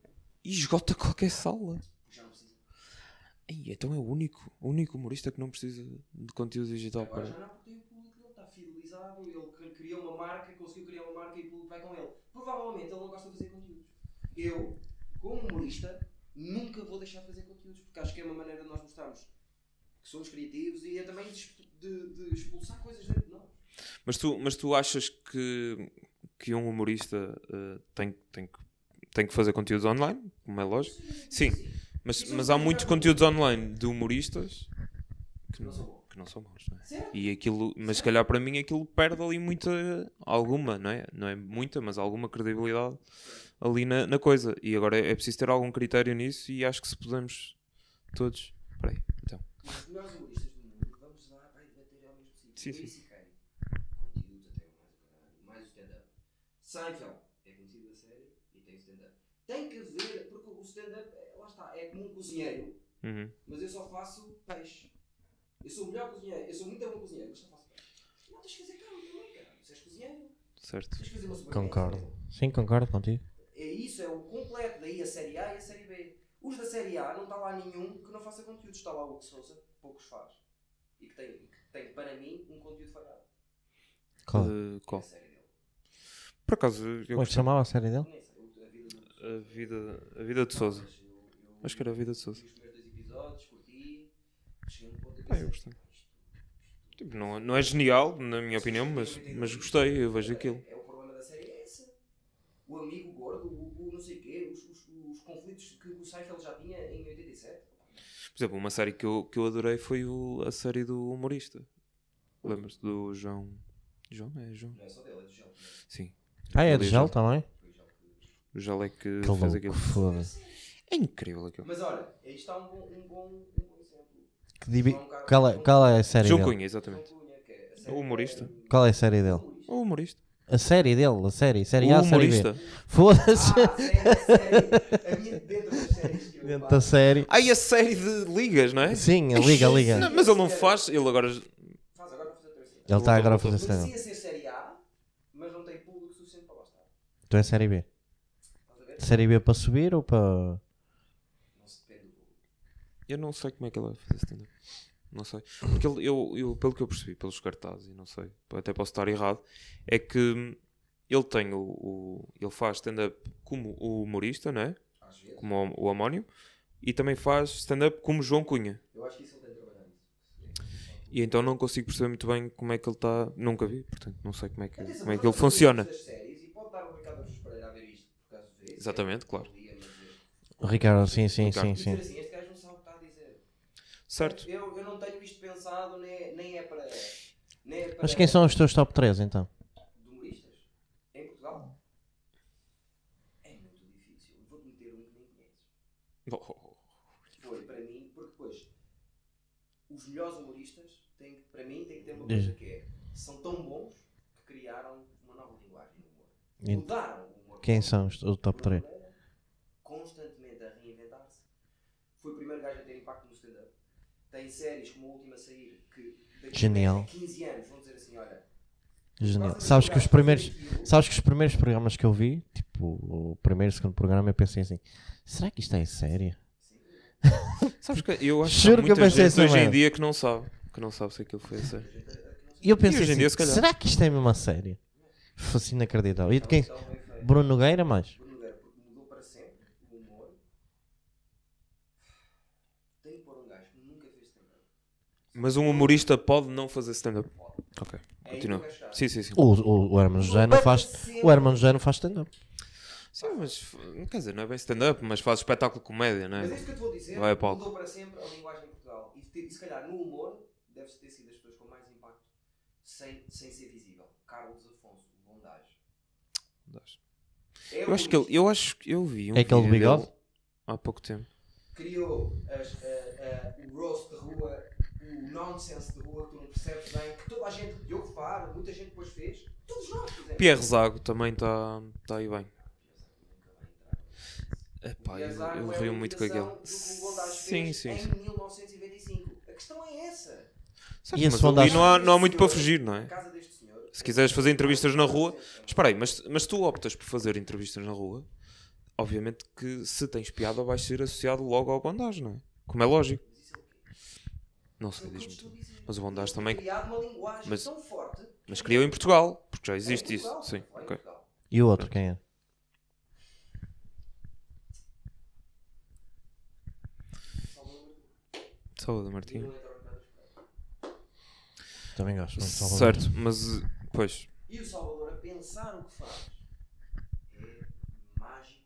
Speaker 2: E esgota qualquer sala.
Speaker 1: Já não precisa.
Speaker 2: Ei, então é o único, o único humorista que não precisa de conteúdo digital
Speaker 1: Agora
Speaker 2: para.
Speaker 1: já não, porque tem o público dele, está fidelizado, ele cri- criou uma marca, conseguiu criar uma marca e o público vai com ele. Provavelmente ele não gosta de fazer conteúdos. Eu, como humorista, nunca vou deixar de fazer conteúdos, porque acho que é uma maneira de nós mostrarmos que somos criativos e é também de, exp- de- de expulsar coisas dentro de nós.
Speaker 2: Mas tu, mas tu achas que, que um humorista eh, tem, tem, que- tem que fazer conteúdos online, como é lógico? Sim, mas, mas há muitos conteúdos online de humoristas que não,
Speaker 1: Não são bons.
Speaker 2: que não são maus, não é?
Speaker 1: Certo?
Speaker 2: E aquilo, mas se calhar para mim aquilo perde ali muita, alguma, não é? Não é muita, mas alguma credibilidade ali na, na coisa. E agora é, é preciso ter algum critério nisso e acho que se podemos todos. Peraí, então.
Speaker 1: os melhores humoristas do mundo, vamos lá, vai bater ao mesmo sítio.
Speaker 2: Sim,
Speaker 1: Sim,
Speaker 2: sim.
Speaker 1: sim. Conteúdo até o mais o caralho, mais o stand-up. Seinfeld é conhecido a série e tem stand-up. Tem que haver, porque o stand-up, é- lá está, é como um cozinheiro,
Speaker 2: Uhum.
Speaker 1: mas eu só faço peixe. Eu sou o melhor cozinheiro, eu sou muito bom cozinheiro, mas só faço peixe. Não, tens de fazer carne também, caralho. Se és cozinheiro,
Speaker 2: Certo.
Speaker 1: tens de fazer uma sobremesa.
Speaker 3: Concordo. Sim, concordo contigo.
Speaker 1: É isso, é o completo. Daí a série A e a série B. Os da série A não está lá nenhum que não faça conteúdo. Está lá o que Souza, poucos faz. E que tem, que tem para mim, um conteúdo falhado. É
Speaker 3: Qual?
Speaker 2: Eh, qual?
Speaker 1: A série dele.
Speaker 2: Por acaso, eu
Speaker 3: Como é que se chamava a série dele?
Speaker 1: Nem sei, o- a vida do-
Speaker 2: A vida, a vida de Souza.
Speaker 1: Mas eu- eu
Speaker 2: Acho que era a vida de
Speaker 1: vi
Speaker 2: Souza.
Speaker 1: os primeiros dois episódios, curti. Cheguei a um ponto em que
Speaker 2: Ah, eu
Speaker 1: pensei,
Speaker 2: gostei. Tipo, não, não é genial, na minha opinião, mas, mas gostei, eu vejo aquilo.
Speaker 1: É, o problema da série é esse. O amigo gordo, o, o não sei quê, os, os- os conflitos que o Seinfeld já tinha em 87.
Speaker 2: Por exemplo, uma série que eu, que eu adorei foi o- a série do humorista. Lembras-te do João. João? É João?
Speaker 1: Não é só dele, é do Gel.
Speaker 2: Sim.
Speaker 3: Ah, é de
Speaker 2: Ali
Speaker 3: gel
Speaker 2: já.
Speaker 3: também?
Speaker 2: O João é que
Speaker 3: Que
Speaker 2: fez
Speaker 3: louco,
Speaker 2: aquilo.
Speaker 3: foda-se.
Speaker 2: É incrível aquilo.
Speaker 1: Mas olha, aí está um bom, um bom, um bom exemplo.
Speaker 3: Que divi- Qual é, qual é a série
Speaker 2: João
Speaker 3: dele?
Speaker 2: Cunha, exatamente.
Speaker 1: João Cunha, que é a
Speaker 2: O humorista.
Speaker 3: Qual é a série dele?
Speaker 1: humorista.
Speaker 2: O humorista.
Speaker 3: A série dele, a série, série
Speaker 2: o
Speaker 3: A, série B.
Speaker 2: humorista.
Speaker 1: Ah,
Speaker 2: Ah.
Speaker 3: Foda-se.
Speaker 1: sério, a minha dentro das séries que eu
Speaker 3: Dentro da série.
Speaker 2: Ah, e a série de ligas, não é?
Speaker 3: Sim, a liga, a liga.
Speaker 2: Não, mas ele não faz, ele agora.
Speaker 1: Faz agora fazer terceira.
Speaker 3: Ele está agora a fazer stand-up.
Speaker 1: Merecia ser série A, mas não tem público suficiente para gostar.
Speaker 3: Tu é série B.
Speaker 1: Estás a ver?
Speaker 3: Série B para subir ou para.
Speaker 1: Não se depende do público.
Speaker 2: Eu não sei como é que ele vai fazer stand-up. Não sei. Porque ele- eu, eu, pelo que eu percebi, pelos cartazes, e não sei, até posso estar errado, é que ele tem o. o- ele faz stand-up como o humorista, não é?
Speaker 1: Às vezes,
Speaker 2: Como o, o Amónio, e também faz stand-up como João Cunha.
Speaker 1: eu acho que isso ele tem de trabalhar nisso.
Speaker 2: E então não consigo perceber muito bem como é que ele está. Nunca vi, portanto, não sei como é que, como é que ele funciona.
Speaker 1: Das séries, e pode dar um o Ricardo Aruz Pereira a ver isto, por causa disso. um
Speaker 2: Exatamente, claro.
Speaker 1: E dizer
Speaker 3: Ricardo, sim, sim,
Speaker 2: Ricardo.
Speaker 3: sim, sim.
Speaker 1: assim, este gajo não sabe o que está a dizer.
Speaker 2: Certo.
Speaker 1: Eu, eu não tenho isto pensado, nem, nem é para... Nem é para
Speaker 3: Mas quem são os teus top 3 então?
Speaker 1: de humoristas em Portugal. É muito difícil. Vou-te meter um que nem conheces.
Speaker 2: Oh,
Speaker 1: Foi para mim, porque depois os melhores humoristas têm que, para mim, têm que ter uma
Speaker 3: Diz.
Speaker 1: coisa que é são tão bons que criaram uma nova linguagem no humor.
Speaker 3: E-
Speaker 1: Mudaram o humor.
Speaker 3: Quem são os, o top 3?
Speaker 1: Constantemente a reinventar-se. Foi o primeiro gajo a ter impacto no stand-up. Tem séries como a última a sair que daqui
Speaker 3: Genial.
Speaker 1: a 15 anos vão dizer assim: olha,
Speaker 3: Genial.
Speaker 1: nós
Speaker 3: Sabes que os
Speaker 1: vamos
Speaker 3: primeiros.
Speaker 1: fazer aquilo.
Speaker 3: Sabes que os primeiros programas que eu vi, tipo o primeiro e segundo programa, eu pensei assim: será que isto é sério?
Speaker 2: Sabes que eu acho
Speaker 3: Juro
Speaker 2: que há
Speaker 3: que eu
Speaker 2: muita
Speaker 3: pensei
Speaker 2: gente hoje
Speaker 3: assim,
Speaker 2: em
Speaker 3: mano.
Speaker 2: dia que não sabe. Que não sabe se aquilo foi a sério.
Speaker 3: E eu
Speaker 2: E
Speaker 3: pensei
Speaker 2: hoje em
Speaker 3: assim:
Speaker 2: dia, se calhar.
Speaker 3: será que isto é mesmo a sério? Fosse inacreditável. E de quem? Bruno Nogueira mais?
Speaker 1: Então, Bruno Nogueira, porque mudou para sempre o humor. Tem que pôr um gajo que nunca fez stand-up.
Speaker 2: Mas um humorista pode não fazer stand-up.
Speaker 1: É
Speaker 2: Ok,
Speaker 1: aí que eu
Speaker 2: continua.
Speaker 1: quero chegar.
Speaker 2: Sim, sim, sim.
Speaker 3: O, o, o Herman José não faz. O Herman José não faz stand-up.
Speaker 2: Sim, mas f- quer dizer, não é bem stand-up, mas faz espetáculo de comédia, não
Speaker 1: Mas é
Speaker 2: é?
Speaker 1: isso que eu te vou dizer.
Speaker 2: Vai, Paulo.
Speaker 1: Mudou para sempre a linguagem em Portugal. E, te- e se calhar no humor deve-se ter sido as pessoas com mais impacto sem, sem ser visível. Carlos Afonso, É bondage. É
Speaker 2: Eu acho que ele, eu acho que eu vi um
Speaker 3: É aquele
Speaker 2: vídeo
Speaker 3: bigode?
Speaker 2: dele há pouco tempo.
Speaker 1: criou as- a- a- o roast de rua, o nonsense de rua que tu não percebes bem, que toda a gente, Diogo Faro, muita gente depois fez, todos nós fizemos.
Speaker 2: Pierre Zago também está tá aí bem. Epá, eu, eu rio muito com aquele. Sim,
Speaker 1: Sim,
Speaker 2: sim,
Speaker 1: Em
Speaker 2: sim.
Speaker 1: 1995. A questão é essa.
Speaker 2: Sabes,
Speaker 3: E esse
Speaker 2: mas eu- e
Speaker 3: sondagem?
Speaker 2: não há, não há muito
Speaker 1: Deste
Speaker 2: para
Speaker 1: senhor,
Speaker 2: fugir, não
Speaker 1: a
Speaker 2: é?
Speaker 1: Casa deste senhor.
Speaker 2: Se quiseres fazer entrevistas na rua, mas espera aí, mas, mas tu optas por fazer entrevistas na rua, obviamente que se tens piada vais ser associado logo ao bandagem, não é? Como é lógico. Não sei, diz-me tu. Mas o Bondage também-
Speaker 1: Criado uma linguagem
Speaker 2: mas-
Speaker 1: tão forte.
Speaker 2: Mas criou em Portugal, porque já
Speaker 1: É
Speaker 2: existe isso.
Speaker 1: Portugal,
Speaker 2: Sim,
Speaker 1: é
Speaker 2: ok.
Speaker 1: Portugal.
Speaker 3: E o outro, quem é?
Speaker 2: Salvador
Speaker 1: E
Speaker 2: Martinho.
Speaker 1: não entra o Ricardo Espelho.
Speaker 3: Também gosto. muito de Salvador.
Speaker 2: Certo, mas pois.
Speaker 1: E o Salvador a pensar o que faz é mágico.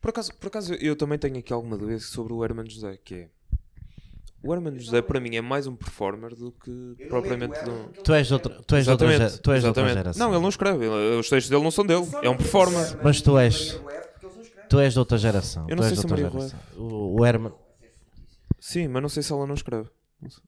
Speaker 2: Por acaso, por acaso eu- eu também tenho aqui alguma dúvida sobre o Herman José, que é. O Herman José para mim é mais um performer do que
Speaker 1: Eu não
Speaker 2: propriamente
Speaker 1: meto
Speaker 2: de
Speaker 1: o
Speaker 2: um.
Speaker 1: Herman, porque ele
Speaker 3: Tu és de
Speaker 1: não
Speaker 3: outra,
Speaker 1: escreve.
Speaker 3: tu és de outra,
Speaker 2: Exatamente,
Speaker 3: ge- tu és de outra
Speaker 2: exatamente.
Speaker 3: geração.
Speaker 2: Não, ele não escreve, ele- os textos dele não são dele,
Speaker 1: Só
Speaker 2: é um
Speaker 1: não meto o
Speaker 2: performer.
Speaker 1: Herman
Speaker 3: Mas tu
Speaker 1: e o
Speaker 3: és-
Speaker 1: Maria Rueff, porque eles não escrevem.
Speaker 3: Tu és de outra geração.
Speaker 2: Eu
Speaker 3: tu
Speaker 2: não
Speaker 3: és
Speaker 2: sei
Speaker 3: de
Speaker 2: se a
Speaker 3: outra
Speaker 2: Maria
Speaker 3: geração. O, o Herman.
Speaker 1: Essa é fortíssima.
Speaker 2: Sim, mas não sei se ela não escreve. Mas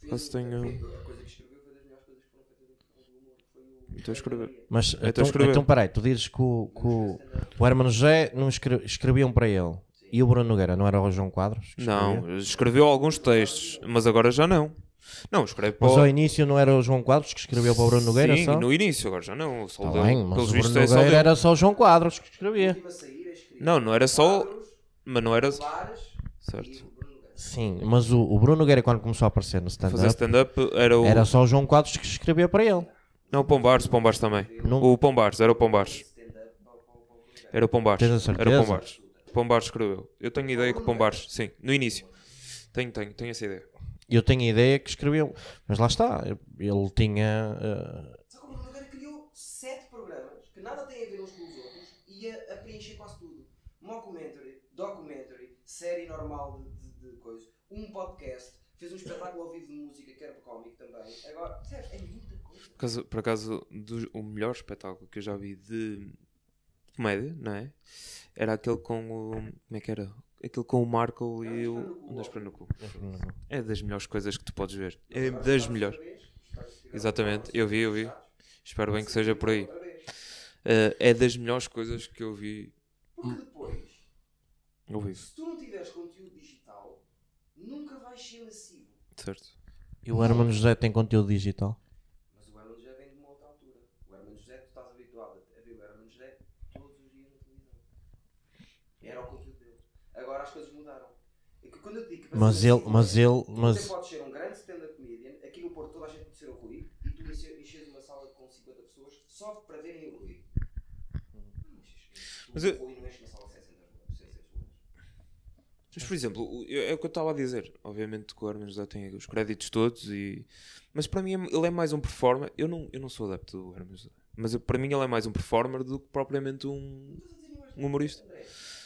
Speaker 1: Fez-
Speaker 2: tenho-
Speaker 1: A coisa que escreveu foi das melhores coisas que foram feitas em Portugal do humor. Foi o.
Speaker 2: Então escreveu.
Speaker 3: Mas
Speaker 2: a
Speaker 3: então,
Speaker 2: escrever.
Speaker 3: então peraí, tu dizes que o, que o, o Herman José não escre- escreviam para ele. E o Bruno Nogueira, não era o João Quadros? que escrevia?
Speaker 2: Não, escreveu alguns textos, mas agora já não. Não, escreve para
Speaker 3: Mas
Speaker 2: o.
Speaker 3: ao início não era o João Quadros que escreveu para o Bruno Nogueira
Speaker 2: Oh. Sim,
Speaker 3: só?
Speaker 2: no início, agora já não. Só
Speaker 3: Tá
Speaker 2: dele,
Speaker 3: bem, mas
Speaker 2: pelos
Speaker 3: o Bruno
Speaker 2: vistos é só
Speaker 3: Nogueira
Speaker 2: dele.
Speaker 3: era só o João Quadros que escrevia.
Speaker 1: Não,
Speaker 2: Não, não era só. Mas não era.
Speaker 1: Soares e
Speaker 2: Certo.
Speaker 1: o Bruno Nogueira.
Speaker 3: Sim, mas o, o Bruno Nogueira quando começou a aparecer no
Speaker 2: Fazer
Speaker 3: stand-up
Speaker 2: stand-up era o.
Speaker 3: era só o João Quadros que escrevia para ele.
Speaker 2: Não, o Pombares, o Pombares também.
Speaker 3: Não-
Speaker 2: O Pombares, era o Pombares.
Speaker 1: Stand-up para o- para o Bruno Nogueira.
Speaker 2: Era o Pombares.
Speaker 3: Tens a certeza?
Speaker 2: Era o Pombares. Pombares escreveu. Eu tenho ideia que o Pombares, sim, no início. Tenho, tenho, tenho essa ideia.
Speaker 3: Eu tenho a ideia que escreveu. Mas lá está, ele tinha... eh,
Speaker 1: Só que o Bruno Nogueira criou sete programas que nada têm a ver uns com os outros e a, a preencher quase tudo. Mockumentary, documentary, série normal de, de, de coisas, um podcast, fez um espetáculo ao vivo de música que era para cómico também. Agora, percebes? É muita coisa.
Speaker 2: Por acaso, por acaso, do- o melhor espetáculo que eu já vi de comédia, não é? Era aquele com o. Como é que era? Aquele com o Marco e o. Onde para no cu. É das melhores coisas que tu podes ver. É das melhores. Exatamente, eu vi, eu vi. Espero bem que seja por aí. eh, é das melhores coisas que eu vi. Hum.
Speaker 1: Porque depois,
Speaker 2: Eu vi,
Speaker 1: se tu não tiveres conteúdo digital, nunca vais ser massivo.
Speaker 2: certo?
Speaker 3: E o Hermano José tem conteúdo digital.
Speaker 1: Mas o Herman José vem de uma outra altura. O Herman José, tu estás habituado a ver o Herman José todos os dias na televisão. Era o conteúdo dele. Agora as coisas mudaram. É que quando eu te digo que
Speaker 3: Mas ele, mas ele,
Speaker 1: Você
Speaker 3: mas
Speaker 1: pode ser um grande stand-up comedian, aqui no Porto toda a gente conhecer o Rui, e tu enche- enches uma sala com 50 pessoas só para verem o Rui.
Speaker 2: Mas
Speaker 1: Mas
Speaker 2: Hum.
Speaker 1: é
Speaker 2: eu-
Speaker 1: o Rui não enche uma sala sem ser
Speaker 2: Mas, por exemplo, o- eu- é o que eu estava a dizer. Obviamente que o Herman José tem os créditos todos, e... mas para mim é- ele é mais um performer. Eu não, eu não sou adepto do Herman José, mas eu- para mim ele é mais um performer do que propriamente um, um humorista.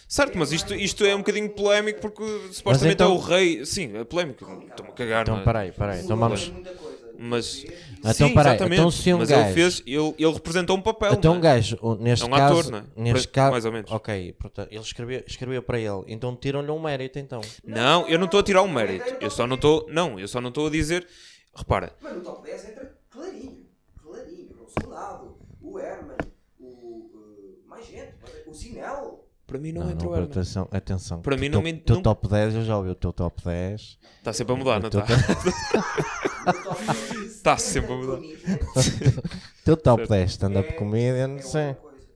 Speaker 2: Certo, mas isto, isto é um bocadinho polémico porque supostamente
Speaker 3: então-
Speaker 2: é o rei. Sim, é polémico. Estou-me a cagar.
Speaker 3: então
Speaker 2: não é?
Speaker 3: peraí, peraí, então vamos.
Speaker 2: Mas.
Speaker 3: Então,
Speaker 2: Sim,
Speaker 3: peraí,
Speaker 2: exatamente.
Speaker 3: então se um
Speaker 2: mas
Speaker 3: gajo-
Speaker 2: ele fez. Ele, ele representou um papel.
Speaker 3: Então
Speaker 2: não
Speaker 3: um
Speaker 2: é?
Speaker 3: gajo, o- neste
Speaker 2: É um
Speaker 3: caso,
Speaker 2: ator, não é?
Speaker 3: neste
Speaker 2: Pre-
Speaker 3: caso,
Speaker 2: mais ou menos.
Speaker 3: Ok, portanto, ele escreveu, escreveu para ele, então tiram-lhe um mérito então.
Speaker 2: Não, eu não estou a tirar o mérito. Eu só não estou. Não, eu só não estou a dizer. Repara,
Speaker 1: Mas no top 10 entra clarinho, clarinho, o Soldado, o Herman, o. eh, mais gente, mas- o Sinel.
Speaker 2: para mim não, entra o Herman.
Speaker 3: atenção, atenção.
Speaker 2: Para
Speaker 3: o
Speaker 2: mim
Speaker 3: teu,
Speaker 2: não me-
Speaker 3: teu
Speaker 2: não-
Speaker 3: top 10, eu já ouvi o teu top 10.
Speaker 2: Está Tá sempre a mudar, não
Speaker 3: o teu
Speaker 2: está?
Speaker 3: top-
Speaker 1: No top 10,
Speaker 2: Tá sempre a mudar.
Speaker 3: teu top
Speaker 2: Certo.
Speaker 3: 10 stand-up
Speaker 1: É-
Speaker 3: comedian, não
Speaker 1: É
Speaker 3: sei.
Speaker 1: outra coisa.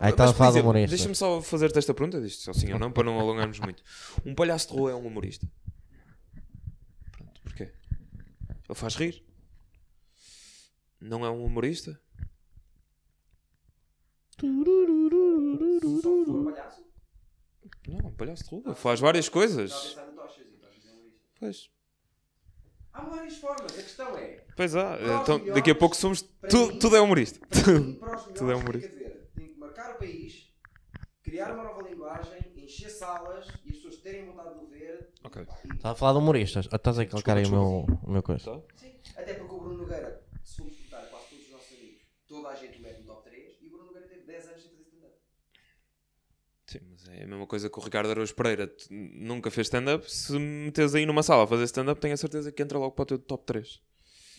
Speaker 3: Aí estava a
Speaker 2: por
Speaker 3: falar de
Speaker 2: exemplo,
Speaker 3: humorista.
Speaker 2: Deixa-me só fazer-te esta pergunta, disto só sim ou não, para não alongarmos muito. Um palhaço de rua é um humorista? Pronto, porquê? Ele faz rir? Não é um humorista?
Speaker 1: Se só for palhaço,
Speaker 2: Não, um palhaço de rua. Faz várias
Speaker 1: já
Speaker 2: coisas.
Speaker 1: pensar no Tochas e Tochas é humorista.
Speaker 2: Pois.
Speaker 1: Há várias formas, a questão é.
Speaker 2: Pois há. Então, daqui a pouco somos. tu- tudo é humorista.
Speaker 1: Para mim, para os
Speaker 2: Tudo é
Speaker 1: melhores,
Speaker 2: humorista.
Speaker 1: tem que haver- tem que marcar o país, criar uma nova linguagem, encher salas e as pessoas terem vontade de o ver.
Speaker 2: Ok.
Speaker 1: E-
Speaker 3: Estava a falar de humoristas. Ah, Estás a calcar aí o meu, o meu coisa.
Speaker 2: Tá?
Speaker 1: Sim, até porque o Bruno Nogueira, se formos contar quase todos os nossos amigos, toda a gente o mete no top 3 e o Bruno Nogueira teve 10 anos sem fazer stand-up.
Speaker 2: Sim, mas é a mesma coisa que o Ricardo Araújo Pereira. Tu Nunca fez stand-up. Se me metes aí numa sala a fazer stand-up, tenho a certeza que entra logo para o teu top 3.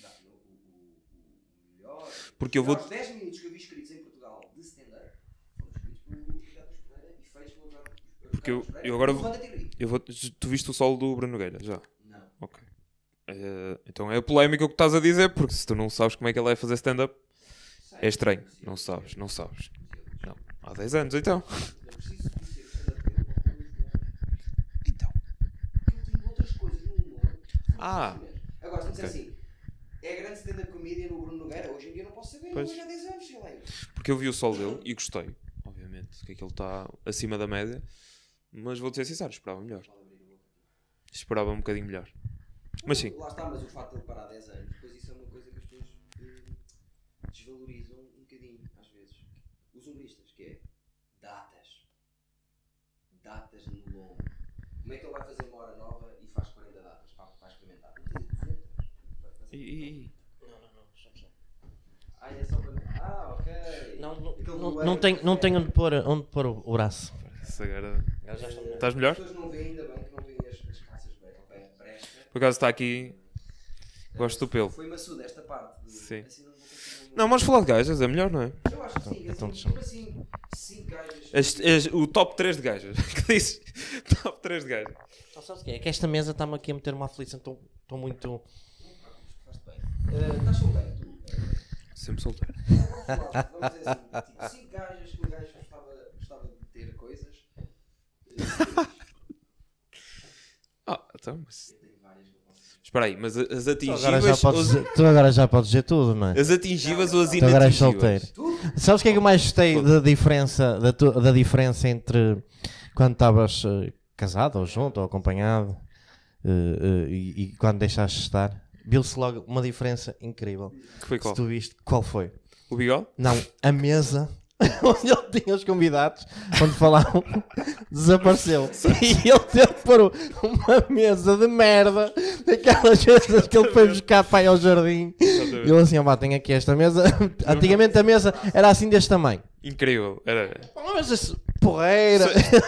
Speaker 1: Não, o, o- o melhor.
Speaker 2: Porque eu vou-
Speaker 1: Os 10 minutos que eu vi escritos em Portugal de stand-up foram escritos pelo Ricardo Pereira e feitos pelo Ricardo
Speaker 2: Porque eu-
Speaker 1: Araújo Pereira.
Speaker 2: eu agora vou-
Speaker 1: Levanta a teoria.
Speaker 2: Eu vou... Tu viste o solo do Bruno Nogueira? Já.
Speaker 1: Não.
Speaker 2: Ok. Eh, então é polémico o que estás a dizer, porque se tu não sabes como é que ele é fazer stand-up,
Speaker 1: Sei.
Speaker 2: é estranho. Não sabes, não sabes. Não. Há 10 anos então.
Speaker 1: Eu preciso conhecer o stand-up dele para poder julgar.
Speaker 2: Então.
Speaker 1: Porque eu tenho outras coisas no humor.
Speaker 2: Ah.
Speaker 1: Agora, se me disser assim, é grande stand-up comedian no Bruno Nogueira, hoje em dia eu não posso saber,
Speaker 2: Pois.
Speaker 1: hoje há 10 anos, sei lá. eu.
Speaker 2: Porque eu vi o solo dele e gostei. Obviamente que aquilo está acima da média. Mas vou-te ser sincero, esperava melhor. Esperava um bocadinho melhor. Mas sim.
Speaker 1: Lá está, mas o facto de ele parar 10 anos, depois isso é uma coisa que as pessoas eh, desvalorizam um bocadinho, às vezes. Os humoristas, que é datas. Datas no longo. Como é que ele vai fazer uma hora nova e faz 40 datas para, para experimentar? Não tem 200. Vai fazer- Ah, é só para. Ah, ok.
Speaker 3: Não,
Speaker 1: Aquele
Speaker 3: não,
Speaker 1: do
Speaker 3: não, tenho, não
Speaker 1: Everton.
Speaker 3: tenho onde pôr, onde pôr o o braço.
Speaker 2: Isso agora-
Speaker 1: Eh,
Speaker 2: Estás melhor?
Speaker 1: As pessoas não veem ainda bem que não veem as, as calças bem, ok? Presta.
Speaker 2: Por acaso está aqui. Gosto do pelo.
Speaker 1: Foi maçuda esta parte. Do,
Speaker 2: Sim.
Speaker 1: Assim não vou conseguir-
Speaker 2: Não, mas falar de gajas é melhor, não é?
Speaker 1: Eu acho que sim,
Speaker 3: Então,
Speaker 1: assim, tipo assim, 5 gajas.
Speaker 2: As- as- o top 3 de gajas. que dizes? Top 3 de gajas.
Speaker 3: Só sabes o que é? É que esta mesa está-me aqui a meter uma aflição. Estou estou muito.
Speaker 1: Faz bem. Eh, Estás solteiro, tu? Eh,
Speaker 2: Sempre solteiro.
Speaker 1: vamos falar, Vamos dizer assim, tipo 5 gajas que um gajo gostava, gostava de ter coisas. Eh,
Speaker 2: Ah, então, mas
Speaker 1: Eu tenho várias que eu posso.
Speaker 2: Espera aí, mas a- as
Speaker 3: Tu Então agora, já
Speaker 2: atingíveis.
Speaker 3: podes
Speaker 2: Ou,
Speaker 3: dizer, tu agora já podes dizer tudo, mano.
Speaker 2: as atingíveis ou as
Speaker 3: Tu agora és solteiro.
Speaker 2: inatingíveis?
Speaker 1: Tu?
Speaker 3: Sabes o que é que eu mais gostei da diferença, da, tu- da diferença entre quando estavas eh, casado ou junto ou acompanhado eh, eh, e, e quando deixaste de estar? Viu-se logo uma diferença incrível.
Speaker 2: Que foi
Speaker 3: Se
Speaker 2: qual?
Speaker 3: tu viste, qual foi?
Speaker 2: O bigode?
Speaker 3: Não, a mesa onde ele tinha os convidados, onde falavam, desapareceu. E ele teve que pôr uma mesa de merda, daquelas mesas que ele foi buscar para ir ao jardim. E ele assim, ó, pá, tenho aqui esta mesa. Antigamente a mesa era assim deste tamanho.
Speaker 2: Incrível. Era...
Speaker 3: Uma mesa se- porreira.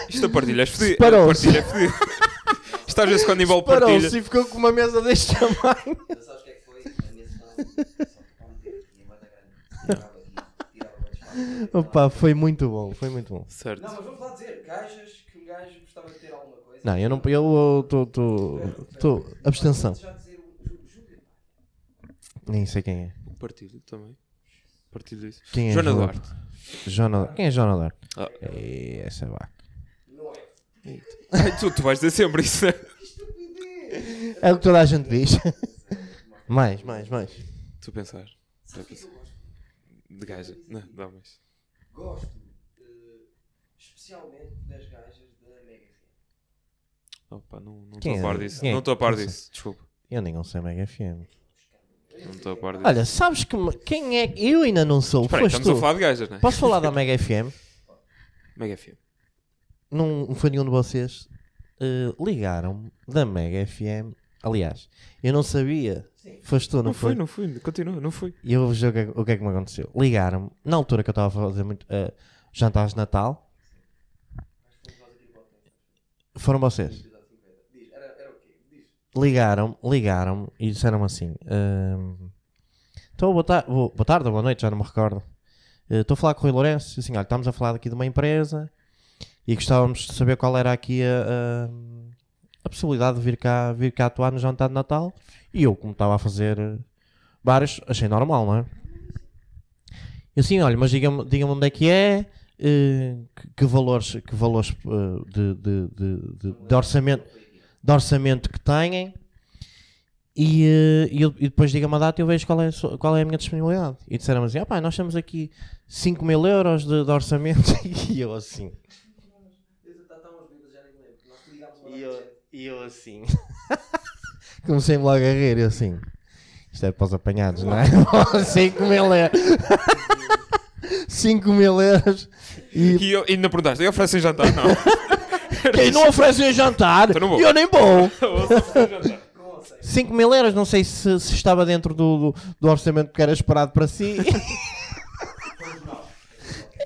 Speaker 2: Isto a partilha é fedido. A
Speaker 3: Separou-se.
Speaker 2: partilha é fedido. Isto às vezes quando envolve
Speaker 3: Parou-se
Speaker 2: partilha.
Speaker 3: e ficou com uma mesa deste tamanho.
Speaker 1: Mas sabes o que é que foi? A mesa estava. Só que para meter. Tinha banda grande. Tirava aqui, tirava o espaço.
Speaker 3: Opa, foi muito bom, foi muito bom.
Speaker 2: Certo.
Speaker 1: Não, mas vamos lá dizer, gajas que um gajo gostava de ter alguma coisa.
Speaker 3: Não, eu não. Eu estou. Estou. Abstenção.
Speaker 1: Já dizer o- o- Júlia.
Speaker 3: Nem sei quem é.
Speaker 2: Partilho também. Partilho isso.
Speaker 3: Quem é
Speaker 2: Joana
Speaker 3: Joana?
Speaker 2: Duarte.
Speaker 3: Jona, quem é Jona Dark?
Speaker 2: Ah.
Speaker 3: É essa vaca.
Speaker 1: Não é.
Speaker 2: Ai, tu, tu vais dizer sempre isso, né?
Speaker 3: É o que toda a gente diz. mais, mais, mais.
Speaker 2: Tu pensar. Tu
Speaker 1: Sabe o que é que
Speaker 2: pensar.
Speaker 1: eu gosto?
Speaker 2: De gaja. Não, dá mais.
Speaker 1: Gosto eh, especialmente das gajas da Mega FM.
Speaker 2: Opa, não não
Speaker 3: Quem
Speaker 2: estou a
Speaker 3: é?
Speaker 2: par disso.
Speaker 3: Quem é?
Speaker 2: Não estou a par
Speaker 3: Não sei.
Speaker 2: disso. Desculpa.
Speaker 3: Eu nem sei Mega FM.
Speaker 2: Não estou a par disso.
Speaker 3: Olha, sabes que me- quem é? Eu ainda não sou.
Speaker 2: Espera aí,
Speaker 3: Foste
Speaker 2: estamos a
Speaker 3: tu.
Speaker 2: falar de gajas, né?
Speaker 3: Posso falar da Mega FM?
Speaker 2: Mega FM.
Speaker 3: Não foi nenhum de vocês. eh, Ligaram-me da Mega FM. Aliás, eu não sabia. Foste tu, não,
Speaker 2: Não
Speaker 3: foi?
Speaker 2: fui, não fui. Continua, não fui.
Speaker 3: E eu vou dizer o que, é que- o que é que me aconteceu. Ligaram-me, na altura que eu estava a fazer muito eh, jantares de Natal. Foram vocês. Ligaram-me, ligaram-me e disseram-me assim: ehm, Então, boa, tar- bo- boa tarde ou boa noite, já não me recordo. Eh, Estou a falar com o Rui Lourenço. e Assim, olha, estamos a falar aqui de uma empresa e gostávamos de saber qual era aqui a, ehm, a, a possibilidade de vir cá, vir cá atuar no jantar de Natal. E eu, como estava a fazer eh, vários, achei normal, não é? Eu assim, olha, mas diga-me diga onde é que é, eh, que, que valores, que valores eh, de, de, de- de- de orçamento, de orçamento que têm e, eh, e eu- e depois diga-me a data e eu vejo qual é, a sua- qual é a minha disponibilidade. E disseram assim, ah pá, nós temos aqui 5 mil euros de, de orçamento e eu assim... E eu, e eu assim... Comecei-me logo a rir, eu assim... Isto é para os apanhados, não é? 5 mil euros. 5 mil euros. E
Speaker 2: E eu, ainda perguntaste, eu oferecem jantar? Não.
Speaker 3: quem não oferece um jantar,
Speaker 2: Então não vou.
Speaker 3: eu nem vou.
Speaker 2: Oferecem jantar.
Speaker 3: 5 mil euros, não sei se, se estava dentro do, do, do orçamento que era esperado para si.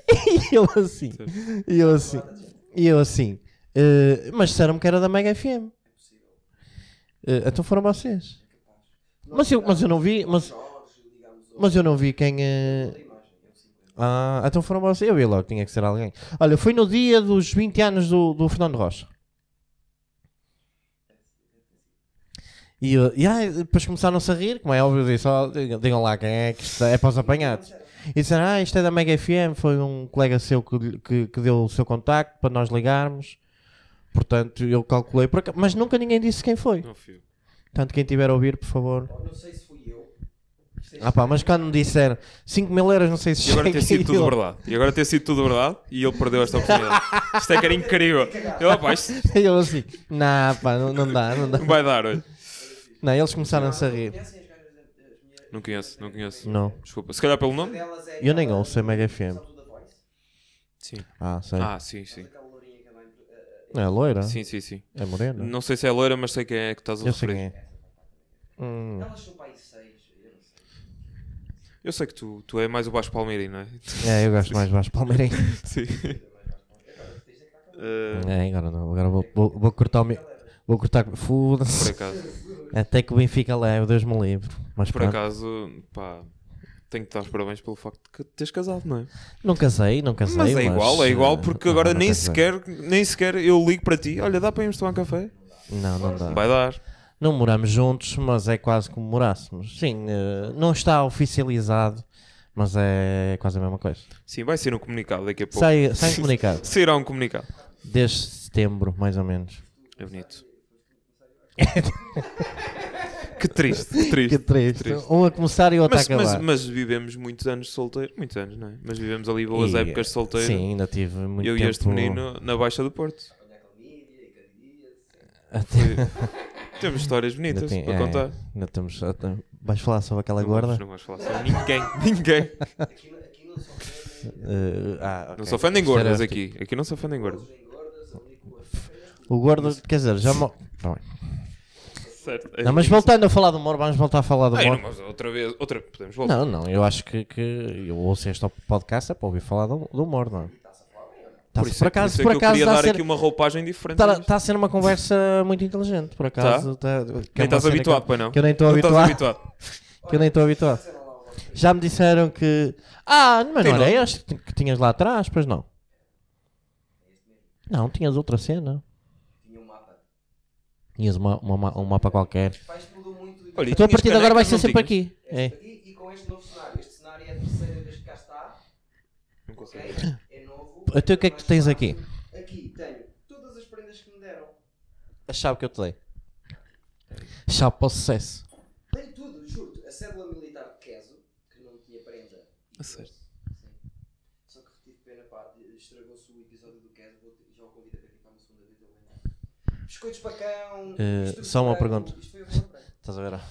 Speaker 3: e eu assim, e eu assim, e eu assim. eh, mas disseram-me que era da Mega FM. Eh, então foram vocês. Mas eu, mas eu não vi, mas, mas eu não vi quem. eh, Ah, então foram vocês. Eu vi logo, tinha que ser alguém. Olha, foi no dia dos 20 anos do, do Fernando Rocha. E, eu- e ai, depois começaram-se a rir, como é óbvio, eu disse, "Oh, digam digam lá quem é que isto é para os apanhados. E disseram, ah, isto é da Mega FM, foi um colega seu que, lhe- que, que deu o seu contacto para nós ligarmos. Portanto, eu calculei, por acaso- mas nunca ninguém disse quem foi.
Speaker 2: Não fio.
Speaker 3: Portanto, quem tiver a ouvir, por favor.
Speaker 1: Não sei se fui eu. é
Speaker 3: Ah pá, mas quando me disseram 5 mil euros, não sei se
Speaker 2: E agora
Speaker 3: chega
Speaker 2: ter sido
Speaker 3: aqui,
Speaker 2: tudo
Speaker 3: eu-
Speaker 2: verdade. E agora ter sido tudo verdade e ele perdeu esta oportunidade. Isto é que era incrível. Eu, opa, isto
Speaker 3: Eu assim, nah, pá, não, não dá, não dá.
Speaker 2: não vai dar hoje.
Speaker 3: Não, eles começaram-se a rir.
Speaker 1: Conhecem as gajas da- das minhas-
Speaker 2: Não conheço, não conheço.
Speaker 3: Não.
Speaker 2: Desculpa. Se calhar pelo
Speaker 1: Uma
Speaker 2: nome?
Speaker 1: delas é
Speaker 3: Eu nem
Speaker 1: aquela-
Speaker 3: ouço a Mega FM.
Speaker 1: Sabe tudo da Voice?
Speaker 2: Sim.
Speaker 3: Ah, sei.
Speaker 2: Ah, sim, sim.
Speaker 1: Aquela lourinha que anda em- eh,
Speaker 3: Não é loira?
Speaker 2: Sim, sim, sim.
Speaker 3: É morena?
Speaker 2: Não sei se é loira, mas sei quem é que estás a
Speaker 3: Eu sei
Speaker 2: referir.
Speaker 3: quem é. Hum,
Speaker 1: Elas são pai seis, eu não sei.
Speaker 2: Eu sei que tu, tu é mais o Baixo Palmeirinho, não é?
Speaker 3: é, eu gosto mais Vasco Palmeirense.
Speaker 2: Sim. Eh,
Speaker 3: É, agora não. Agora vou, vou, vou cortar o meu. Vou cortar.
Speaker 2: por
Speaker 3: Foda-se.
Speaker 2: acaso.
Speaker 3: Até que o Benfica leve, Deus me livre. Mas
Speaker 2: Por
Speaker 3: pronto.
Speaker 2: acaso, pá. Tenho que dar os parabéns pelo facto de que teres casado, não é?
Speaker 3: Não casei, não casei. eh,
Speaker 2: Mas é igual, é igual, porque
Speaker 3: não,
Speaker 2: agora
Speaker 3: não
Speaker 2: nem,
Speaker 3: casei.
Speaker 2: sequer, nem sequer eu ligo para ti. Olha, dá para irmos tomar um café?
Speaker 3: Não, não dá.
Speaker 2: Vai dar.
Speaker 3: Não moramos juntos, mas é quase como morássemos. Sim, eh, não está oficializado, mas é quase a mesma coisa.
Speaker 2: Sim, vai ser um comunicado daqui a pouco.
Speaker 3: Sai, sai comunicado.
Speaker 2: Sairá um comunicado.
Speaker 3: Desde setembro, mais ou menos.
Speaker 2: É bonito. que triste, que
Speaker 3: É Que
Speaker 2: triste.
Speaker 3: triste. Um a começar e outro
Speaker 2: Mas,
Speaker 3: a acabar.
Speaker 2: mas, mas vivemos muitos anos solteiros. Muitos anos, não é? Mas vivemos ali boas
Speaker 3: E,
Speaker 2: épocas de solteiro.
Speaker 3: Sim, ainda tive muito
Speaker 2: eu
Speaker 3: tempo.
Speaker 2: e este menino na Baixa do Porto.
Speaker 3: Até-
Speaker 2: Temos histórias
Speaker 3: ainda
Speaker 2: bonitas
Speaker 3: tem-
Speaker 2: para
Speaker 3: é,
Speaker 2: contar.
Speaker 3: ainda estamos- até- Vais falar sobre aquela
Speaker 2: Não vamos,
Speaker 3: gorda?
Speaker 2: não vamos falar sobre ninguém. Ninguém.
Speaker 1: Aqui, aqui não são fêmeas,
Speaker 3: Eh, ah, ok.
Speaker 2: Não se ofendem
Speaker 3: Isto era
Speaker 2: gordas
Speaker 3: tipo-
Speaker 2: aqui. Aqui não se ofendem gordas.
Speaker 1: nem gordas, a única coisa.
Speaker 3: O gordo, quer dizer, já. mo- Tá bem.
Speaker 2: Certo.
Speaker 3: Não, mas voltando a falar do humor, vamos voltar a falar do
Speaker 2: É Ai, não,
Speaker 3: humor.
Speaker 2: mas outra vez, outra, podemos voltar.
Speaker 3: Não, não, eu acho que, que eu ouço este podcast é para ouvir falar do, do humor, não é?
Speaker 2: Por
Speaker 3: Tá, por,
Speaker 2: isso, é-
Speaker 3: acaso,
Speaker 2: por, isso é
Speaker 3: por
Speaker 2: que
Speaker 3: acaso, Tá
Speaker 2: eu queria
Speaker 3: está a
Speaker 2: dar
Speaker 3: ser-
Speaker 2: aqui uma roupagem diferente.
Speaker 3: Está
Speaker 2: hoje.
Speaker 3: está a ser uma conversa muito inteligente, por acaso. Tá. que é
Speaker 2: Nem
Speaker 3: uma
Speaker 2: estás
Speaker 3: cena que eu-
Speaker 2: habituado, pois não?
Speaker 3: Que eu nem estou
Speaker 2: Não estás
Speaker 3: habituado.
Speaker 2: habituado.
Speaker 3: Que eu nem estou habituado. Já me disseram que. Ah, mas
Speaker 2: Tem
Speaker 3: não
Speaker 2: nome?
Speaker 3: era este que ti- que tinhas lá atrás, pois não. Não, tinhas outra cena.
Speaker 1: Tinha um mapa.
Speaker 3: Tinhas uma, uma, ma- um mapa qualquer.
Speaker 1: Faz mudou muito. e-
Speaker 2: Olha, E
Speaker 3: Então a
Speaker 2: tinhas
Speaker 3: partir de agora vai
Speaker 2: canecas,
Speaker 3: ser
Speaker 2: não
Speaker 3: sempre aqui.
Speaker 1: Este
Speaker 3: É.
Speaker 1: aqui e com este novo cenário. Este cenário é a terceira vez que cá está.
Speaker 2: Não consigo.
Speaker 1: ok? É novo.
Speaker 3: Então o que é que tu tens
Speaker 1: Mais
Speaker 3: aqui?
Speaker 1: fácil. Aqui tenho todas as prendas que me deram.
Speaker 3: A chave que eu te dei. Chave para o sucesso.
Speaker 1: Tenho tudo, juro-te. A cédula militar de Keso, que não tinha prenda.
Speaker 2: A sério?
Speaker 1: Sim. Só que retive pena, pá, estragou-se o episódio do Keso. Vou te- já o convido a participar uma segunda vez. ele vem. Biscoitos para cão.
Speaker 3: Eh,
Speaker 1: mistura de
Speaker 3: só uma
Speaker 1: frango,
Speaker 3: pergunta.
Speaker 1: Isto foi o que eu comprei.
Speaker 3: Estás a ver?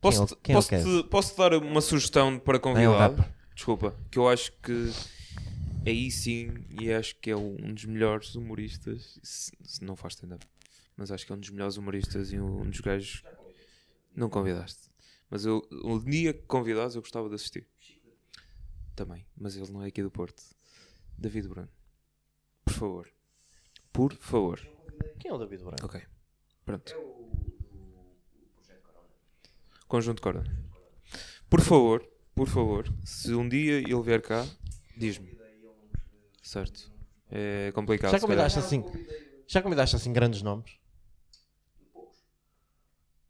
Speaker 2: Posso-te
Speaker 3: quem é o
Speaker 2: posso-te-
Speaker 3: Kevin?
Speaker 2: posso-te dar uma sugestão para
Speaker 3: É um
Speaker 2: convidado?
Speaker 3: rapper.
Speaker 2: Desculpa, que eu acho que aí sim, e acho que é um dos melhores humoristas, se, se não faz stand-up, mas acho que é um dos melhores humoristas e um dos gajos. Não convidaste. Mas eu, o dia que convidaste, eu gostava de assistir. Também, mas ele não é aqui do Porto. David Bruno. Por favor. Por favor.
Speaker 3: Quem é o David Branco?
Speaker 2: Ok. Pronto.
Speaker 1: É o, o, o projeto Corona.
Speaker 2: Conjunto Corda. Por favor, por favor, se um dia ele vier cá, diz-me. Certo. É complicado.
Speaker 3: Já
Speaker 2: se calhar.
Speaker 3: convidaste assim? Já convidaste assim grandes nomes?
Speaker 1: Poucos.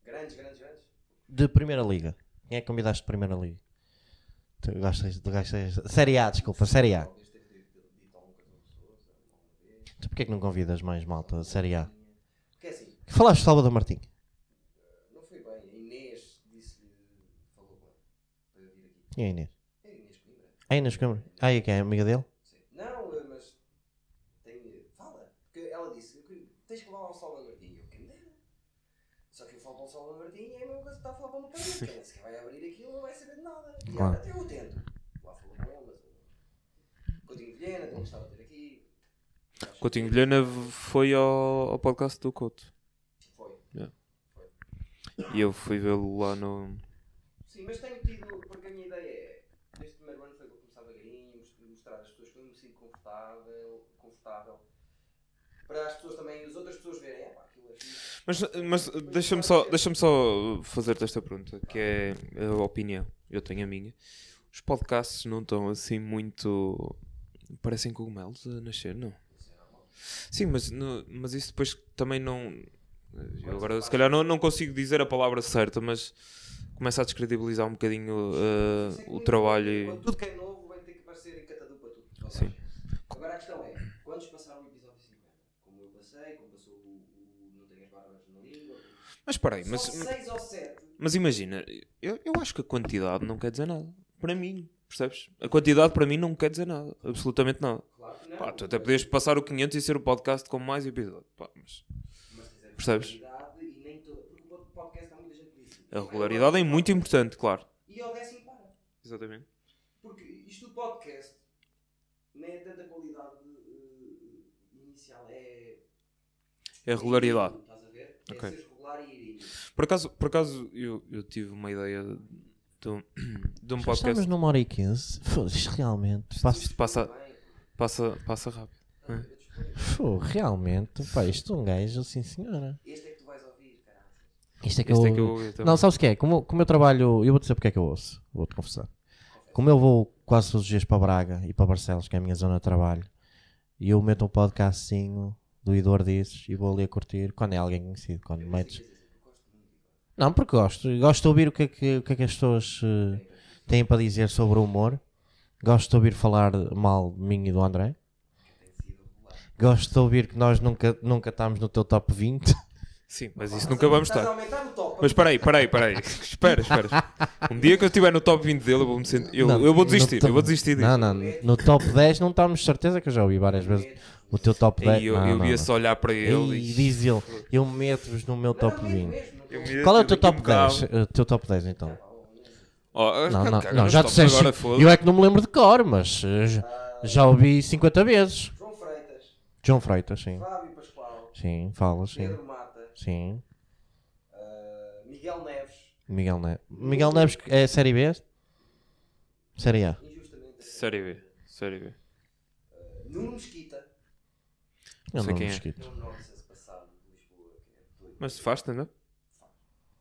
Speaker 1: Grandes, grandes, grandes.
Speaker 3: De Primeira Liga. Quem é que convidaste de Primeira Liga? Tu gostas, tu gostas... Série A, desculpa, Série A. Tu porquê é que não convidas mais malta de Série A?
Speaker 1: Porque é assim,
Speaker 3: Que falaste de Salvador Martinho?
Speaker 1: não foi bem. A Inês disse-lhe, falou bem, para eu vir aqui.
Speaker 3: Quem é a Inês?
Speaker 1: É a Inês Coimbra.
Speaker 3: A Inês Câmara? Ah, e quem é? Amiga dele?
Speaker 1: Sim. Não, eh, mas tem, eh, fala. Porque ela disse que tens que falar ao Salvador Martinho. Eu, quem me dera. Só que eu falo para o Salvador Martinho e é a mesma coisa que está a falar para o meu pai. Quem é que vai abrir aquilo não vai saber de nada. E
Speaker 3: Claro.
Speaker 1: olha, até eu tento. Lá falou com ele, mas o Coutinho Vilhena, que não estava a ter aqui.
Speaker 2: Coutinho Vilhena foi ao, ao podcast do Couto.
Speaker 1: Foi.
Speaker 2: E eu fui vê-lo lá no.
Speaker 1: Sim, mas tenho tido, porque a minha ideia é, neste primeiro ano foi para começar devagarinho, mos- mostrar às pessoas que eu me sinto confortável, confortável, para as pessoas também, as outras pessoas verem, é pá, aquilo aqui.
Speaker 2: Mas, mas deixa-me só, deixa só fazer-te esta pergunta, que é a opinião. Eu tenho a minha. Os podcasts não estão assim muito. Parecem cogumelos a nascer, não?
Speaker 1: é
Speaker 2: Sim, mas, no- mas isso depois também não. Eu agora, se calhar, não, não consigo dizer a palavra certa, mas começa a descredibilizar um bocadinho eh,
Speaker 1: Isso é que
Speaker 2: o
Speaker 1: muito
Speaker 2: trabalho.
Speaker 1: bom.
Speaker 2: e-
Speaker 1: Quando tudo que é novo vai ter que aparecer em catadu para tudo. Ou
Speaker 2: Sim.
Speaker 1: seja, Agora a questão é, quantos passaram o episódio 50? Como eu passei, como passou o, o Não Tenho as Barbas na Língua.
Speaker 2: Mas espera aí,
Speaker 1: Só
Speaker 2: mas,
Speaker 1: 6 ou 7.
Speaker 2: mas imagina, eu, eu acho que a quantidade não quer dizer nada. Para mim, percebes? A quantidade para mim não quer dizer nada, absolutamente nada.
Speaker 1: Claro que não.
Speaker 2: Pá, tu até podias passar o 500 e ser o podcast com mais episódio. Pá, mas
Speaker 1: Mas tens a
Speaker 2: Percebes?
Speaker 1: regularidade E nem toda, porque o podcast há muita gente que diz.
Speaker 2: a regularidade é muito importante, claro.
Speaker 1: E ao décimo para.
Speaker 2: Exatamente.
Speaker 1: Porque isto do podcast nem é tanta qualidade eh, inicial, é.
Speaker 2: É a regularidade.
Speaker 1: Estás a ver? É
Speaker 2: Ok.
Speaker 1: seres regular e irinho.
Speaker 2: Por acaso, por acaso eu, eu tive uma ideia de um, de um
Speaker 3: Já
Speaker 2: podcast.
Speaker 3: estamos numa hora e quinze? Foda-se, realmente. Passa...
Speaker 2: Isto passa,
Speaker 1: Bem,
Speaker 2: passa, passa rápido.
Speaker 1: estás a ver? Eu disponho.
Speaker 3: Fô, realmente. Pá, isto é um gajo, sim senhora.
Speaker 1: Este é que tu vais ouvir, caralho.
Speaker 3: Isto é que
Speaker 2: Este
Speaker 3: eu...
Speaker 2: é que eu ouvi também.
Speaker 3: Não, sabes o que é? Como, como eu trabalho, eu vou dizer porque é que eu ouço, vou-te confessar. Como eu vou quase todos os dias para Braga e para Barcelos, que é a minha zona de trabalho, e eu meto um podcastinho do Idor desses e vou ali a curtir, quando é alguém conhecido, quando metes. Não, porque gosto. Gosto de ouvir o que é que, o que, é que as pessoas eh, têm para dizer sobre o humor. Gosto de ouvir falar mal de mim e do André. Gosto de ouvir que nós nunca, nunca estamos no teu top 20.
Speaker 2: Sim, mas isso nunca vamos
Speaker 1: Estás a
Speaker 2: estar.
Speaker 1: aumentar o top.
Speaker 2: Mas espera aí, espera aí, espera aí. espera, espera. Um dia que eu estiver no top 20 dele, eu vou, me sentir, eu,
Speaker 3: Não,
Speaker 2: eu vou
Speaker 3: no
Speaker 2: desistir.
Speaker 3: top-
Speaker 2: Eu vou desistir disso.
Speaker 3: Não, não, no top 10 não estamos certeza que eu já ouvi várias vezes o teu top 10.
Speaker 2: Aí eu,
Speaker 3: não,
Speaker 2: eu
Speaker 3: não,
Speaker 2: ia
Speaker 3: não.
Speaker 2: só olhar para ele
Speaker 3: E
Speaker 2: e.
Speaker 3: diz ele, eu meto-vos no meu top 20.
Speaker 2: eu ia
Speaker 3: Qual é o
Speaker 2: ter daqui um
Speaker 3: teu top
Speaker 2: bocado.
Speaker 3: 10? O teu top 10 então?
Speaker 2: Oh,
Speaker 3: Não, não,
Speaker 2: caga
Speaker 3: não
Speaker 2: nos
Speaker 3: já
Speaker 2: tops
Speaker 3: disseste.
Speaker 2: Agora, foda-se.
Speaker 3: Eu é que não me lembro de cor, mas eh, já, já ouvi 50 vezes.
Speaker 1: Ah, João Freitas,
Speaker 3: João Freitas, sim.
Speaker 1: Fábio Pascoal,
Speaker 3: Sim, fala, sim.
Speaker 1: Pedro Mata,
Speaker 3: Sim.
Speaker 1: ah, Miguel Neves,
Speaker 3: Miguel Neves. Miguel Neves é Série B? Série A.
Speaker 1: injustamente.
Speaker 2: Série B. Série B.
Speaker 1: Nuno Mesquita,
Speaker 3: Eu
Speaker 2: Sei
Speaker 3: não
Speaker 2: quem
Speaker 3: me
Speaker 2: é.
Speaker 1: é
Speaker 3: esquito.
Speaker 1: um nonsense passado de Lisboa, que é doido.
Speaker 2: Mas faz stand-up?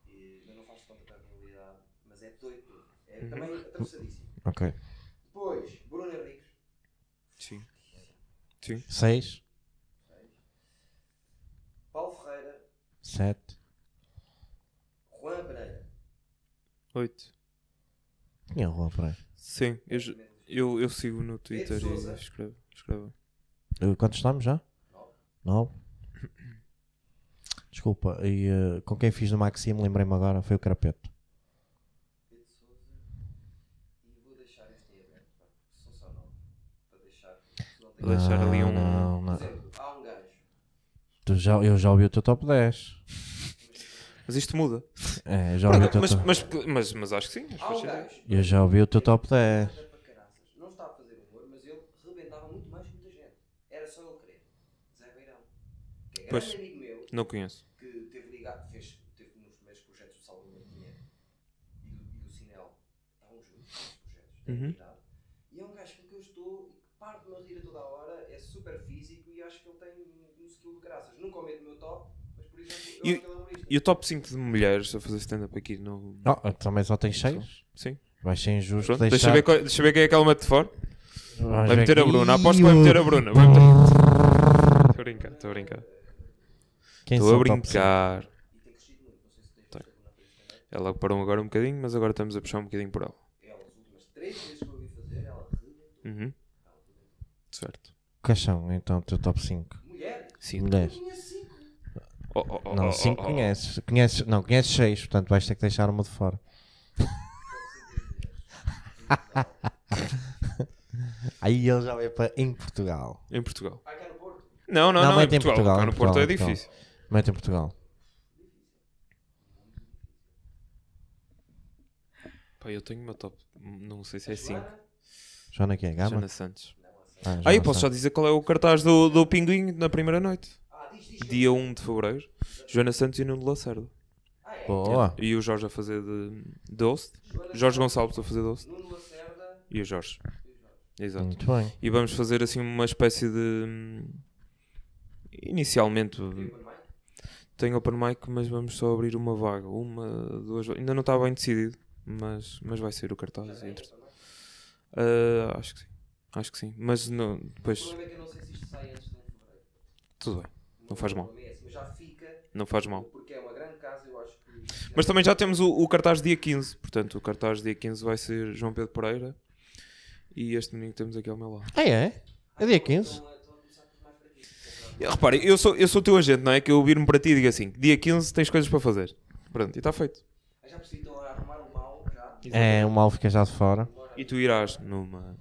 Speaker 1: E eu não faço conta da realidade, mas é doido. É É
Speaker 2: Uhum.
Speaker 1: também atravessadíssimo.
Speaker 3: Ok.
Speaker 1: Depois, Bruno Henriques.
Speaker 2: Sim. Sim.
Speaker 3: 6,
Speaker 1: Paulo Ferreira.
Speaker 3: 7.
Speaker 1: Juan Pereira.
Speaker 2: 8.
Speaker 3: Quem é o Juan Pereira?
Speaker 2: Sim. Eu, ju- eu, eu sigo no Twitter
Speaker 1: Pedro Sousa.
Speaker 2: e escrevo. escrevo.
Speaker 3: Eh, Quantos estamos já? 9. Desculpa, e, eh, com quem fiz no Maxime, lembrei-me agora, foi o Carapeto.
Speaker 1: Pedro Sousa. E vou deixar este em aberto. pá, porque São só nove. Para deixar. se não tem-
Speaker 3: Ah.
Speaker 2: Vou deixar ali um-
Speaker 3: Não,
Speaker 1: Por
Speaker 3: não.
Speaker 1: exemplo, há um gajo.
Speaker 3: Tu já, eu já ouvi o teu top 10.
Speaker 2: Mas isto muda.
Speaker 3: É, já ouvi o teu
Speaker 2: mas,
Speaker 3: top...
Speaker 2: mas, mas, mas acho que sim. Acho que
Speaker 1: Há
Speaker 2: faz
Speaker 1: um
Speaker 2: sentido.
Speaker 1: gajo.
Speaker 3: Eu já ouvi o teu top 10.
Speaker 1: Nada para caraças. Não está a fazer humor, mas ele rebentava muito mais que muita gente. Era só ele querer. Zé Beirão. Que é grande
Speaker 2: Pois.
Speaker 1: amigo meu.
Speaker 2: Não conheço.
Speaker 1: que teve ligado, fez, teve nos primeiros projetos do Salvador Martinha e do, e do Sinel, estavam juntos nos projetos, têm
Speaker 2: Uhum.
Speaker 1: idade, e é um gajo com que eu estou e que parte-me a rir a toda a hora, é super físico e acho que ele tem um, um skill de graças. Nunca o meto no meu top, mas por exemplo, eu
Speaker 2: E-
Speaker 1: acho que ele é humorista.
Speaker 2: E o top 5 de mulheres a fazer stand-up aqui no.
Speaker 3: Oh, eu também só tens 6?
Speaker 2: Sim.
Speaker 3: Vai ser injusto
Speaker 2: Pronto.
Speaker 3: deixar...
Speaker 2: Deixa, eu ver, qual- deixa eu ver quem é que ela mete de fora. Vai meter a Bruna. Aposto que vai meter a Bruna. Vai meter- Estou a brincar, estou a brincar.
Speaker 3: Quem
Speaker 2: Estou a
Speaker 3: são top cinco?
Speaker 2: brincar.
Speaker 1: E tem crescido muito, não sei se tens
Speaker 2: Tá.
Speaker 1: visto alguma coisa também.
Speaker 2: Ela parou agora um bocadinho, mas agora estamos a puxar um bocadinho por ela.
Speaker 1: Ela, as últimas três vezes que eu ouvi fazer, ela rebentou.
Speaker 2: Uhum.
Speaker 1: Ela rebentou.
Speaker 2: Certo.
Speaker 3: Quais são, então, o teu top Um 5?
Speaker 1: Mulher,
Speaker 2: Sim.
Speaker 1: eu
Speaker 3: 10.
Speaker 1: conheço cinco.
Speaker 2: Oh, oh, oh,
Speaker 3: Não,
Speaker 2: oh, oh,
Speaker 3: 5
Speaker 2: oh.
Speaker 3: conheces. conheces. Não, conheces 6, portanto vais ter que deixar uma de fora. Aí ele já vai para em Portugal.
Speaker 2: Em Portugal.
Speaker 1: Vai cá no Porto.
Speaker 2: Não, não,
Speaker 3: Não,
Speaker 2: não.
Speaker 3: mete
Speaker 2: em Portugal. Cá no Porto
Speaker 3: em
Speaker 2: é
Speaker 3: Portugal.
Speaker 2: difícil.
Speaker 3: Mete em Portugal.
Speaker 2: Pá, eu tenho uma top. Não sei se é 5.
Speaker 1: Joana,
Speaker 3: Joana que é Gama?
Speaker 2: Jana Santos.
Speaker 3: Ah,
Speaker 2: Ah, eu
Speaker 3: Joana
Speaker 2: posso já
Speaker 3: Santos.
Speaker 2: dizer qual é o cartaz do, do Pinguim na primeira noite.
Speaker 1: ah, diz, diz.
Speaker 2: Dia 1 de Fevereiro. Joana Santos e Nuno Lacerda.
Speaker 1: Ah, é.
Speaker 3: Boa.
Speaker 2: E o Jorge a fazer de, de host. Jorge Gonçalves a fazer de host.
Speaker 1: Nuno Lacerda.
Speaker 2: E o Jorge. Exato.
Speaker 3: Muito bem.
Speaker 2: E vamos fazer assim uma espécie de. hum, Inicialmente
Speaker 1: e o Open Mic.
Speaker 2: tem open mic, mas vamos só abrir uma vaga. Uma, duas. Ainda não está bem decidido, mas, mas vai ser o cartaz.
Speaker 1: Já tem
Speaker 2: entre-
Speaker 1: Open Mic.
Speaker 2: Ah, acho que sim. Acho que sim. Mas não,
Speaker 1: O
Speaker 2: depois.
Speaker 1: problema é que eu não sei se isto sai antes de 1 de fevereiro.
Speaker 2: Tudo bem. Não faz mal.
Speaker 1: Mas já fica,
Speaker 2: Não faz mal.
Speaker 1: porque é uma grande casa, eu acho que.
Speaker 2: Mas também já temos o, o cartaz dia 15. Portanto, o cartaz dia 15 vai ser João Pedro Pereira. E este menino que temos aqui ao meu lado.
Speaker 3: Ah, é? É dia 15?
Speaker 1: Então, então, começar por mais para ti.
Speaker 2: Eu, Repare, eu sou, eu sou teu agente, não é? Que eu viro-me para ti e digo assim: dia 15 tens coisas para fazer. Pronto, e está feito.
Speaker 1: Ah, Já percebi, estão a arrumar o mal já.
Speaker 3: É, o mal fica já de fora.
Speaker 2: E tu irás numa.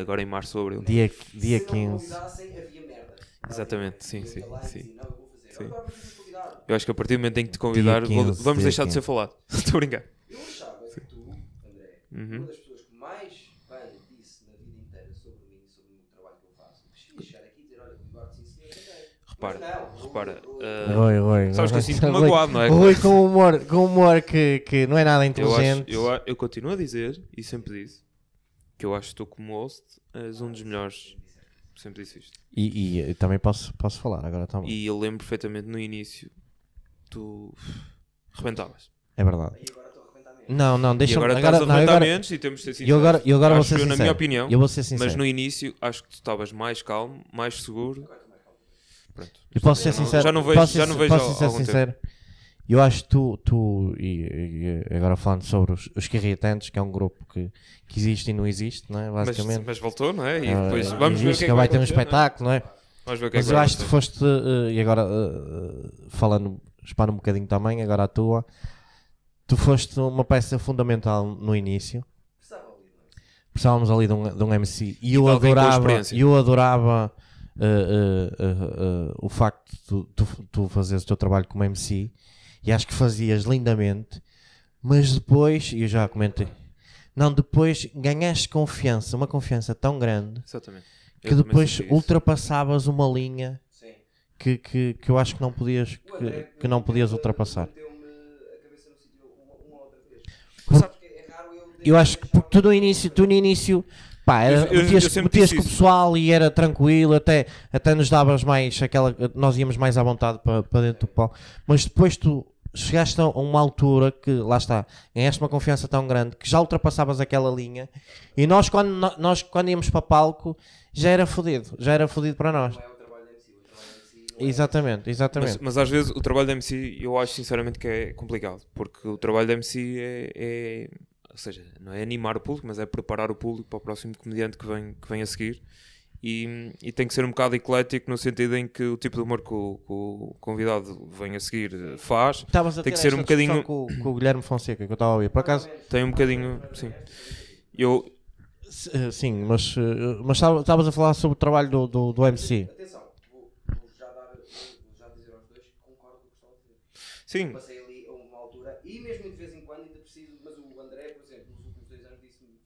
Speaker 2: Agora em março ou abril.
Speaker 3: Dia, dia
Speaker 1: Se não
Speaker 2: Ah,
Speaker 3: 15.
Speaker 1: convidassem, havia merda.
Speaker 2: Exatamente, sim,
Speaker 1: Eu ia
Speaker 2: sim,
Speaker 1: lá e
Speaker 2: sim.
Speaker 1: dizia, Não, eu vou fazer.
Speaker 2: Sim.
Speaker 1: Eu agora preciso convidar.
Speaker 2: Eu acho que a partir do momento em que te convidar,
Speaker 3: Dia
Speaker 2: vou-
Speaker 3: 15,
Speaker 2: vamos
Speaker 3: dia
Speaker 2: deixar de ser
Speaker 3: 15.
Speaker 2: falado. Estou a brincar.
Speaker 1: Eu achava que tu, André,
Speaker 2: Uhum.
Speaker 1: uma das pessoas que mais bem disse na vida inteira sobre mim, sobre o trabalho que eu faço, ia chegar aqui e dizer: Olha, o Eduardo, sim, senhor, também.
Speaker 2: Repara,
Speaker 1: Mas não,
Speaker 2: repara,
Speaker 1: Rui,
Speaker 2: ah,
Speaker 1: Rui,
Speaker 3: Rui, Rui.
Speaker 2: Sabes que eu
Speaker 3: Rui.
Speaker 2: sinto-me magoado, não é?
Speaker 3: Rui com humor, com humor que, que não é nada
Speaker 2: Eu, acho,
Speaker 3: inteligente.
Speaker 2: eu, a- eu continuo a dizer, e sempre disse, que eu acho que tu, como host, és um dos melhores. Sempre disse isto.
Speaker 3: E, e eu também posso, posso falar agora tá também.
Speaker 2: E eu lembro perfeitamente no início, tu rebentavas.
Speaker 3: É verdade.
Speaker 2: eh,
Speaker 1: E agora estou a arrebentar mesmo.
Speaker 3: Não, não,
Speaker 2: E
Speaker 3: deixa-me.
Speaker 2: agora,
Speaker 3: Agora,
Speaker 2: estás
Speaker 3: não,
Speaker 2: a
Speaker 3: eu
Speaker 2: rebentar
Speaker 3: agora,
Speaker 2: menos e temos de ser sinceros.
Speaker 3: eu agora, eu agora vou
Speaker 2: Acho
Speaker 3: ser
Speaker 2: eu,
Speaker 3: sincero.
Speaker 2: na minha opinião,
Speaker 3: Eu vou ser sincero.
Speaker 2: mas no início acho que tu estavas mais calmo, mais seguro. Pronto.
Speaker 3: Eu posso ser
Speaker 2: Já não-
Speaker 3: sincero.
Speaker 2: já não vejo-
Speaker 3: posso ser-
Speaker 2: já não vejo
Speaker 3: posso
Speaker 2: há
Speaker 3: ser
Speaker 2: algum tempo.
Speaker 3: sincero. Eu acho que tu, tu e, e agora falando sobre os, os Carretantes, que é um grupo que, que existe e não existe, não é?
Speaker 2: Mas,
Speaker 3: Basicamente.
Speaker 2: mas voltou, não é? E
Speaker 3: Ah,
Speaker 2: depois vamos ver o
Speaker 3: existe,
Speaker 2: que é
Speaker 3: que
Speaker 2: que
Speaker 3: vai ter um
Speaker 2: acontecer, não é?
Speaker 3: espetáculo, não é?
Speaker 2: Vamos ver o que é
Speaker 3: Mas
Speaker 2: que
Speaker 3: eu
Speaker 2: vai
Speaker 3: acho que tu
Speaker 2: acontecer.
Speaker 3: foste, eh, e agora eh, falando, espano um bocadinho também, agora a tua, tu foste uma peça fundamental no início.
Speaker 1: Precisava ali, não é?
Speaker 3: Precisávamos ali de um, de um MC e eu
Speaker 2: de alguém com
Speaker 3: adorava,
Speaker 2: experiência.
Speaker 3: eu adorava eh, eh, eh, eh, o facto de tu, tu, tu fazeres o teu trabalho como MC e acho que fazias lindamente, mas depois, e eu já comentei, não, depois ganhaste confiança, uma confiança tão grande
Speaker 2: Exatamente. Eu
Speaker 3: que
Speaker 2: também
Speaker 3: depois
Speaker 2: senti isso.
Speaker 3: ultrapassavas uma linha
Speaker 1: Sim.
Speaker 3: que, que, que eu acho que não podias
Speaker 1: O André
Speaker 3: que, que não podias
Speaker 1: meteu-
Speaker 3: ultrapassar.
Speaker 1: meteu-me a cabeça no sítio uma, uma outra vez. Mas sabes que é raro eu.
Speaker 3: Eu acho que porque tu no início, tu no início, pá, era,
Speaker 2: Eu- eu- eu
Speaker 3: metias,
Speaker 2: sempre
Speaker 3: metias
Speaker 2: disse
Speaker 3: com o
Speaker 2: isso.
Speaker 3: pessoal e era tranquilo, até, até nos davas mais aquela. Nós íamos mais à vontade para, para dentro do palco, mas depois tu chegaste a uma altura que, lá está, ganhaste uma confiança tão grande que já ultrapassavas aquela linha e nós quando, no- nós, quando íamos para palco já era fodido, já era fodido para nós.
Speaker 1: é
Speaker 3: Exatamente,
Speaker 2: Mas,
Speaker 3: exatamente.
Speaker 2: mas às vezes o trabalho da MC eu acho sinceramente que é complicado, porque o trabalho da MC é, é- ou seja, não é animar o público, mas é preparar o público para o próximo comediante que vem, que vem a seguir. E, e tem que ser um bocado eclético no sentido em que o tipo de humor que o, que o convidado vem a seguir eh, faz
Speaker 3: Estavas a
Speaker 2: tem
Speaker 3: ter
Speaker 2: que ser
Speaker 3: esta
Speaker 2: um bocadinho-
Speaker 3: discussão com, com o Guilherme Fonseca que eu estava a ouvir. Por acaso,
Speaker 2: tem um bocadinho. Sim, eu
Speaker 3: s- eh, sim, mas eh, mas estava- estavas a falar sobre o trabalho do, do, do MC.
Speaker 1: é Atenção, vou, vou já dar, vou já dizer aos dois que concordo com o que estão a dizer.
Speaker 2: sim,
Speaker 1: Passei ali a uma altura e mesmo de vez em quando ainda preciso, mas o André, por exemplo, nos últimos dois anos disse-me,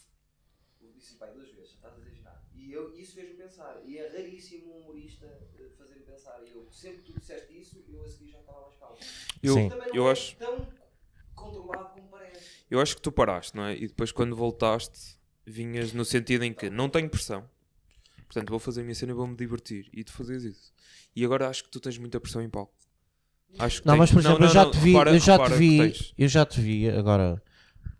Speaker 1: disse pai, duas vezes, já estás a exagerar. E eu, isso fez-me pensar. E é raríssimo um humorista eh, fazer-me pensar. E eu, sempre que tu disseste isso, eu a seguir já estava mais calmo.
Speaker 2: eu,
Speaker 3: Sim.
Speaker 1: Também não
Speaker 2: eu
Speaker 1: é
Speaker 2: acho.
Speaker 1: tão controlado como parece.
Speaker 2: Eu acho que tu paraste, não é? E depois quando voltaste, vinhas no sentido em que não tenho pressão. Portanto, vou fazer a minha cena e vou-me divertir. E tu fazias isso. E agora acho que tu tens muita pressão em palco. Acho que
Speaker 3: Não,
Speaker 2: tens-
Speaker 3: mas por exemplo, eu já
Speaker 2: não,
Speaker 3: te vi,
Speaker 2: repara-
Speaker 3: eu já
Speaker 2: repara
Speaker 3: te
Speaker 2: que
Speaker 3: vi,
Speaker 2: tens.
Speaker 3: eu já te vi agora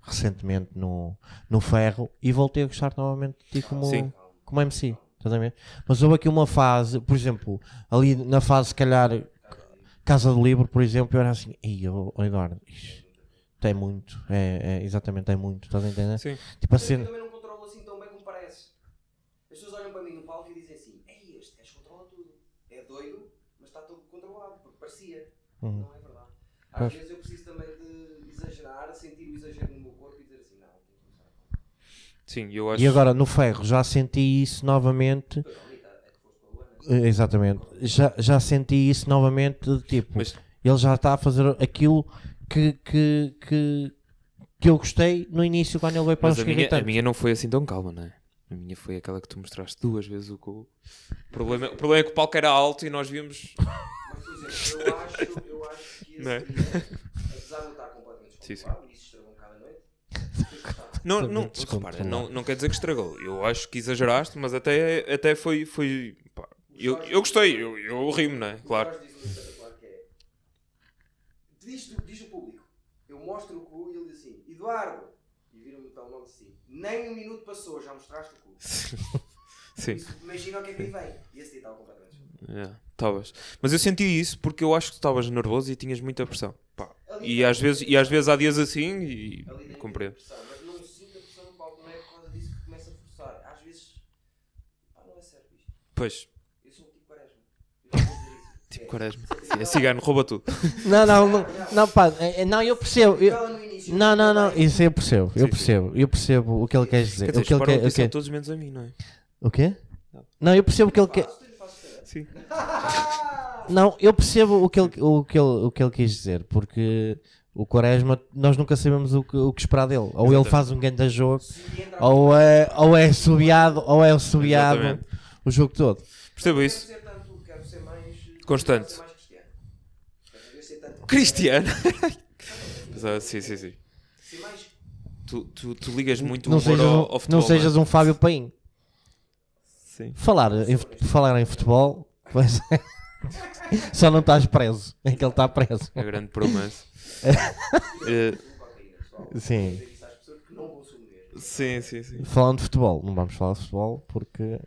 Speaker 3: recentemente no, no Ferro e voltei a gostar novamente de ti como,
Speaker 2: Sim.
Speaker 3: como MC. Estás a ver? Mas houve aqui uma fase, por exemplo, ali na fase, se calhar, Casa do Livro, por exemplo, eu era assim, ei, eu, Eduardo, isto é muito, é, é, exatamente, é muito, estás a entender?
Speaker 2: Sim.
Speaker 3: Tipo
Speaker 1: Mas eu
Speaker 3: assim,
Speaker 1: também não controlo assim tão bem como parece. As pessoas olham para mim no palco e dizem assim: Ei, este gajo controla tudo. É doido, mas está todo controlado, porque parecia.
Speaker 3: Uhum.
Speaker 1: Não é verdade. Às
Speaker 3: Pois.
Speaker 1: vezes eu preciso também de exagerar, sentir o exagero no meu corpo e dizer assim: Não, tenho que começar.
Speaker 2: Sim, eu acho.
Speaker 3: e agora no Ferro já senti isso novamente,
Speaker 1: Pois, Rita, é que foste com a Luana.
Speaker 3: eh, exatamente, já, já senti isso novamente, de tipo,
Speaker 2: Mas,
Speaker 3: Ele já está a fazer aquilo que, que, que, que eu gostei no início quando ele veio para
Speaker 2: mas
Speaker 3: os
Speaker 2: a, minha, a
Speaker 3: irritantes.
Speaker 2: minha não foi assim tão calma, não é? A minha foi aquela que tu mostraste duas vezes o que eu- o problema O problema é que o palco era alto e nós víamos.
Speaker 1: Mas, por exemplo, eu acho, eu acho que esse
Speaker 2: Não é?
Speaker 1: dia, apesar de eu estar completamente
Speaker 2: Sim, sim.
Speaker 1: descontrolado, e isso estragou um bocado a noite, fez gostar.
Speaker 2: Não,
Speaker 3: Foi
Speaker 2: não,
Speaker 3: muito
Speaker 2: repara,
Speaker 3: descontrolado.
Speaker 2: não, não quer dizer que estragou. Eu acho que exageraste, mas até, até foi. foi pá, eu, eu gostei, eu, eu rimo, não é? Claro.
Speaker 1: O Jorge diz no espetacular que é. Diz, diz o público. Eu mostro o cu e ele diz assim: Eduardo! E vira-me para o nome assim: Nem um minuto passou, já mostraste o cu.
Speaker 2: Sim.
Speaker 1: Isso, Imagina o que é que aí vem. E esse dia estava completamente. descontrolado.
Speaker 2: É, estavas. Mas eu senti isso porque eu acho que tu estavas nervoso e tinhas muita pressão. Pá,
Speaker 1: Ali
Speaker 2: E às vezes, e às vezes há dias assim e
Speaker 1: ali tem
Speaker 2: compreendo.
Speaker 1: pressão, Mas não sinto a pressão no palco, não é por causa disso que começa a forçar. Às vezes. Pá, não é certo isto.
Speaker 2: Pois,
Speaker 1: Eu sou um tipo quaresma. Eu não vou dizer isso.
Speaker 2: tipo
Speaker 1: É.
Speaker 2: quaresma. É cigano, rouba tudo.
Speaker 3: Não, não, não, não, pá, é- é- não, eu percebo. eu-
Speaker 1: Cala no início.
Speaker 3: não, não, não, isso eu percebo, eu
Speaker 2: Sim, sim.
Speaker 3: percebo, eu percebo o que ele quer dizer.
Speaker 2: Quer
Speaker 3: O
Speaker 2: dizer,
Speaker 3: que ele
Speaker 2: disparam
Speaker 3: quer, o
Speaker 2: atenção
Speaker 3: quê?
Speaker 2: todos menos a mim, não é?
Speaker 3: O quê? Não, eu percebo o que ele quer.
Speaker 1: Faço, tu lhe faço cara.
Speaker 2: Sim.
Speaker 1: "Ah!"
Speaker 3: Não, eu percebo o que ele, o que ele, o que ele quis dizer, porque o Quaresma, nós nunca sabemos o que, o que esperar dele. Ou ele
Speaker 2: Exatamente.
Speaker 3: faz um grande jogo,
Speaker 1: Se entra
Speaker 3: ou é, ou é subiado, ou é subiado
Speaker 2: Exatamente.
Speaker 3: o jogo todo.
Speaker 2: Percebo
Speaker 1: Quero
Speaker 2: isso.
Speaker 1: ser tanto, quero ser mais.
Speaker 2: Constante.
Speaker 1: Quero ser mais cristiano. Quero ser tanto.
Speaker 2: Cristiano! Mas, ah, sim, sim, sim.
Speaker 1: Ser mais.
Speaker 2: Tu, tu, tu ligas muito o
Speaker 3: não
Speaker 2: humor
Speaker 3: sejas,
Speaker 2: ao,
Speaker 3: um-
Speaker 2: ao futebol. é?
Speaker 3: não sejas um Fábio Paim.
Speaker 2: Sim.
Speaker 3: Falar em, fut- falar em futebol, pois é. só não estás preso. É que ele está preso.
Speaker 2: A grande promessa. Eh,
Speaker 1: cocaína, pessoal.
Speaker 3: Sim.
Speaker 1: Dizer isso às pessoas que não consumem mesmo.
Speaker 2: sim, sim, sim.
Speaker 3: Falando de futebol, não vamos falar de futebol porque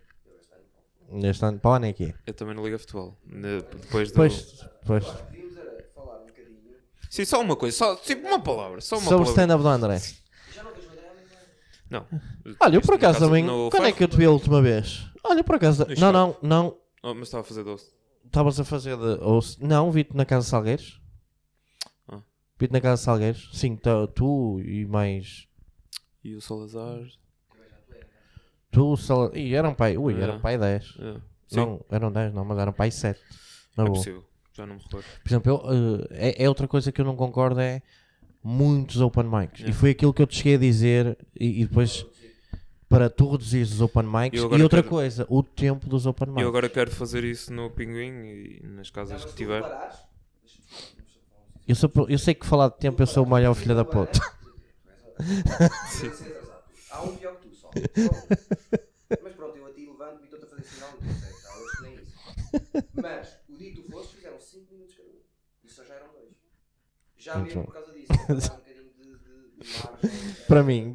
Speaker 3: neste ano, para o ano é que é.
Speaker 2: Eu também não ligo a futebol. Ne- Depois do...
Speaker 3: Depois, depois
Speaker 1: Agora, devíamos era falar um bocadinho.
Speaker 2: Sim, só uma coisa, só tipo uma palavra. Só uma
Speaker 3: sobre o
Speaker 2: palavra.
Speaker 3: stand-up do André.
Speaker 1: Já não vejo o André há muito tempo.
Speaker 2: Não.
Speaker 3: Olha, eu por
Speaker 2: No
Speaker 3: acaso
Speaker 2: caso,
Speaker 3: também.
Speaker 2: no
Speaker 3: Quando é
Speaker 2: Ferro.
Speaker 3: que eu te vi a última vez? Olha, por acaso.
Speaker 2: No
Speaker 3: Não,
Speaker 2: Instagram.
Speaker 3: não, não.
Speaker 2: Oh, mas estava a fazer doce.
Speaker 3: Estavas a fazer de. Ou, se- não, vi-te na Casa de Salgueiros.
Speaker 2: Ah.
Speaker 3: Vi-te na Casa de Salgueiros. Sim, tá- tu e mais.
Speaker 2: E o Salazar.
Speaker 3: Tu, Sal... Ih, eram pai. Ui,
Speaker 2: É.
Speaker 3: eram pai 10.
Speaker 2: É, sim,
Speaker 3: Não, eram 10, não, mas eram pai 7.
Speaker 2: é
Speaker 3: Na boa.
Speaker 2: possível. Já não me recordo.
Speaker 3: Por exemplo, eu, eh, é, é outra coisa que eu não concordo é muitos open mics.
Speaker 2: É.
Speaker 3: E foi aquilo que eu te cheguei a dizer e, e depois para tu reduzires os open mics.
Speaker 2: Eu agora
Speaker 3: E outra
Speaker 2: quero-
Speaker 3: coisa, o tempo dos open mics.
Speaker 2: Eu agora quero fazer isso no Pinguim e nas casas que tiver.
Speaker 3: Eu, sou pro- eu sei que falar de tempo eu sou o maior filho da puta.
Speaker 1: Há um pior que tu, só. Só um. Mas pronto, eu a ti levanto-me e estou-te a fazer sinal, não consegues. Há outros que nem é isso. Mas, o dito fosse, fizeram 5 minutos cada um. E só já eram dois. Já já
Speaker 3: Muito
Speaker 1: viram
Speaker 3: bom.
Speaker 1: por causa disso. para dar um bocadinho de- de- de margem. né?
Speaker 3: Para mim.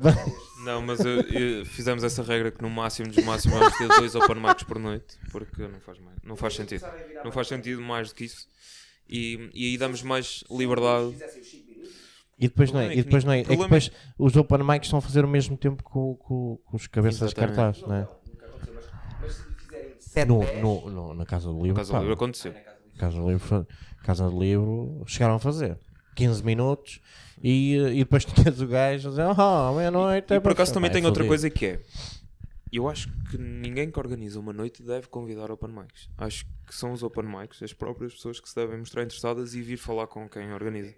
Speaker 2: Não, mas eu- eu- fizemos essa regra que no máximo dos máximos vamos ter dois open mics por noite, porque não faz, mais, não faz sentido. Não faz sentido mais do que isso. E, e aí damos mais
Speaker 1: Se
Speaker 2: liberdade.
Speaker 1: fizessem os cinco minutos,
Speaker 3: E depois não
Speaker 2: O problema
Speaker 3: é.
Speaker 2: é
Speaker 3: E
Speaker 2: que
Speaker 3: depois não é. É que
Speaker 2: ninguém-
Speaker 3: depois os open mics estão a fazer o mesmo tempo com, com, com os cabeças
Speaker 2: Exatamente.
Speaker 3: de cartaz,
Speaker 1: não,
Speaker 3: não é?
Speaker 1: não, nunca aconteceu, mas, mas se fizerem sete
Speaker 3: No,
Speaker 1: pés,
Speaker 3: no, no- na Casa do
Speaker 2: No
Speaker 3: Livro.
Speaker 2: caso
Speaker 3: pá,
Speaker 2: do livro é aconteceu.
Speaker 1: na casa do livro,
Speaker 3: Casa do Livro, fa- Casa do Livro chegaram a fazer 15 minutos e, e depois tinhas o gajo a dizer, oh, meia-noite. é
Speaker 2: E por
Speaker 3: para
Speaker 2: acaso também
Speaker 3: chamar."
Speaker 2: tem
Speaker 3: Isso
Speaker 2: outra
Speaker 3: diz.
Speaker 2: coisa que é. Eu acho que ninguém que organiza uma noite deve convidar open mics. Acho que são os open mics, as próprias pessoas que se devem mostrar interessadas e vir falar com quem organiza.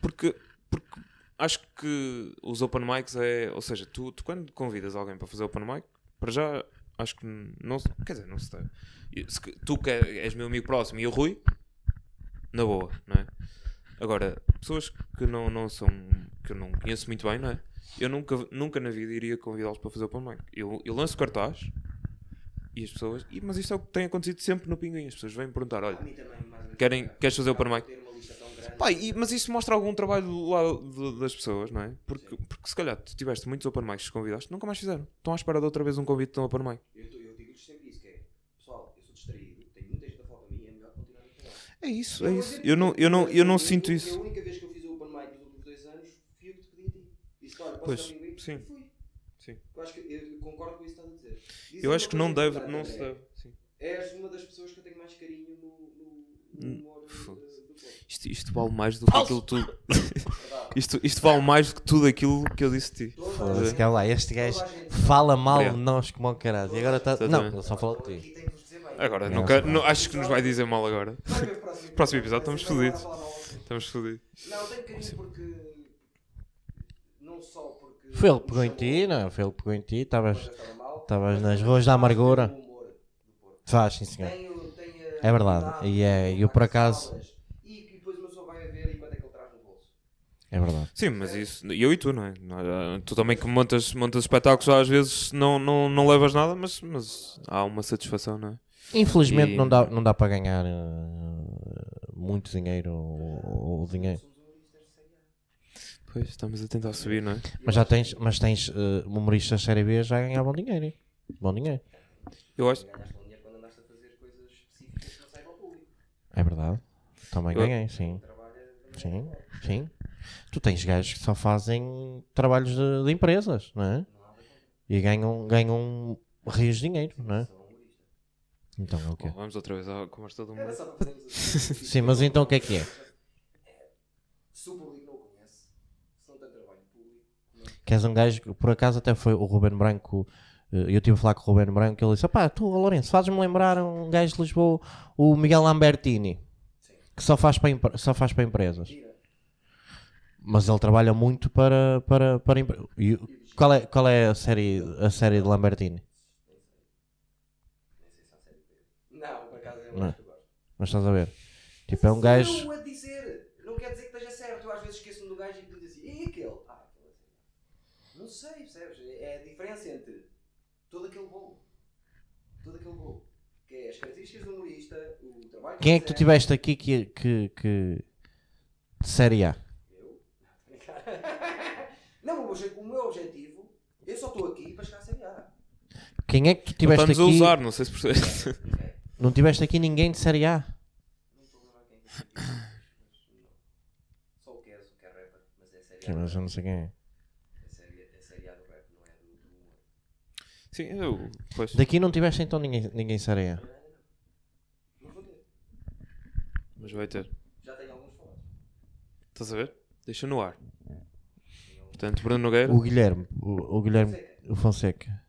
Speaker 2: Porque, porque acho que os open mics é. Ou seja, tu, tu quando convidas alguém para fazer open mic, para já acho que não se. Quer dizer, não se deve. E se que- Tu que és meu amigo próximo e o Rui, na boa, não é? Agora, pessoas que não, não são. que eu não conheço muito bem, não é? Eu nunca, nunca na vida iria convidá-los para fazer open mic. Eu, eu lanço cartaz e as pessoas. E, mas isto é o que tem acontecido sempre no Pinguim. As pessoas vêm perguntar: olha,
Speaker 1: a mim também, mais ou menos,
Speaker 2: querem, queres fazer open mic?
Speaker 1: ter uma lista tão grande.
Speaker 2: Pá, e- mas isso mostra algum trabalho do lado de- das pessoas, não é? Porque, porque se calhar tu tiveste muitos open mics que convidaste, nunca mais fizeram. Estão à espera de outra vez um convite de um open mic.
Speaker 1: Eu, tô- eu digo-lhes sempre isso: que é, pessoal, eu sou distraído, tenho muita gente a falar para mim, é melhor continuar a falar.
Speaker 2: É isso, é isso. Eu não, eu não, eu não sinto
Speaker 1: A
Speaker 2: isso.
Speaker 1: única vez que eu fiz o open mic nos últimos dois anos fui eu que te pedi a ti. Disse, olha, posso
Speaker 2: Pois,
Speaker 1: dar um pinguim?
Speaker 2: sim.
Speaker 1: E fui.
Speaker 2: Sim.
Speaker 1: Eu acho que eu concordo com isso que estás a dizer. Dizem
Speaker 2: Eu acho
Speaker 1: uma
Speaker 2: que não
Speaker 1: coisa né?
Speaker 2: deve,
Speaker 1: importante,
Speaker 2: não se
Speaker 1: André.
Speaker 2: deve. Sim.
Speaker 1: És uma das pessoas que eu tenho mais carinho no, no, no
Speaker 2: Hum,
Speaker 1: humor
Speaker 2: foda-se.
Speaker 1: eh, do povo.
Speaker 2: Isto, isto vale mais do que aquilo tudo.
Speaker 1: Verdade.
Speaker 2: Isto, isto vale mais do que tudo aquilo que eu disse de ti.
Speaker 1: Toda a
Speaker 3: Foda-se,
Speaker 1: gente-
Speaker 3: calma lá, este
Speaker 1: toda a
Speaker 3: gajo
Speaker 1: gente-
Speaker 3: fala mal
Speaker 2: Obrigado.
Speaker 3: de nós como o caralho. E agora está. Não,
Speaker 2: Exatamente.
Speaker 3: ele só fala de ti.
Speaker 1: Aqui tem que vos dizer bem.
Speaker 2: Agora,
Speaker 3: Não,
Speaker 2: nunca,
Speaker 3: não.
Speaker 2: não- acho que nos vai dizer mal agora.
Speaker 1: Vai ver o próximo,
Speaker 2: Próximo episódio,
Speaker 1: Vai
Speaker 2: estamos
Speaker 1: ser bem agora
Speaker 2: fodidos.
Speaker 1: a falar mal de ti.
Speaker 2: Estamos fodidos.
Speaker 1: Não, tenho carinho porque. Não só porque.
Speaker 3: Foi ele
Speaker 1: me
Speaker 3: que pegou em ti,
Speaker 1: chamou
Speaker 3: não? é? Foi ele que pegou em ti.
Speaker 1: quando
Speaker 3: Estavas.
Speaker 1: eu estava mal,
Speaker 3: estavas
Speaker 1: mas
Speaker 3: nas
Speaker 1: também faz
Speaker 3: ruas da
Speaker 1: pelo
Speaker 3: amargura.
Speaker 1: humor do Porto.
Speaker 3: Faz, sim senhor.
Speaker 1: Tenho- tenho a
Speaker 3: É verdade.
Speaker 1: oportunidade
Speaker 3: E é-
Speaker 1: de
Speaker 3: eu, por
Speaker 1: colocar
Speaker 3: acaso-
Speaker 1: salas E que depois uma pessoa vai a ver e quanto é que ele traz no bolso.
Speaker 3: É verdade.
Speaker 2: Sim, mas isso. Eu e tu, não é? Não, ah, Tu também que montas, montas espetáculos às vezes não, não, não levas nada, mas, mas há uma satisfação, não é?
Speaker 3: Infelizmente
Speaker 2: E-
Speaker 3: não, dá, não dá para ganhar eh, muito dinheiro ou, ou dinheiro.
Speaker 1: Somos humoristas de série A.
Speaker 2: Pois, estamos a tentar subir, não é?
Speaker 3: Mas já tens, mas tens eh, humoristas série B já ganhar bom dinheiro. hein? Bom dinheiro.
Speaker 2: Eu acho.
Speaker 1: Ganhaste um dinheiro quando andaste a fazer coisas específicas que não saibam ao público.
Speaker 3: É verdade. Também
Speaker 2: Eu-
Speaker 3: ganhei, sim.
Speaker 1: Trabalha da maneira que
Speaker 3: Sim,
Speaker 1: pode.
Speaker 3: sim. Tu tens gajos que só fazem trabalhos de, de empresas, não é?
Speaker 1: Não há nada contra.
Speaker 3: E ganham, ganham rios de dinheiro, não é?
Speaker 1: Sou um humorista.
Speaker 3: Então é o
Speaker 2: Bom,
Speaker 3: quê?
Speaker 2: vamos outra vez à conversa do
Speaker 1: Era
Speaker 2: mundo.
Speaker 1: É só para fazermos assim.
Speaker 3: Sim, mas então o que é que é?
Speaker 1: Se o público não o conhece, se não tem trabalho público,
Speaker 3: Que és um gajo que por acaso até foi o Ruben Branco. eh, Eu estive a falar com o Ruben Branco e ele disse: Opá, tu, ó, Lourenço, fazes-me lembrar um gajo de Lisboa, o Miguel Lambertini,
Speaker 1: Sim.
Speaker 3: que só faz para, empre- só faz para empresas.
Speaker 1: tira.
Speaker 3: Mas ele trabalha muito para. para, para empre- e o- qual, é, qual é a série, a série de Lambertini?
Speaker 1: Não, por acaso é
Speaker 3: Não.
Speaker 1: um que eu gosto.
Speaker 3: Mas estás a ver? Tipo, é um gajo.
Speaker 1: Não a dizer, não quer dizer que esteja certo. Eu às vezes esqueço-me do gajo e digo assim, e aquele? Ah, aquele é certo. Não sei, percebes? É a diferença entre todo aquele bolo. Todo aquele bolo. Que é as características do humorista, o trabalho
Speaker 3: Quem é que tu
Speaker 1: fizer.
Speaker 3: tiveste aqui que. que, que... de série A?
Speaker 1: Eu? Não, o obje- o meu objetivo, eu só estou aqui para chegar a série A.
Speaker 3: Quem é que tu
Speaker 2: Não
Speaker 3: tiveste
Speaker 2: estamos a
Speaker 3: aqui.
Speaker 2: usar, não sei se percebes.
Speaker 3: Não tiveste aqui ninguém de série A?
Speaker 1: Não estou a lembrar quem é que eu tive, mas não. Só o Keso, que é rapper, mas é série A.
Speaker 3: Sim, mas eu não sei quem é.
Speaker 1: É série, é série A do rap, não é do, do humor.
Speaker 2: Sim, eu. Pois.
Speaker 3: Daqui não tiveste então ninguém, ninguém série A?
Speaker 1: Não vou ter.
Speaker 2: Mas vai ter.
Speaker 1: Já tenho alguns falados.
Speaker 2: Estás a ver? Deixa no ar.
Speaker 1: Tenho alguns-
Speaker 2: Portanto, Bruno Nogueira.
Speaker 3: O Guilherme, o, o Guilherme
Speaker 1: Fonseca.
Speaker 3: o Fonseca.
Speaker 1: é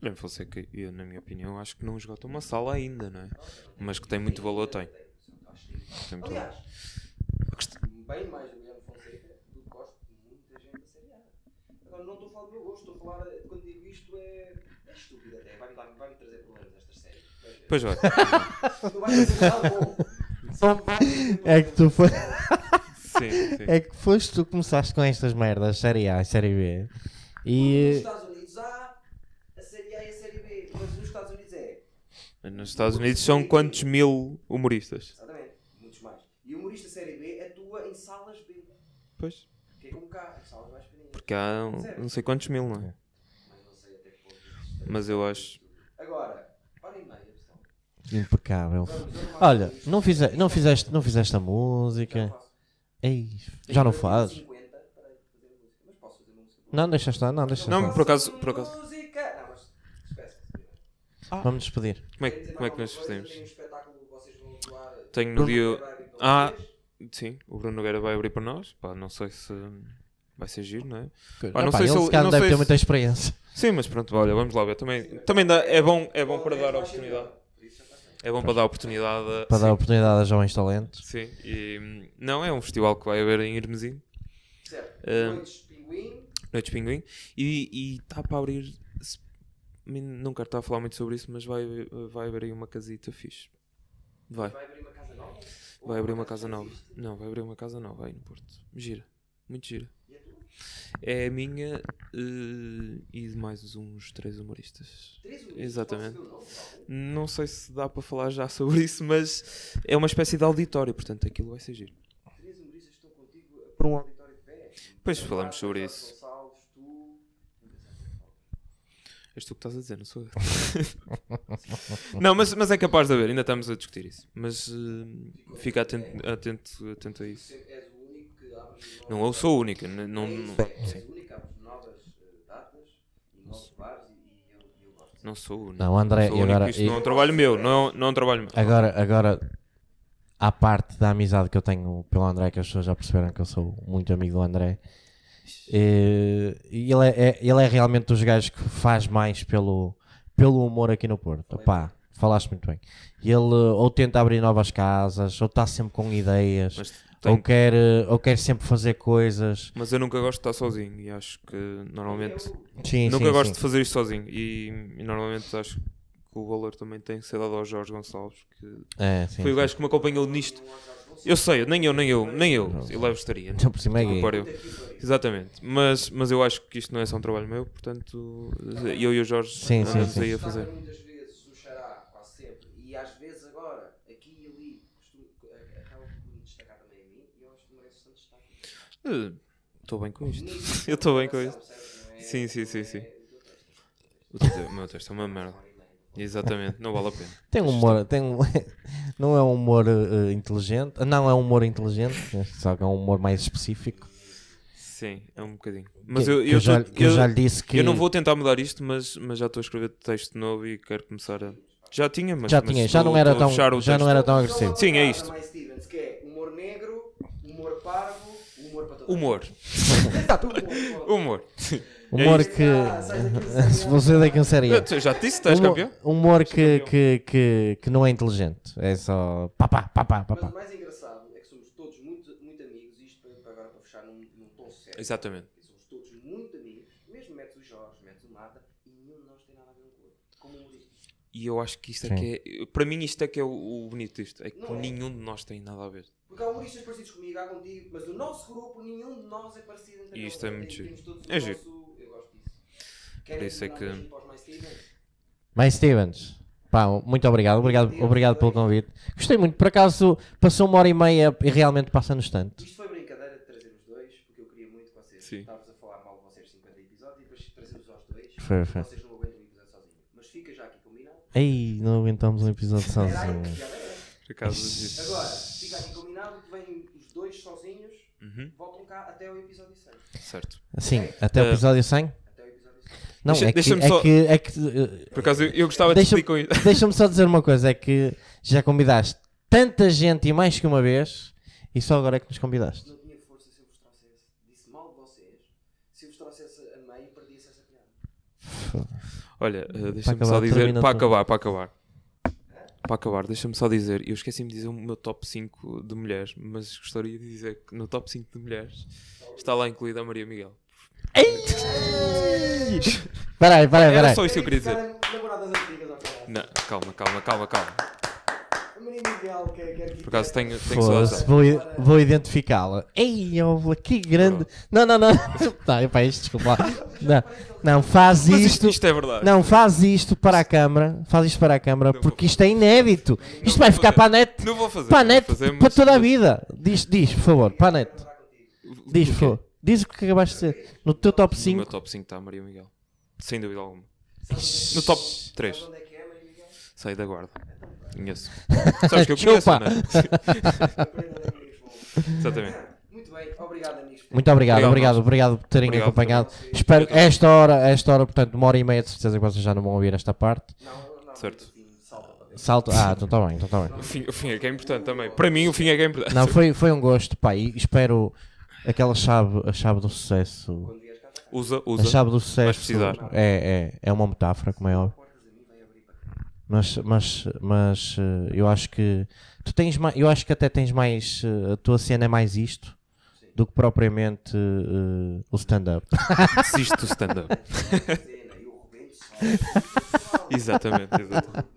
Speaker 2: Guilherme Fonseca, eu, na minha opinião, acho que não esgota uma sala ainda, não é?
Speaker 1: Ah, ok, não tenho.
Speaker 2: Mas que tem muito valor, tem.
Speaker 1: Tenho, acho que sim.
Speaker 2: Tem muito valor.
Speaker 1: Aliás,
Speaker 2: A quest-
Speaker 1: bem mais do Guilherme Fonseca do que gosto de muita gente da série A. Agora não estou a falar do meu gosto, estou a falar, quando digo isto é, é estúpido até, vai-me dar- vai-me trazer problemas estas séries. Vais ver.
Speaker 2: Pois vai.
Speaker 1: é. Tu vais dizer nada bom.
Speaker 3: É que tu foi,
Speaker 2: Sim, sim.
Speaker 3: é que foste tu que começaste com estas merdas, série A e série B.
Speaker 1: Nos
Speaker 3: E
Speaker 1: Estados Unidos há a série A e a série B, mas nos Estados Unidos é.
Speaker 2: Nos Estados Unidos são quantos mil humoristas?
Speaker 1: Exatamente, muitos mais. E o futebolista Série B atua em salas B.
Speaker 2: Pois.
Speaker 1: Que é como cá, salas mais pequeninas.
Speaker 2: Porque há um- não sei quantos mil, não é?
Speaker 1: Mas não sei até que ponto. é
Speaker 2: Mas eu acho.
Speaker 1: Agora, parem bem, pessoal.
Speaker 3: Impecável.
Speaker 1: Vamos arrumar
Speaker 3: Olha,
Speaker 1: isto.
Speaker 3: não, fize, não, fizeste, não fizeste a
Speaker 1: Já
Speaker 3: música.
Speaker 1: faço.
Speaker 3: Ei, já não
Speaker 1: Tenho
Speaker 3: fazes?
Speaker 1: 50 para fazer música, mas posso fazer uma música.
Speaker 3: Não, deixa estar, não, deixa
Speaker 2: Não,
Speaker 3: estar.
Speaker 2: por acaso- por acaso.
Speaker 1: Música! Não, mas esquece.
Speaker 3: Vamos despedir.
Speaker 2: Como é, que- como é que nós
Speaker 1: Tem um
Speaker 2: despedimos?
Speaker 1: espetáculo que vocês vão atuar.
Speaker 2: Tenho no dia.
Speaker 1: Vai abrir para
Speaker 2: Ah.
Speaker 1: vocês.
Speaker 2: Sim, o Bruno Nogueira vai abrir para nós. Pá, não sei se vai ser giro, não é?
Speaker 3: Ah,
Speaker 2: não
Speaker 3: pá,
Speaker 2: sei
Speaker 3: ele
Speaker 2: se eu-
Speaker 3: se calhar
Speaker 2: não
Speaker 3: deve
Speaker 2: sei
Speaker 3: ter
Speaker 2: se-
Speaker 3: muita experiência.
Speaker 2: Sim, mas pronto, olha, vamos lá ver. Também, também dá, é, bom, é bom para dar a oportunidade. É bom para dar a oportunidade. a-
Speaker 3: Para dar
Speaker 2: sim,
Speaker 3: oportunidade a jovens talentos.
Speaker 2: Sim, e hum, não, é um festival que vai haver em Irmezinho,
Speaker 1: Certo.
Speaker 2: Ah.
Speaker 1: Noites Pinguim.
Speaker 2: Noites Pinguim, e está para abrir. se- mim- Não quero estar a falar muito sobre isso, mas vai, vai haver aí uma casita fixe. Vai,
Speaker 1: Vai abrir uma casa nova. Ou
Speaker 2: vai abrir uma casa
Speaker 1: que já
Speaker 2: nova.
Speaker 1: existe?
Speaker 2: Não, vai abrir uma casa nova aí no Porto. Gira, muito gira.
Speaker 1: E a tua?
Speaker 2: É a minha eh, e de mais uns três humoristas.
Speaker 1: Três unidos.
Speaker 2: Exatamente.
Speaker 1: Pode ser o nome,
Speaker 2: Não sei se dá para falar já sobre isso, mas é uma espécie de auditório, portanto aquilo vai ser giro.
Speaker 1: tá bom? Três humoristas estão contigo para um auditório de pé.
Speaker 2: Pois,
Speaker 1: Bernardo,
Speaker 2: falamos sobre
Speaker 1: Jorge
Speaker 2: isso.
Speaker 1: Gonçalves, tu.
Speaker 2: És tu que estás a dizer, não sou eu. não, mas, mas é capaz de haver, ainda estamos a discutir isso. Mas eh, fica atento, atento, atento a isso.
Speaker 1: Sempre és o único que abre novas
Speaker 2: Não, eu sou o único. n- Não, não,
Speaker 1: és
Speaker 2: sim,
Speaker 1: o único, abres novas eh, datas e novos bares e, e eu, e eu gosto.
Speaker 2: não sou o único.
Speaker 3: Não, André,
Speaker 2: Sou o
Speaker 3: e
Speaker 2: único,
Speaker 3: agora-
Speaker 2: Isto
Speaker 3: e-
Speaker 2: não é um trabalho meu, não, é um- não é um trabalho meu.
Speaker 3: Agora, agora, à parte da amizade que eu tenho pelo André, que as pessoas já perceberam que eu sou muito amigo do André, eh, ele é, é- ele é realmente dos gajos que faz mais pelo, pelo humor aqui no Porto. Pá, falaste muito bem. Ele eh, ou tenta abrir novas casas, ou está sempre com ideias,
Speaker 2: Mas,
Speaker 3: ou,
Speaker 2: tenho-
Speaker 3: quer, eh, ou quer sempre fazer coisas.
Speaker 2: mas eu nunca gosto de estar sozinho e acho que normalmente.
Speaker 3: Sim,
Speaker 2: Nunca
Speaker 3: sim,
Speaker 2: gosto
Speaker 3: sim.
Speaker 2: de fazer isto sozinho e, e normalmente acho que o valor também tem que ser dado ao Jorge Gonçalves, que
Speaker 3: É, sim,
Speaker 2: foi o
Speaker 3: sim.
Speaker 2: gajo que me acompanhou nisto. Eu sei, nem eu, nem eu, nem eu. Ele é estaria.
Speaker 3: Então, por cima é gay.
Speaker 2: Exatamente. Mas, mas eu acho que isto não é só um trabalho meu, portanto, eu e o Jorge
Speaker 3: Sim, sim,
Speaker 2: andamos
Speaker 3: sim.
Speaker 2: aí a fazer.
Speaker 1: muitas vezes o xará, quase sempre, e às vezes agora, aqui e ali, costumo, ac- acaba por me destacar também a mim e eu acho que mereço tanto destaque.
Speaker 2: Eh, Estou bem com isto.
Speaker 1: Nisso,
Speaker 2: Eu estou bem com isto.
Speaker 1: coração, percebes? Não é-
Speaker 2: Sim, sim,
Speaker 1: não
Speaker 2: sim,
Speaker 1: é
Speaker 2: sim.
Speaker 1: o teu texto.
Speaker 2: O teu- o meu texto é uma merda. Exatamente, não vale a pena.
Speaker 3: Tem um humor, tem um- não é um humor eh, inteligente, não é um humor inteligente, só que é um humor mais específico.
Speaker 2: Sim, é um bocadinho. Mas
Speaker 3: que,
Speaker 2: eu,
Speaker 3: que
Speaker 2: eu,
Speaker 3: já,
Speaker 2: tô-
Speaker 3: que eu
Speaker 2: eu-
Speaker 3: já lhe disse que
Speaker 2: eu não vou tentar mudar isto, mas, mas já estou a escrever texto novo e quero começar a. Já tinha, mas
Speaker 3: já
Speaker 2: mas
Speaker 3: tinha, já
Speaker 2: estou-
Speaker 3: não era
Speaker 2: estou a
Speaker 3: tão,
Speaker 2: fechar o
Speaker 3: já não
Speaker 2: texto.
Speaker 3: era tão
Speaker 1: Só uma
Speaker 3: agressivo.
Speaker 2: Sim, é
Speaker 1: palavra
Speaker 2: isto.
Speaker 1: mais Stevens, que é humor negro, humor parvo, humor para toda a
Speaker 2: Humor.
Speaker 1: gente. Exato, humor.
Speaker 2: Humor.
Speaker 3: um Humor
Speaker 2: isso.
Speaker 3: que
Speaker 1: Ah, sai daqui, sai
Speaker 3: se você daqui a um sério. Um
Speaker 2: Eu te- já te disse, estás
Speaker 3: Humor,
Speaker 2: campeão?
Speaker 3: humor que,
Speaker 2: campeão.
Speaker 3: que, que, que não é inteligente, é só pá pá pá pá pá.
Speaker 1: Mas
Speaker 3: pá.
Speaker 1: o mais engraçado é que somos todos muito, muito amigos, e isto para, para agora para fechar num, num tom sério.
Speaker 2: Exatamente.
Speaker 1: Somos todos muito amigos, mesmo metes o Jorge, metes o Mata, e nenhum de nós tem nada a ver um com o outro, como humoristas.
Speaker 2: E eu acho que isto
Speaker 3: Sim.
Speaker 2: é que é. Para mim, isto é que é o, o bonito disto. É que
Speaker 1: Não é?
Speaker 2: nenhum de nós tem nada a ver.
Speaker 1: Porque há humoristas parecidos comigo, há contigo, mas o nosso grupo, nenhum de nós é parecido entre
Speaker 2: E
Speaker 1: nós.
Speaker 2: isto é
Speaker 1: Tem-
Speaker 2: muito giro.
Speaker 1: temos todos o
Speaker 2: É giro.
Speaker 1: nosso- Eu gosto disso. Querem
Speaker 2: Por isso é
Speaker 1: mandar
Speaker 2: que-
Speaker 1: um beijinho para os mais Stevens?
Speaker 3: Mais Stevens, pá, muito obrigado, obrigado, obrigado pelo convite. Gostei muito, por acaso passou uma hora e meia e realmente passa no instante.
Speaker 1: Isto foi brincadeira de trazer os dois, porque eu queria muito que vocês.
Speaker 2: Sim.
Speaker 1: Estávamos a falar mal de vocês 50 episódios e depois trazemos aos dois.
Speaker 3: Foi, foi.
Speaker 1: Vocês não aguentam o episódio sozinho. Mas fica já aqui combinado.
Speaker 3: Ei, não aguentamos um episódio
Speaker 1: Era aí
Speaker 3: sozinho.
Speaker 1: que já era.
Speaker 2: Por acaso.
Speaker 1: Agora, fica aqui combinado que vêm os dois sozinhos,
Speaker 2: Uhum,
Speaker 1: voltam cá até o episódio 100.
Speaker 2: certo.
Speaker 3: Sim, até o
Speaker 2: Eh,
Speaker 3: episódio 100.
Speaker 1: Até o episódio 100.
Speaker 3: Não,
Speaker 2: Deixa-
Speaker 3: é, que,
Speaker 2: deixa-me
Speaker 3: é,
Speaker 2: só-
Speaker 3: que, é que.
Speaker 2: Por acaso, eu, eu gostava
Speaker 3: Deixa-
Speaker 2: de te com isto.
Speaker 3: eh, Deixa-me só dizer uma coisa: é que já convidaste tanta gente e mais que uma vez, e só agora é que nos convidaste.
Speaker 1: Não tinha força se eu vos trouxesse. Disse mal de vocês. Se eu vos trouxesse a meio, perdia-se essa piada.
Speaker 2: Olha, uh, deixa-me
Speaker 3: acabar,
Speaker 2: só dizer.
Speaker 3: termina
Speaker 2: Para
Speaker 3: tu.
Speaker 2: acabar, para acabar. Para acabar, deixa-me só dizer. Eu esqueci-me de dizer o meu top 5 de mulheres, mas gostaria de dizer que no top 5 de mulheres está lá incluída a Maria Miguel.
Speaker 3: Peraí, peraí,
Speaker 2: Era
Speaker 3: peraí.
Speaker 2: só isto que eu queria dizer.
Speaker 1: Namoradas antigas, ó, caralho.
Speaker 2: Não, calma, calma, calma, calma.
Speaker 1: Mas menino ideal que é, que é
Speaker 2: Por acaso tenho, tenho só
Speaker 3: Foda-se,
Speaker 2: azar.
Speaker 3: vou, i- vou identificá-la. Ei, óvula, que grande. Não, não, não. Não, epá, isto, desculpa. lá. Não, não faz
Speaker 2: Mas isto,
Speaker 3: isto.
Speaker 2: isto é verdade.
Speaker 3: Não, faz isto para a câmara. Faz isto para a câmara, porque isto é inédito. Isto vai ficar para a net.
Speaker 2: Não vou fazer.
Speaker 3: Para a
Speaker 2: não
Speaker 3: net,
Speaker 2: vou fazer,
Speaker 3: para
Speaker 2: mas-
Speaker 3: toda a vida. Diz, diz, por favor, para a net. Diz, por favor. Diz o que acabaste de dizer. No teu top
Speaker 2: No meu
Speaker 3: 5.
Speaker 2: top 5 está a Maria Miguel. Sem dúvida alguma. No top
Speaker 1: é
Speaker 2: 3. Saí da guarda. Conheço. Sabes que eu conheço,
Speaker 3: Chupa.
Speaker 2: não é? Exatamente.
Speaker 1: Muito bem, obrigado amigos.
Speaker 3: Muito
Speaker 2: Obrigado,
Speaker 3: obrigado, obrigado, obrigado por terem
Speaker 2: Obrigado.
Speaker 3: acompanhado. Espero que esta hora, esta hora, portanto, uma hora e meia, de certeza que vocês já não vão ouvir esta parte.
Speaker 2: Certo.
Speaker 3: Salto. Ah, então está bem, então está bem.
Speaker 2: O fim, o fim é que é importante também. Para mim, o fim é que é importante.
Speaker 3: Não, foi, foi um gosto, pá, e espero aquela chave, a chave do sucesso.
Speaker 2: Usa,
Speaker 3: A
Speaker 2: usa.
Speaker 3: chave do sucesso
Speaker 2: precisar.
Speaker 3: é, é, é uma metáfora, como é óbvio. Mas, mas, mas eh, eu acho que tu tens mais, eu acho que até tens mais, eh, a tua cena é mais isto do que propriamente eh, o stand-up.
Speaker 2: Desiste do stand-up. Exatamente, exatamente.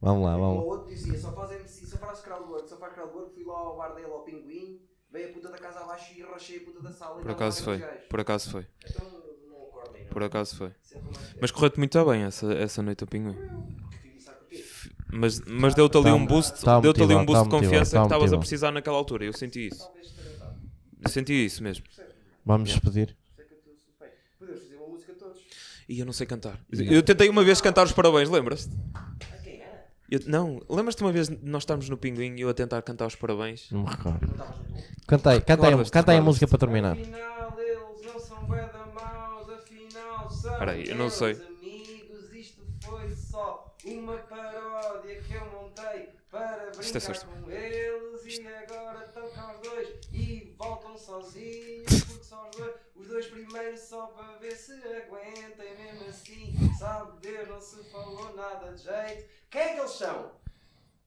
Speaker 3: Vamos lá,
Speaker 1: O
Speaker 3: vamos lá.
Speaker 1: outro dizia, só faz MC, só faz crowdwork, só faz crowdwork, fui lá ao bar dele, ao pinguim, veio a puta da casa abaixo e rachei a puta da sala. e
Speaker 2: Por
Speaker 1: tava
Speaker 2: acaso
Speaker 1: lá
Speaker 2: foi.
Speaker 1: dois gajos.
Speaker 2: Por acaso foi.
Speaker 1: Então não acordem, não. é
Speaker 2: Por acaso foi.
Speaker 1: Sempre mais perto.
Speaker 2: Mas correu-te muito bem essa, essa noite ao pinguim.
Speaker 1: Fiquei só a curtir.
Speaker 2: Mas, mas deu-te ali
Speaker 3: Tá-
Speaker 2: um boost,
Speaker 3: tá
Speaker 2: deu-te ali
Speaker 3: motivado,
Speaker 2: um boost
Speaker 3: tá
Speaker 2: de
Speaker 3: motivado,
Speaker 2: confiança
Speaker 3: tá
Speaker 2: que estavas a
Speaker 3: motivado.
Speaker 2: precisar naquela altura. Eu senti isso. Eu senti isso mesmo.
Speaker 3: Vamos despedir.
Speaker 1: Podemos fazer uma música todos.
Speaker 2: E eu não sei cantar. Eu tentei uma vez cantar os parabéns, lembras-te? Eu- não, lembras-te uma vez de nós estarmos no Pinguim e eu a tentar cantar os parabéns?
Speaker 3: Não me recordo. Cantei, cantei,
Speaker 2: Recordas-te,
Speaker 3: cantei a
Speaker 2: recordas-te.
Speaker 3: música para terminar.
Speaker 1: Afinal, eles não são bada maus, afinal são
Speaker 2: Espera aí, eu não
Speaker 1: meus
Speaker 2: sei.
Speaker 1: amigos. Isto foi só uma paródia que eu montei para brincar
Speaker 2: Isto é sexta.
Speaker 1: com eles. E agora estão cá os dois e voltam sozinhos. Porque são os dois, os dois primeiros só para ver se aguentem. Mesmo assim, sabe Deus, não se falou nada de jeito. Quem é que eles são?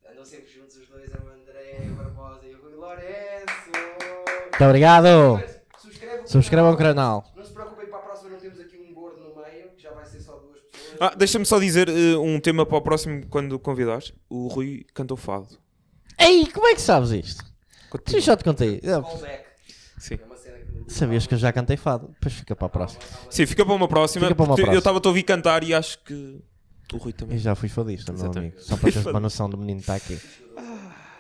Speaker 1: Andam sempre juntos os dois, a André Barbosa e o Rui Lourenço.
Speaker 3: Muito obrigado.
Speaker 1: Subscrevam
Speaker 3: Subscrevam o canal.
Speaker 1: Não se preocupem que para a próxima não temos aqui um gordo no meio, que já vai ser só duas pessoas.
Speaker 2: Ah, deixa-me só dizer eh, um tema para o próximo quando o convidares. O Rui cantou fado.
Speaker 3: Ei, como é que sabes isto? Tu
Speaker 2: Continua.
Speaker 3: já te contei. Eu-
Speaker 1: Callback.
Speaker 2: Sim.
Speaker 1: É uma cena que.
Speaker 3: Sabias que eu já cantei fado? Depois fica para a próxima.
Speaker 2: Sim, fica para uma próxima.
Speaker 3: Fica para uma
Speaker 2: porque
Speaker 3: próxima.
Speaker 2: Eu estava a te ouvir cantar e acho que o Rui também.
Speaker 3: E já fui fadista, meu
Speaker 2: Exatamente.
Speaker 3: amigo. Só para teres uma noção do menino que está aqui.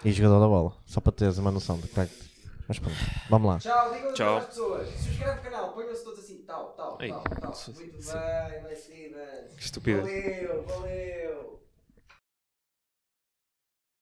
Speaker 3: E jogador da bola. Só para teres uma noção do que está aqui. Mas pronto, vamos lá.
Speaker 1: Tchau, digam
Speaker 2: Tchau.
Speaker 1: às pessoas. Subscreve o canal, ponham-se todos assim. Tal, tal,
Speaker 2: Ei,
Speaker 1: tal, tal.
Speaker 2: se-
Speaker 1: Muito
Speaker 2: se-
Speaker 1: bem, vai sim, vai.
Speaker 2: Que estupidez.
Speaker 1: Valeu, valeu.